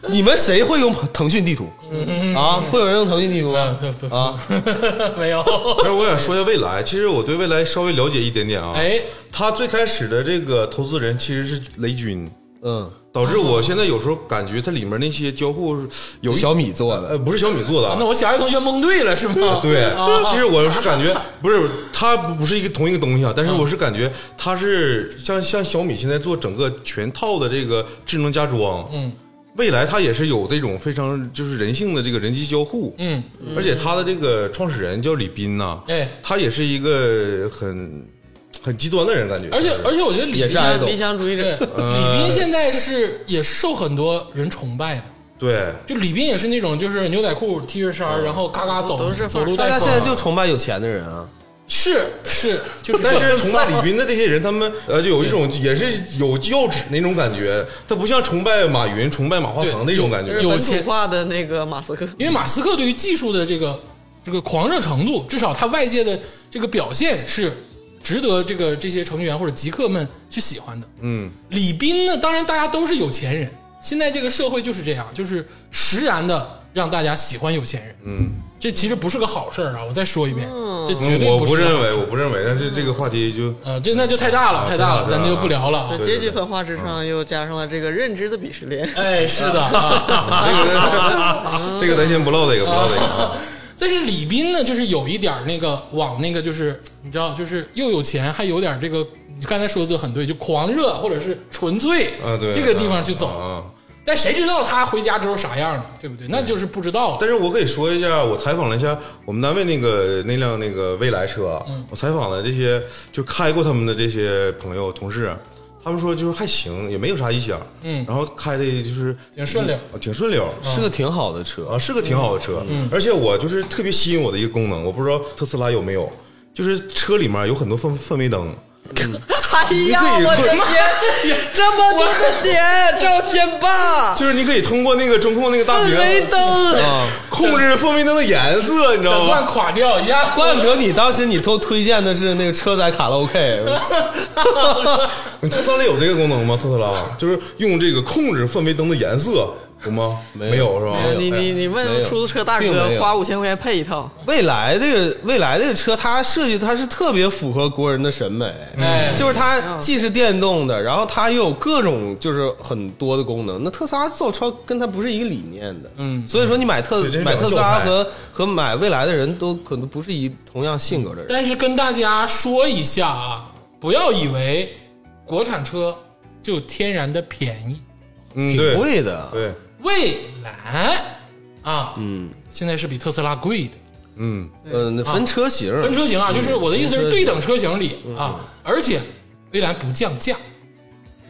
你们谁会用腾讯地图
嗯
啊？会有人用腾讯地图
啊
吗？
对不
啊，
没有，
但是我想说一下未来，其实我对未来稍微了解一点点啊。
哎，
他最开始的这个投资人其实是雷军，
嗯，
导致我现在有时候感觉它里面那些交互是有一
小米做的
呃，不是小米做的啊，呃
那我小爱同学蒙对了是吗？
对
啊，
其实我是感觉不是它不是一个同一个东西啊，但是我是感觉它是像像小米现在做整个全套的这个智能家装，
嗯，
未来它也是有这种非常就是人性的这个人机交互，
嗯，
而且它的这个创始人叫李斌呐，
哎
他也是一个很很极端的人，感觉，
而且而且我觉得李
也
斌
是爱豆
理。想主义
对
者，
李斌现在是也是受很多人崇拜的，
对，
就李斌也是那种就是牛仔裤 T 恤衫，然后嘎嘎走
都是范儿
走路
大
带啊
家
风
现在就崇拜有钱的人啊，
是是就是
但是崇
啊
拜李斌的这些人，他们呃，就有一种也是有幼稚那种感觉，他不像崇拜马云、崇拜马化腾那种感觉
对。有
本
钱
土化的那个马斯克，
因为马斯克对于技术的这个这个狂热程度，至少他外界的这个表现是值得这个这些程序员或者极客们去喜欢的。
嗯，
李斌呢，当然大家都是有钱人，现在这个社会就是这样，就是实然的让大家喜欢有钱人。嗯，这其实不是个好事儿啊！我再说一遍，这绝对
嗯
是
我
个好
不认为，
事
我
儿。
不认为，但是这个话 题就
呃，这那就太大了，
啊
太大了，
太大
咱
了
就不聊了啊
在。阶级分化之上又加上了这个认知的 鄙视链。
哎，是的，啊
这个啊这个咱先不唠这个，不唠这个。
但是李斌呢，就是有一点儿那个往那个就是你知道，就是又有钱，还有点儿这个你刚才说的很对，就狂热或者是纯粹
啊，对，
这个地方去走。
啊。
但谁知道他回家之后啥样呢？对不对？那就是不知道了。
但是我可以说一下，我采访了一下我们单位那个那辆那个蔚来车，啊
嗯
我采访了这些就开过他们的这些朋友同事，他们说就是还行，也没有啥异响，
嗯
然后开的就是
挺顺溜，
嗯挺顺溜。
是个挺好的车
啊，，是个挺好的车，
嗯
而且我就是特别吸引我的一个功能，我不知道特斯拉有没有，就是车里面有很多氛氛围灯，
哎呀，我的天，这么多的点，赵天 霸，
就是你可以通过那个中控那个大屏啊
氛围灯，啊
控制氛围灯的颜色，你知道
整段
吗？
垮掉一下，
怪不得你当时你都推荐的是那个车载卡拉 OK，
你特斯拉有这个功能吗？特斯拉啊就是用这个控制氛围灯的颜色，有吗？没
没有
有是吧？哎
你你你
没有
问出租车大
并没
哥
有
花五千块钱配一套，
未来这个未来这个车，它设计它是特别符合国人的审美，
哎
就是它既是电动的，然后它又有各种就是很多的功能。那特斯拉造车跟它不是一个理念的，
嗯
所以说你买特
对这是
买特斯
两
拉
个流
和和买未来的人都可能不是一同样性格的人。
但是跟大家说一下啊，不要以为国产车就天然的便宜，
嗯，
挺
对
贵的，
对，
蔚来啊，嗯，现在是比特斯拉贵的。
嗯，
嗯，分车型，
啊分车型啊，就是我的意思是
嗯
对等车型里啊，而且蔚来不降价，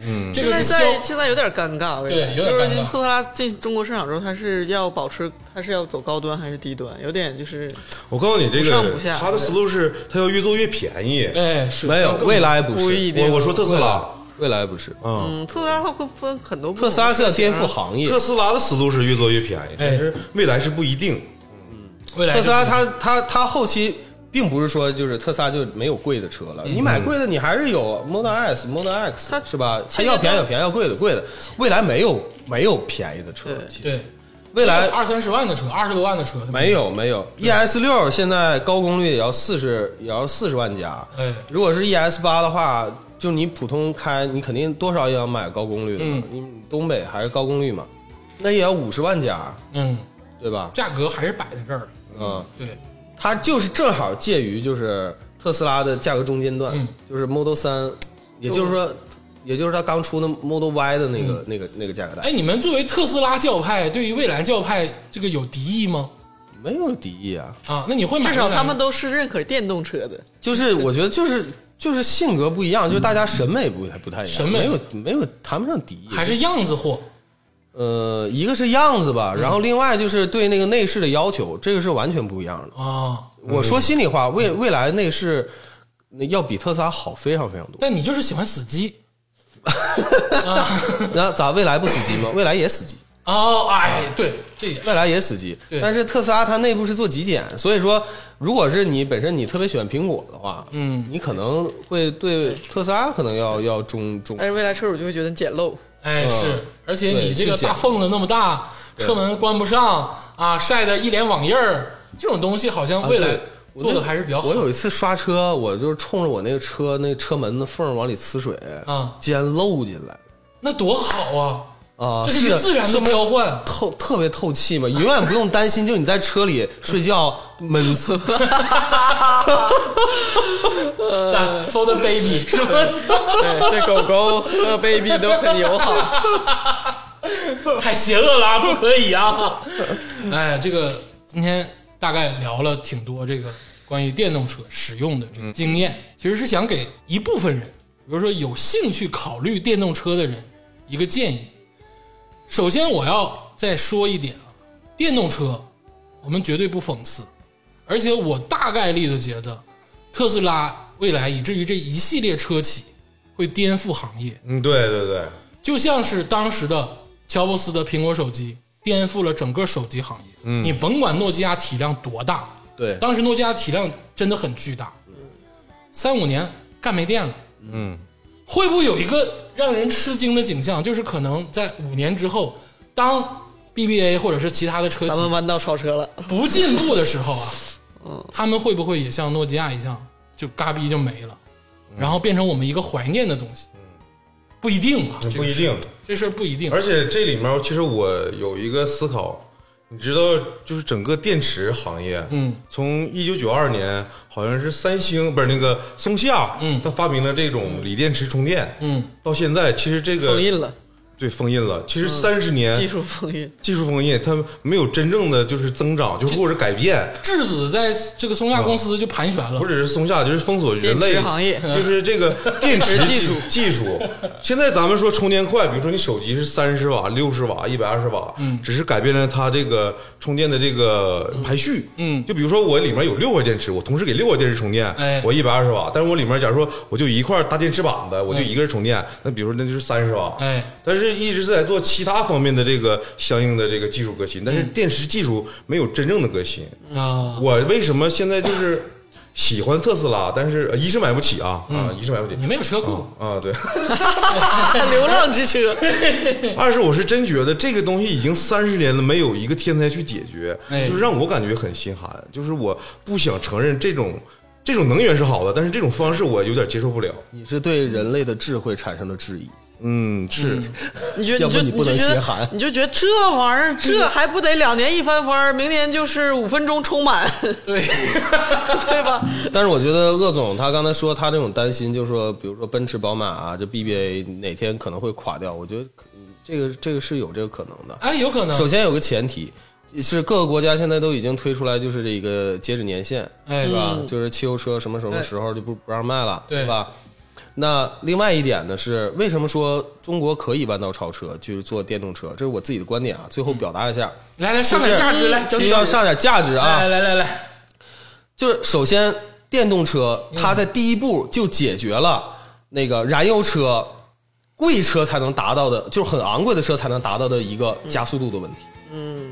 嗯，这
现
个
在
是消
在现在有点尴尬，我觉得
对有点
就是
尴尬
特斯拉进中国市场之后，它是要保持，它是要走高端还是低端？有点就是
我告诉你，这
不上
个
不下
它的思路是它要越做越便宜。
哎是
没有未来不
故
是
意，的。
我我说特斯拉
未来不是，
啊，
嗯，特斯拉它会分很多不同
特
的
斯拉是要
车型
颠
啊
覆行业，
特斯拉的思路是越做越便
哎
宜，但是未来是不一定。
蔚来
特斯拉它它它后期并不是说就是特斯拉就没有贵的车了，你买贵的你还是有 Model S、Model X，
它
是吧？它
它
要便宜有便宜，要贵的贵的。未来没有没有便宜的车，
对
其实
对
未来
二三十万的车，二十多万的车
没有没有 ES 六现在高功率也要四十也要四十万加
哎，
如果是 ES 八的话，就你普通开你肯定多少也要买高功率的嘛，你东北还是高功率嘛，那也要五十万加，
嗯，
对吧？
价格还是摆在这儿了，
嗯。
对，
它就是正好介于就是特斯拉的价格中间段，
嗯哦
就是 Model 三，也就是说，也就是它刚出的 Model Y 的那个、那个那个价格带，
哎，你们作为特斯拉教派，对于蔚来教派这个有敌意吗？
没有敌意啊，
啊，那你会买
至少
蔚来
他
吗
们都是认可电动车的。
就是我觉得就是就是性格不一样，就是大家审美不太不太一样，
审美
没有没有谈不上敌意，
还是样子货，
呃，一个是样子吧，
嗯
然后另外就是对那个内饰的要求，这个是完全不一样的。
啊，
我说心里话，未未来内饰要比特斯拉好非常非常多。
但你就是喜欢死 机啊
那咋未来不死机吗？未来也死机。
哦，哎，对，这也
未
是
来也死机
对，
但是特斯拉它内部是做极简，所以说，如果是你本身你特别喜欢苹果的话，
嗯
你可能会对特斯拉可能要要中中
但，是未来车主就会觉得你简陋，
哎是，而且
嗯对
你这个
是这
大
样
缝子那么大，车门关不上啊，晒得一脸网印儿，这种东西好像蔚来
啊对我
做的
那
还是比较好
我。有一次刷车，我就是冲着我那个车那车门的缝儿往里呲水
啊
竟然漏进来
那多好啊！
啊，
这是一个
的
自然的
是不是
交换
透特别透气嘛，永远不用担心，就你在车里睡觉闷 死。呃
咱 for the baby 是吧？
对， 对狗狗和 baby 都很友好。
太邪恶了啊，不可以啊！ 哎，这个今天大概聊了挺多这个关于电动车使用的这个经验，其实是想给一部分人，比如说有兴趣考虑电动车的人一个建议。首先，我要再说一点啊，电动车我们绝对不讽刺，而且我大概率的觉得，特斯拉未来以至于这一系列车企会颠覆行业。
嗯，对对对，
就像是当时的乔布斯的苹果手机颠覆了整个手机行业。嗯，你甭管诺基亚体量多大，
对，
当时诺基亚体量真的很巨大。三五年干没电了。嗯，会不会有一个让人吃惊的景象，就是可能在五年之后，当 BBA 或者是其他的车
咱
企
们弯道超车了，
不进步的时候啊，他们会不会也像诺基亚一样，就嘎逼就没了，然后变成我们一个怀念的东西？不一定啊，这个
嗯不一定。
这事儿不一定。
而且这里面其实我有一个思考，你知道，就是整个电池行业，
嗯，
从一九九二年，好像是三星不是那个松下，
嗯
它发明了这种锂电池充电，
嗯，
到现在其实这个
封印了，
对封印了，其实三
嗯
十年、
技术封印。
技术封印，它没有真正的就是增长，就是或者改变，
质子在这个松下公司就盘旋了
不。只是松下，就是封锁人类
电池行业
就是这个电池
技术
技术。现在咱们说充电快，比如说你手机是三十瓦、六十瓦、一百二十瓦，嗯，只是改变了它这个充电的这个排序，
嗯
就比如说我里面有六块电池，我同时给六块电池充电，
哎
我一百二十瓦，但是我里面假如说我就一块大电池板子，我就一个人充电，那比如说那就是三十瓦，
哎
但是一直在做其他方面的这个相应的这个技术革新，但是电池技术没有真正的革新，
啊，
我为什么现在就是喜欢特斯拉，但是呃一是买不起啊，啊，一是买不起
嗯你们有车库，
啊， 对。
啊
流浪之车，
二是我是真觉得这个东西已经三十年了，没有一个天才去解决，
哎
就是让我感觉很心寒。就是我不想承认这种这种能源是好的，但是这种方式我有点接受不了。
你是对人类的智慧产生了质疑，
嗯，是
你觉得
要不
就
你不能
就觉得
邪寒
你就觉得这玩意儿，这还不得两年一翻番儿，明年就是五分钟充满，
对，
对吧？
但是我觉得鄂总他刚才说他这种担心，就是说，比如说奔驰、宝马啊，这 BBA 哪天可能会垮掉，我觉得可这个这个是有这个可能的。
哎，有可能。
首先有个前提是各个国家现在都已经推出来，就是这个截止年限，
哎
对吧？就是汽油车什么什么时候就不不让卖了，
对
对吧？那另外一点呢是，为什么说中国可以弯道超车去做电动车？这是我自己的观点啊。最后表达一下，
来来，上点价值来，整
需要上点价值啊
来。来来来，
就是首先，电动车
嗯
它在第一步就解决了那个燃油车贵车才能达到的，就是很昂贵的车才能达到的一
嗯
个加速度的问题。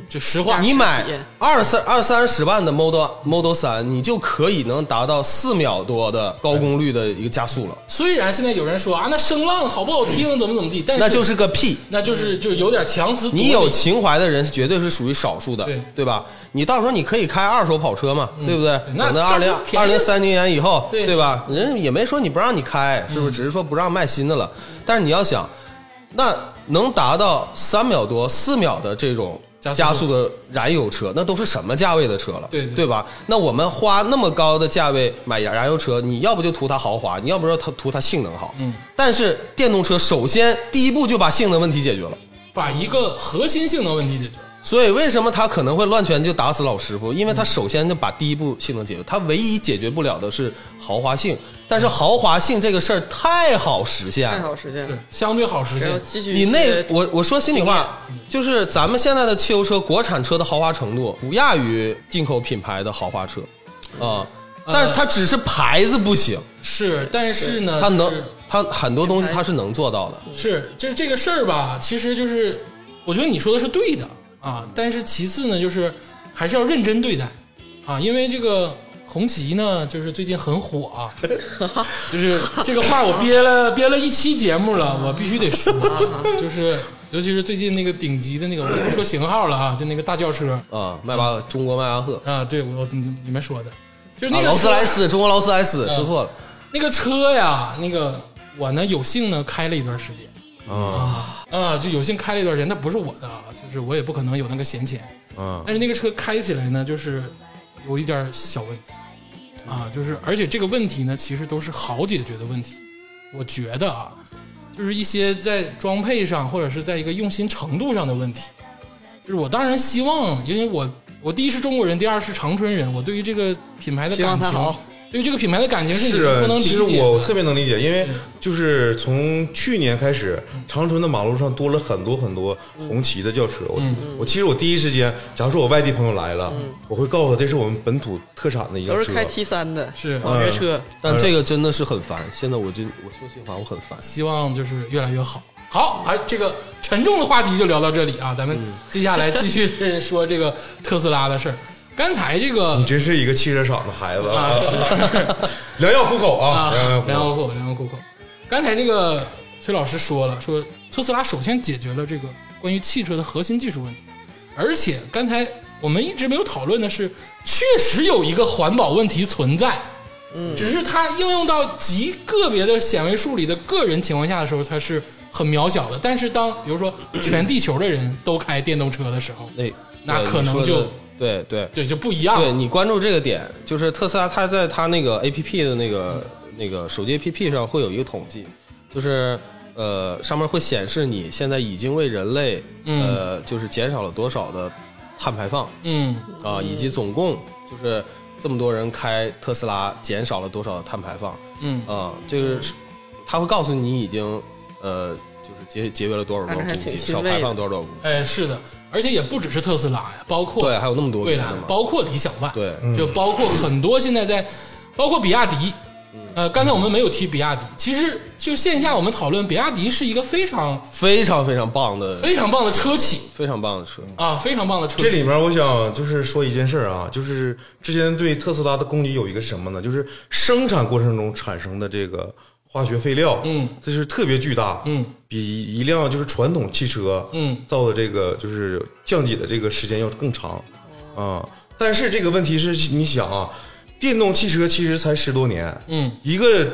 就实话，
你买
体验
二三二三十万的 Model Model 三，你就可以能达到四秒多的高功率的一个加速了，
虽然现在有人说啊，那声浪好不好听，怎么怎么地，但是
那就是个屁。
那就是就有点强词夺理。
你有情怀的人是绝对是属于少数的，
对嗯
吧？你到时候你可以开二手跑车嘛，对不对？
那
等到
到
二
时
零
候便
二
宜
零三零年以后，
对嗯
吧？人也没说你不让你开，是不是？只是说不让卖新的了。但是你要想，那能达到三秒多、四秒的这种
加速
加速的燃油车，那都是什么价位的车了？
对对
吧？那我们花那么高的价位买燃油车，你要不就图它豪华，你要不就它图它性能好。嗯。但是电动车首先第一步就把性能问题解决了。
把一个核心性能问题解决。
所以为什么他可能会乱拳就打死老师傅？因为他首先就把第一步性能解决，他唯一解决不了的是豪华性。但是豪华性这个事儿太好实现
太
了。
好实现
是
了，
相对好实
然后
现，
继续
你
一
那
些
我我说心里话，就是咱们现在的汽油车国产车的豪华程度不亚于进口品牌的豪华车，啊、但是它只是牌子不行，
是，但是呢，
它能
呃就是
它很多东西它是能做到的。
是，就是这个事儿吧，其实就是我觉得你说的是对的啊，但是其次呢，就是还是要认真对待啊，因为这个红旗呢，就是最近很火 啊，就是这个话我憋了憋了一期节目了，我必须得 说啊，就是尤其是最近那个顶级的那个，我不说型号了啊，就那个大轿车
啊、迈巴中国迈巴赫，
啊，对我你你们说的，就是那
啊
个
劳斯
车
莱斯，中国劳斯莱斯，说错了。
那个车呀，那个我呢有幸呢开了一段时间，啊啊，就有幸开了一段时间，那不是我的，啊，就是我也不可能有那个闲钱，
啊，
但是那个车开起来呢，就是有一点小问题，啊，就是而且这个问题呢，其实都是好解决的问题，我觉得啊，就是一些在装配上或者是在一个用心程度上的问题，就是我当然希望，因为我我第一是中国人，第二是长春人，我对于这个品牌的
希望
感
它
情
好。
对于这个品牌的感情是
是
你不
啊
能，理
其
解
实
的。嗯
我特别能理解，因为就是从去年开始，长春的马路上多了很多很多
嗯
红旗的轿车。我我其实我第一时间，假如说我外地朋友来了，
嗯
我会告诉他这是我们本土特产的一
都
个
是
车，
开 T 三的
是
网约车，
但这个真的是很烦。现在我就我说心里话，我很烦。
希望就是越来越好。好，哎，这个沉重的话题就聊到这里啊，咱们接下来继续说这个特斯拉的事儿。刚才这个
你真是一个汽车厂的孩子
啊，是
良药苦口啊
啊，
良药，
良好
苦口。
苦口，良好苦口。刚才这个崔老师说了，说特斯拉首先解决了这个关于汽车的核心技术问题，而且刚才我们一直没有讨论的是，确实有一个环保问题存在，嗯，只是它应用到极个别的显微数里的个人情况下的时候，它是很渺小的。但是当比如说全地球的人都开电动车的时候，
哎，
那
对
可
你
能
说
就
的对对
对就不一样
对
了。
你关注这个点，就是特斯拉它在它那个 A P P 的那个那个手机 A P P 上会有一个统计，就是呃上面会显示你现在已经为人类呃就是减少了多少的碳排放
嗯
啊，以及总共就是这么多人开特斯拉减少了多少的碳排放
嗯，
啊，就是它会告诉你已经呃就是节节约了多少多
反
少
正还
公斤，
挺
少
欣慰
排
的
放多少多少公斤，
哎，是的，而且也不只是特斯拉呀，包括
对，还有那么多
蔚
别
来
的，嘛，
包括理想 ONE，
对，嗯
就包括很多现在在，包括比亚迪。
嗯
呃，刚才我们没有提比亚迪，其实就线下我们讨论，比亚迪是一个非常
非常非常棒的
非常棒的车企
非常棒的车。
啊，非常棒的车企。
这里面我想就是说一件事儿啊，就是之前对特斯拉的攻击有一个是什么呢？就是生产过程中产生的这个化学废料，
嗯，
这是特别巨大，
嗯，
比一辆就是传统汽车，
嗯
造的这个就是降解的这个时间要更长，啊，但是这个问题是你想啊，电动汽车其实才十多年，
嗯，
一个。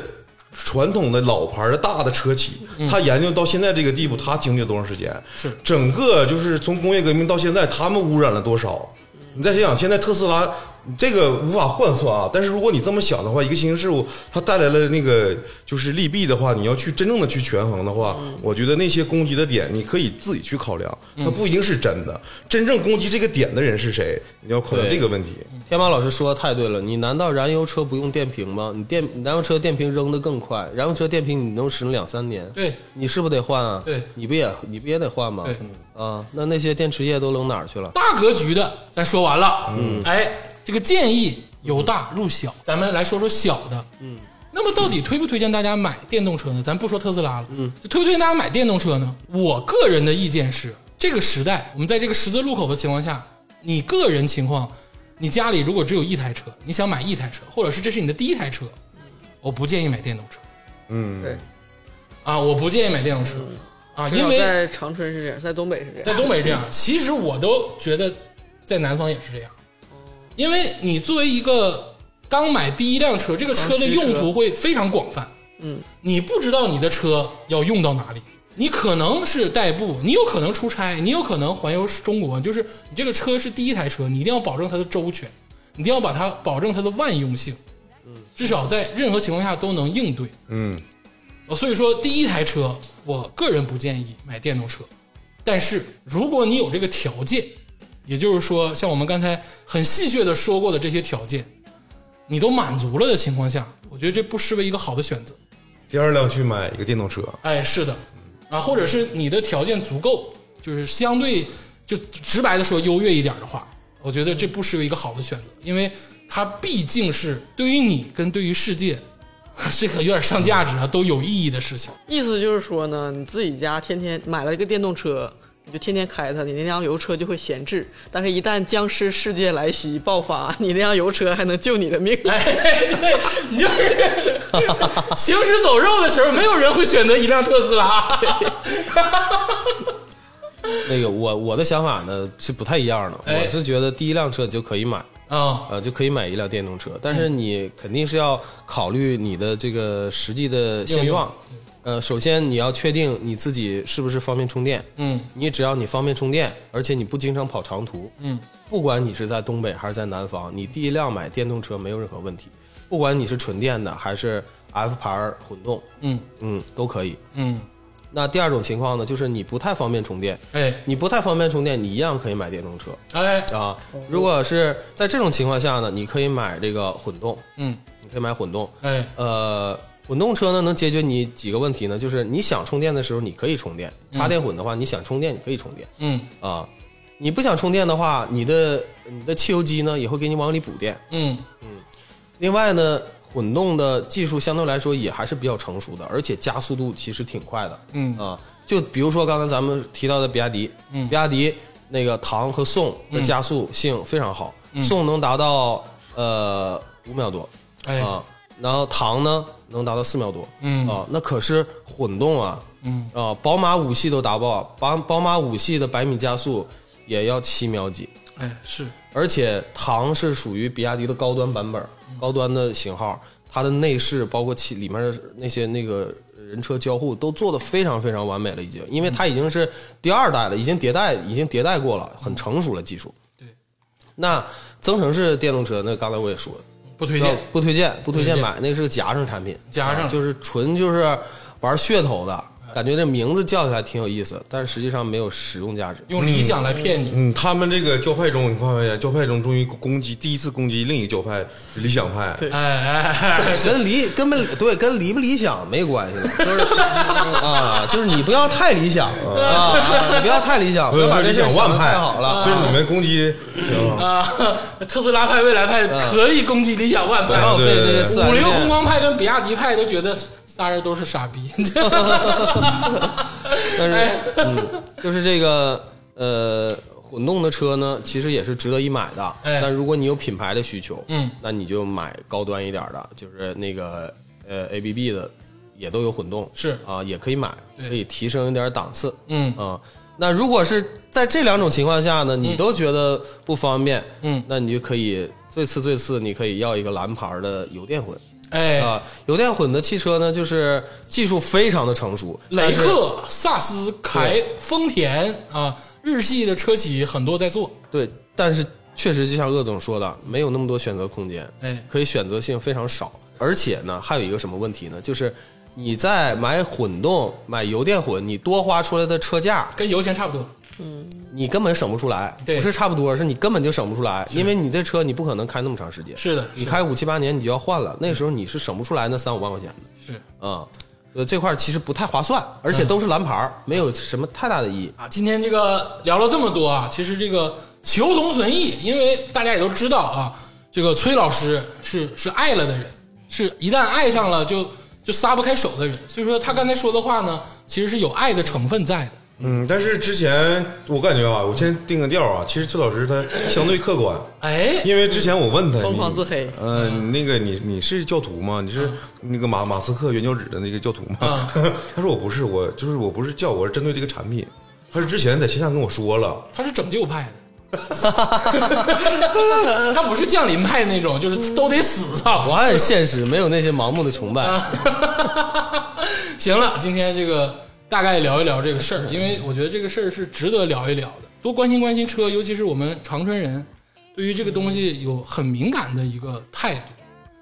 传统的老牌的大的车企，它研究到现在这个地步，它经历了多长时间？
是
整个就是从工业革命到现在，他们污染了多少？你再想想，现在特斯拉这个无法换算啊。但是如果你这么想的话，一个新兴事物它带来了那个就是利弊的话，你要去真正的去权衡的话，我觉得那些攻击的点你可以自己去考量，它不一定是真的。真正攻击这个点的人是谁，你要考量
对嗯
这个问题。
天马老师说的太对了，你难道燃油车不用电瓶吗？你电燃油车电瓶扔得更快，燃油车电瓶你能使两三年，
对
你是不是得换啊？
对
你不也你不也得换吗？
对
啊，那那些电池液都扔哪儿去了？
大格局的咱说完了，嗯，哎，这个建议由大入小，咱们来说说小的，嗯，那么到底推不推荐大家买电动车呢？咱不说特斯拉了，嗯，就推不推荐大家买电动车呢？我个人的意见是，这个时代，我们在这个十字路口的情况下，你个人情况，你家里如果只有一台车，你想买一台车，或者是这是你的第一台车，我不建议买电动车
嗯，
对，
啊，我不建议买电动车啊，
至
因
少
为
在长春是这样，在东北是这
在
样。
东北是这样，其实我都觉得在南方也是这样，因为你作为一个刚买第一辆车，这个车的用途会非常广泛。
嗯，
你不知道你的车要用到哪里，你可能是代步，你有可能出差，你有可能环游中国，就是你这个车是第一台车，你一定要保证它的周全，你一定要把它保证它的万用性，
嗯
至少在任何情况下都能应对。
嗯，
呃所以说第一台车，我个人不建议买电动车，但是如果你有这个条件，也就是说，像我们刚才很戏谑的说过的这些条件，你都满足了的情况下，我觉得这不失为一个好的选择。
第二辆去买一个电动车，
哎，是的，啊，或者是你的条件足够，就是相对就直白的说优越一点的话，我觉得这不失为一个好的选择，因为它毕竟是对于你跟对于世界， 这个有点上价值啊，都有意义的事情。
意思就是说呢，你自己家天天买了一个电动车，你就天天开它，你那辆油车就会闲置。但是，一旦僵尸世界来袭爆发，你那辆油车还能救你的命。
哎，对， 你就是行尸走肉的时候，没有人会选择一辆特斯拉。
那个我我的想法呢是不太一样的，
哎
我是觉得第一辆车你就可以买，
啊，
呃，就可以买一辆电动车，但是你肯定是要考虑你的这个实际的现状。呃，首先你要确定你自己是不是方便充电。
嗯，
你只要你方便充电，而且你不经常跑长途，
嗯，
不管你是在东北还是在南方，你第一辆买电动车没有任何问题，不管你是纯电的还是 F 牌儿混动，
嗯
嗯，都可以。
嗯，
那第二种情况呢，就是你不太方便充电，
哎
你不太方便充电，你一样可以买电动车。
哎，
啊。如果是在这种情况下呢，你可以买这个混动，
嗯
你可以买混动。
哎
呃，混动车呢能解决你几个问题呢？就是你想充电的时候你可以充电，插电混的话你想充电你可以充电
嗯
啊。你不想充电的话，你的你的汽油机呢也会给你往里补电。
嗯
另外呢，混动的技术相对来说也还是比较成熟的，而且加速度其实挺快的。
嗯
啊，就比如说刚才咱们提到的比亚迪，
嗯
比亚迪那个唐和宋的加速性非常好，
嗯
宋能达到呃五秒多
哎
啊，然后唐呢能达到四秒多。
嗯
啊，那可是混动啊，
嗯
啊，宝马五系都达不到，宝宝马五系的百米加速也要七秒几，
哎是
而且唐是属于比亚迪的高
嗯
端版本，高端的型号，它的内饰包括其里面的那些那个呃人车交互都做得非常非常完美了，已经，因为它已经是第二代了，已经迭代，已经迭代过了，很成熟了技术。
嗯对，
那增程式电动车，那刚才我也说，
不推荐
那不推荐，不推荐
不推荐嗯
买，那个是个夹生产品，
夹上
就是纯就是玩噱头的，
哎
感觉这名字叫起来挺有意思，但是实际上没有实用价值。
用理想来骗你，
嗯，他们这个教派中，你发没发现？教派中终于攻击第一次攻击另一个教派理想派，
哎哎哎，
跟理根本对跟理不理想没关系了，就是 啊，就是你不要太理想啊，啊你不要太理想，
不
不
是
要把
理
这事
想
儿想
万
得
派
太好了。
就是你们攻击行吗
啊，特斯拉派、蔚来派
嗯
合力攻击理想 ONE
然
派，
后被
对对
那
对
个啊四 S
五菱
店
宏光派跟比亚迪派都觉得仨人都是傻逼。
但是、
哎
嗯，就是这个呃，混动的车呢，其实也是值得一买的。
哎
但如果你有品牌的需求，
嗯，
那你就买高端一点的，就是那个呃 ABB 的也都有混动，
是
啊，也可以买，
对
可以提升一点档次。
嗯
啊，那如果是在这两种情况下呢，你都觉得不方便，
嗯
那你就可以最次最次，你可以要一个蓝牌的油电混。
哎，
啊，油电混的汽车呢，就是技术非常的成熟，
雷
但是
克、萨斯、凯、丰田啊，日系的车企很多在做。
对，但是确实就像鄂总说的，没有那么多选择空间，
哎
可以选择性非常少。而且呢，还有一个什么问题呢？就是你在买混动、买油电混，你多花出来的车价，
跟油钱差不多，
你根本省不出来。
对
不是差不多，是你根本就省不出来，因为你这车你不可能开那么长时间。
是的
你
是的
开五七八年你就要换了，那时候你是省不出来那三五万块钱的。
是
啊、呃，这块儿其实不太划算，而且都是蓝牌儿，没有什么太大的意义。
嗯啊。今天这个聊了这么多啊，其实这个求同存异，因为大家也都知道啊，这个崔老师是是爱了的人，是一旦爱上了就就撒不开手的人，所以说他刚才说的话呢，其实是有爱的成分在的。
嗯，但是之前我感觉啊，我先定个调啊，其实崔老师他相对客观，
哎，
因为之前我问他，
疯
你
狂自黑
呃，你那个你你是教徒吗？你是那个马马斯克原教旨的那个教徒吗？
啊
他说我不是，我就是我不是教，我是针对这个产品。他是之前在线下跟我说了，
他是拯救派的， 他不是降临派那种，就是都得死啊操。
我很现实，没有那些盲目的崇拜。
啊 行了，今天这个大概聊一聊这个事儿，因为我觉得这个事儿是值得聊一聊的，多关心关心车，尤其是我们长春人对于这个东西有很敏感的一个态度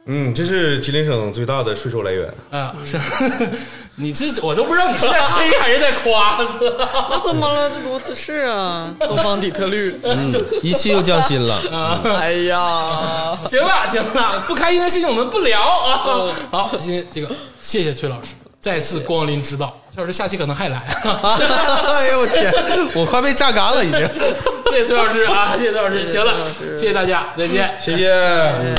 嗯，这是吉林省最大的税收来源。
啊、是， 你这我都不知道你是在黑还是在夸，
那啊怎么了？这多这是啊，东方底特 律。
一期又降薪了，
哎呀，
行了行了，不开心的事情我们不聊啊。好，今天这个谢谢崔老师再次光临指导，崔老师下期可能还来。啊
哎呦我 天，我快被榨干了已经。
谢谢崔老师啊，谢谢崔老师。行了，谢谢大家，再见。
谢谢。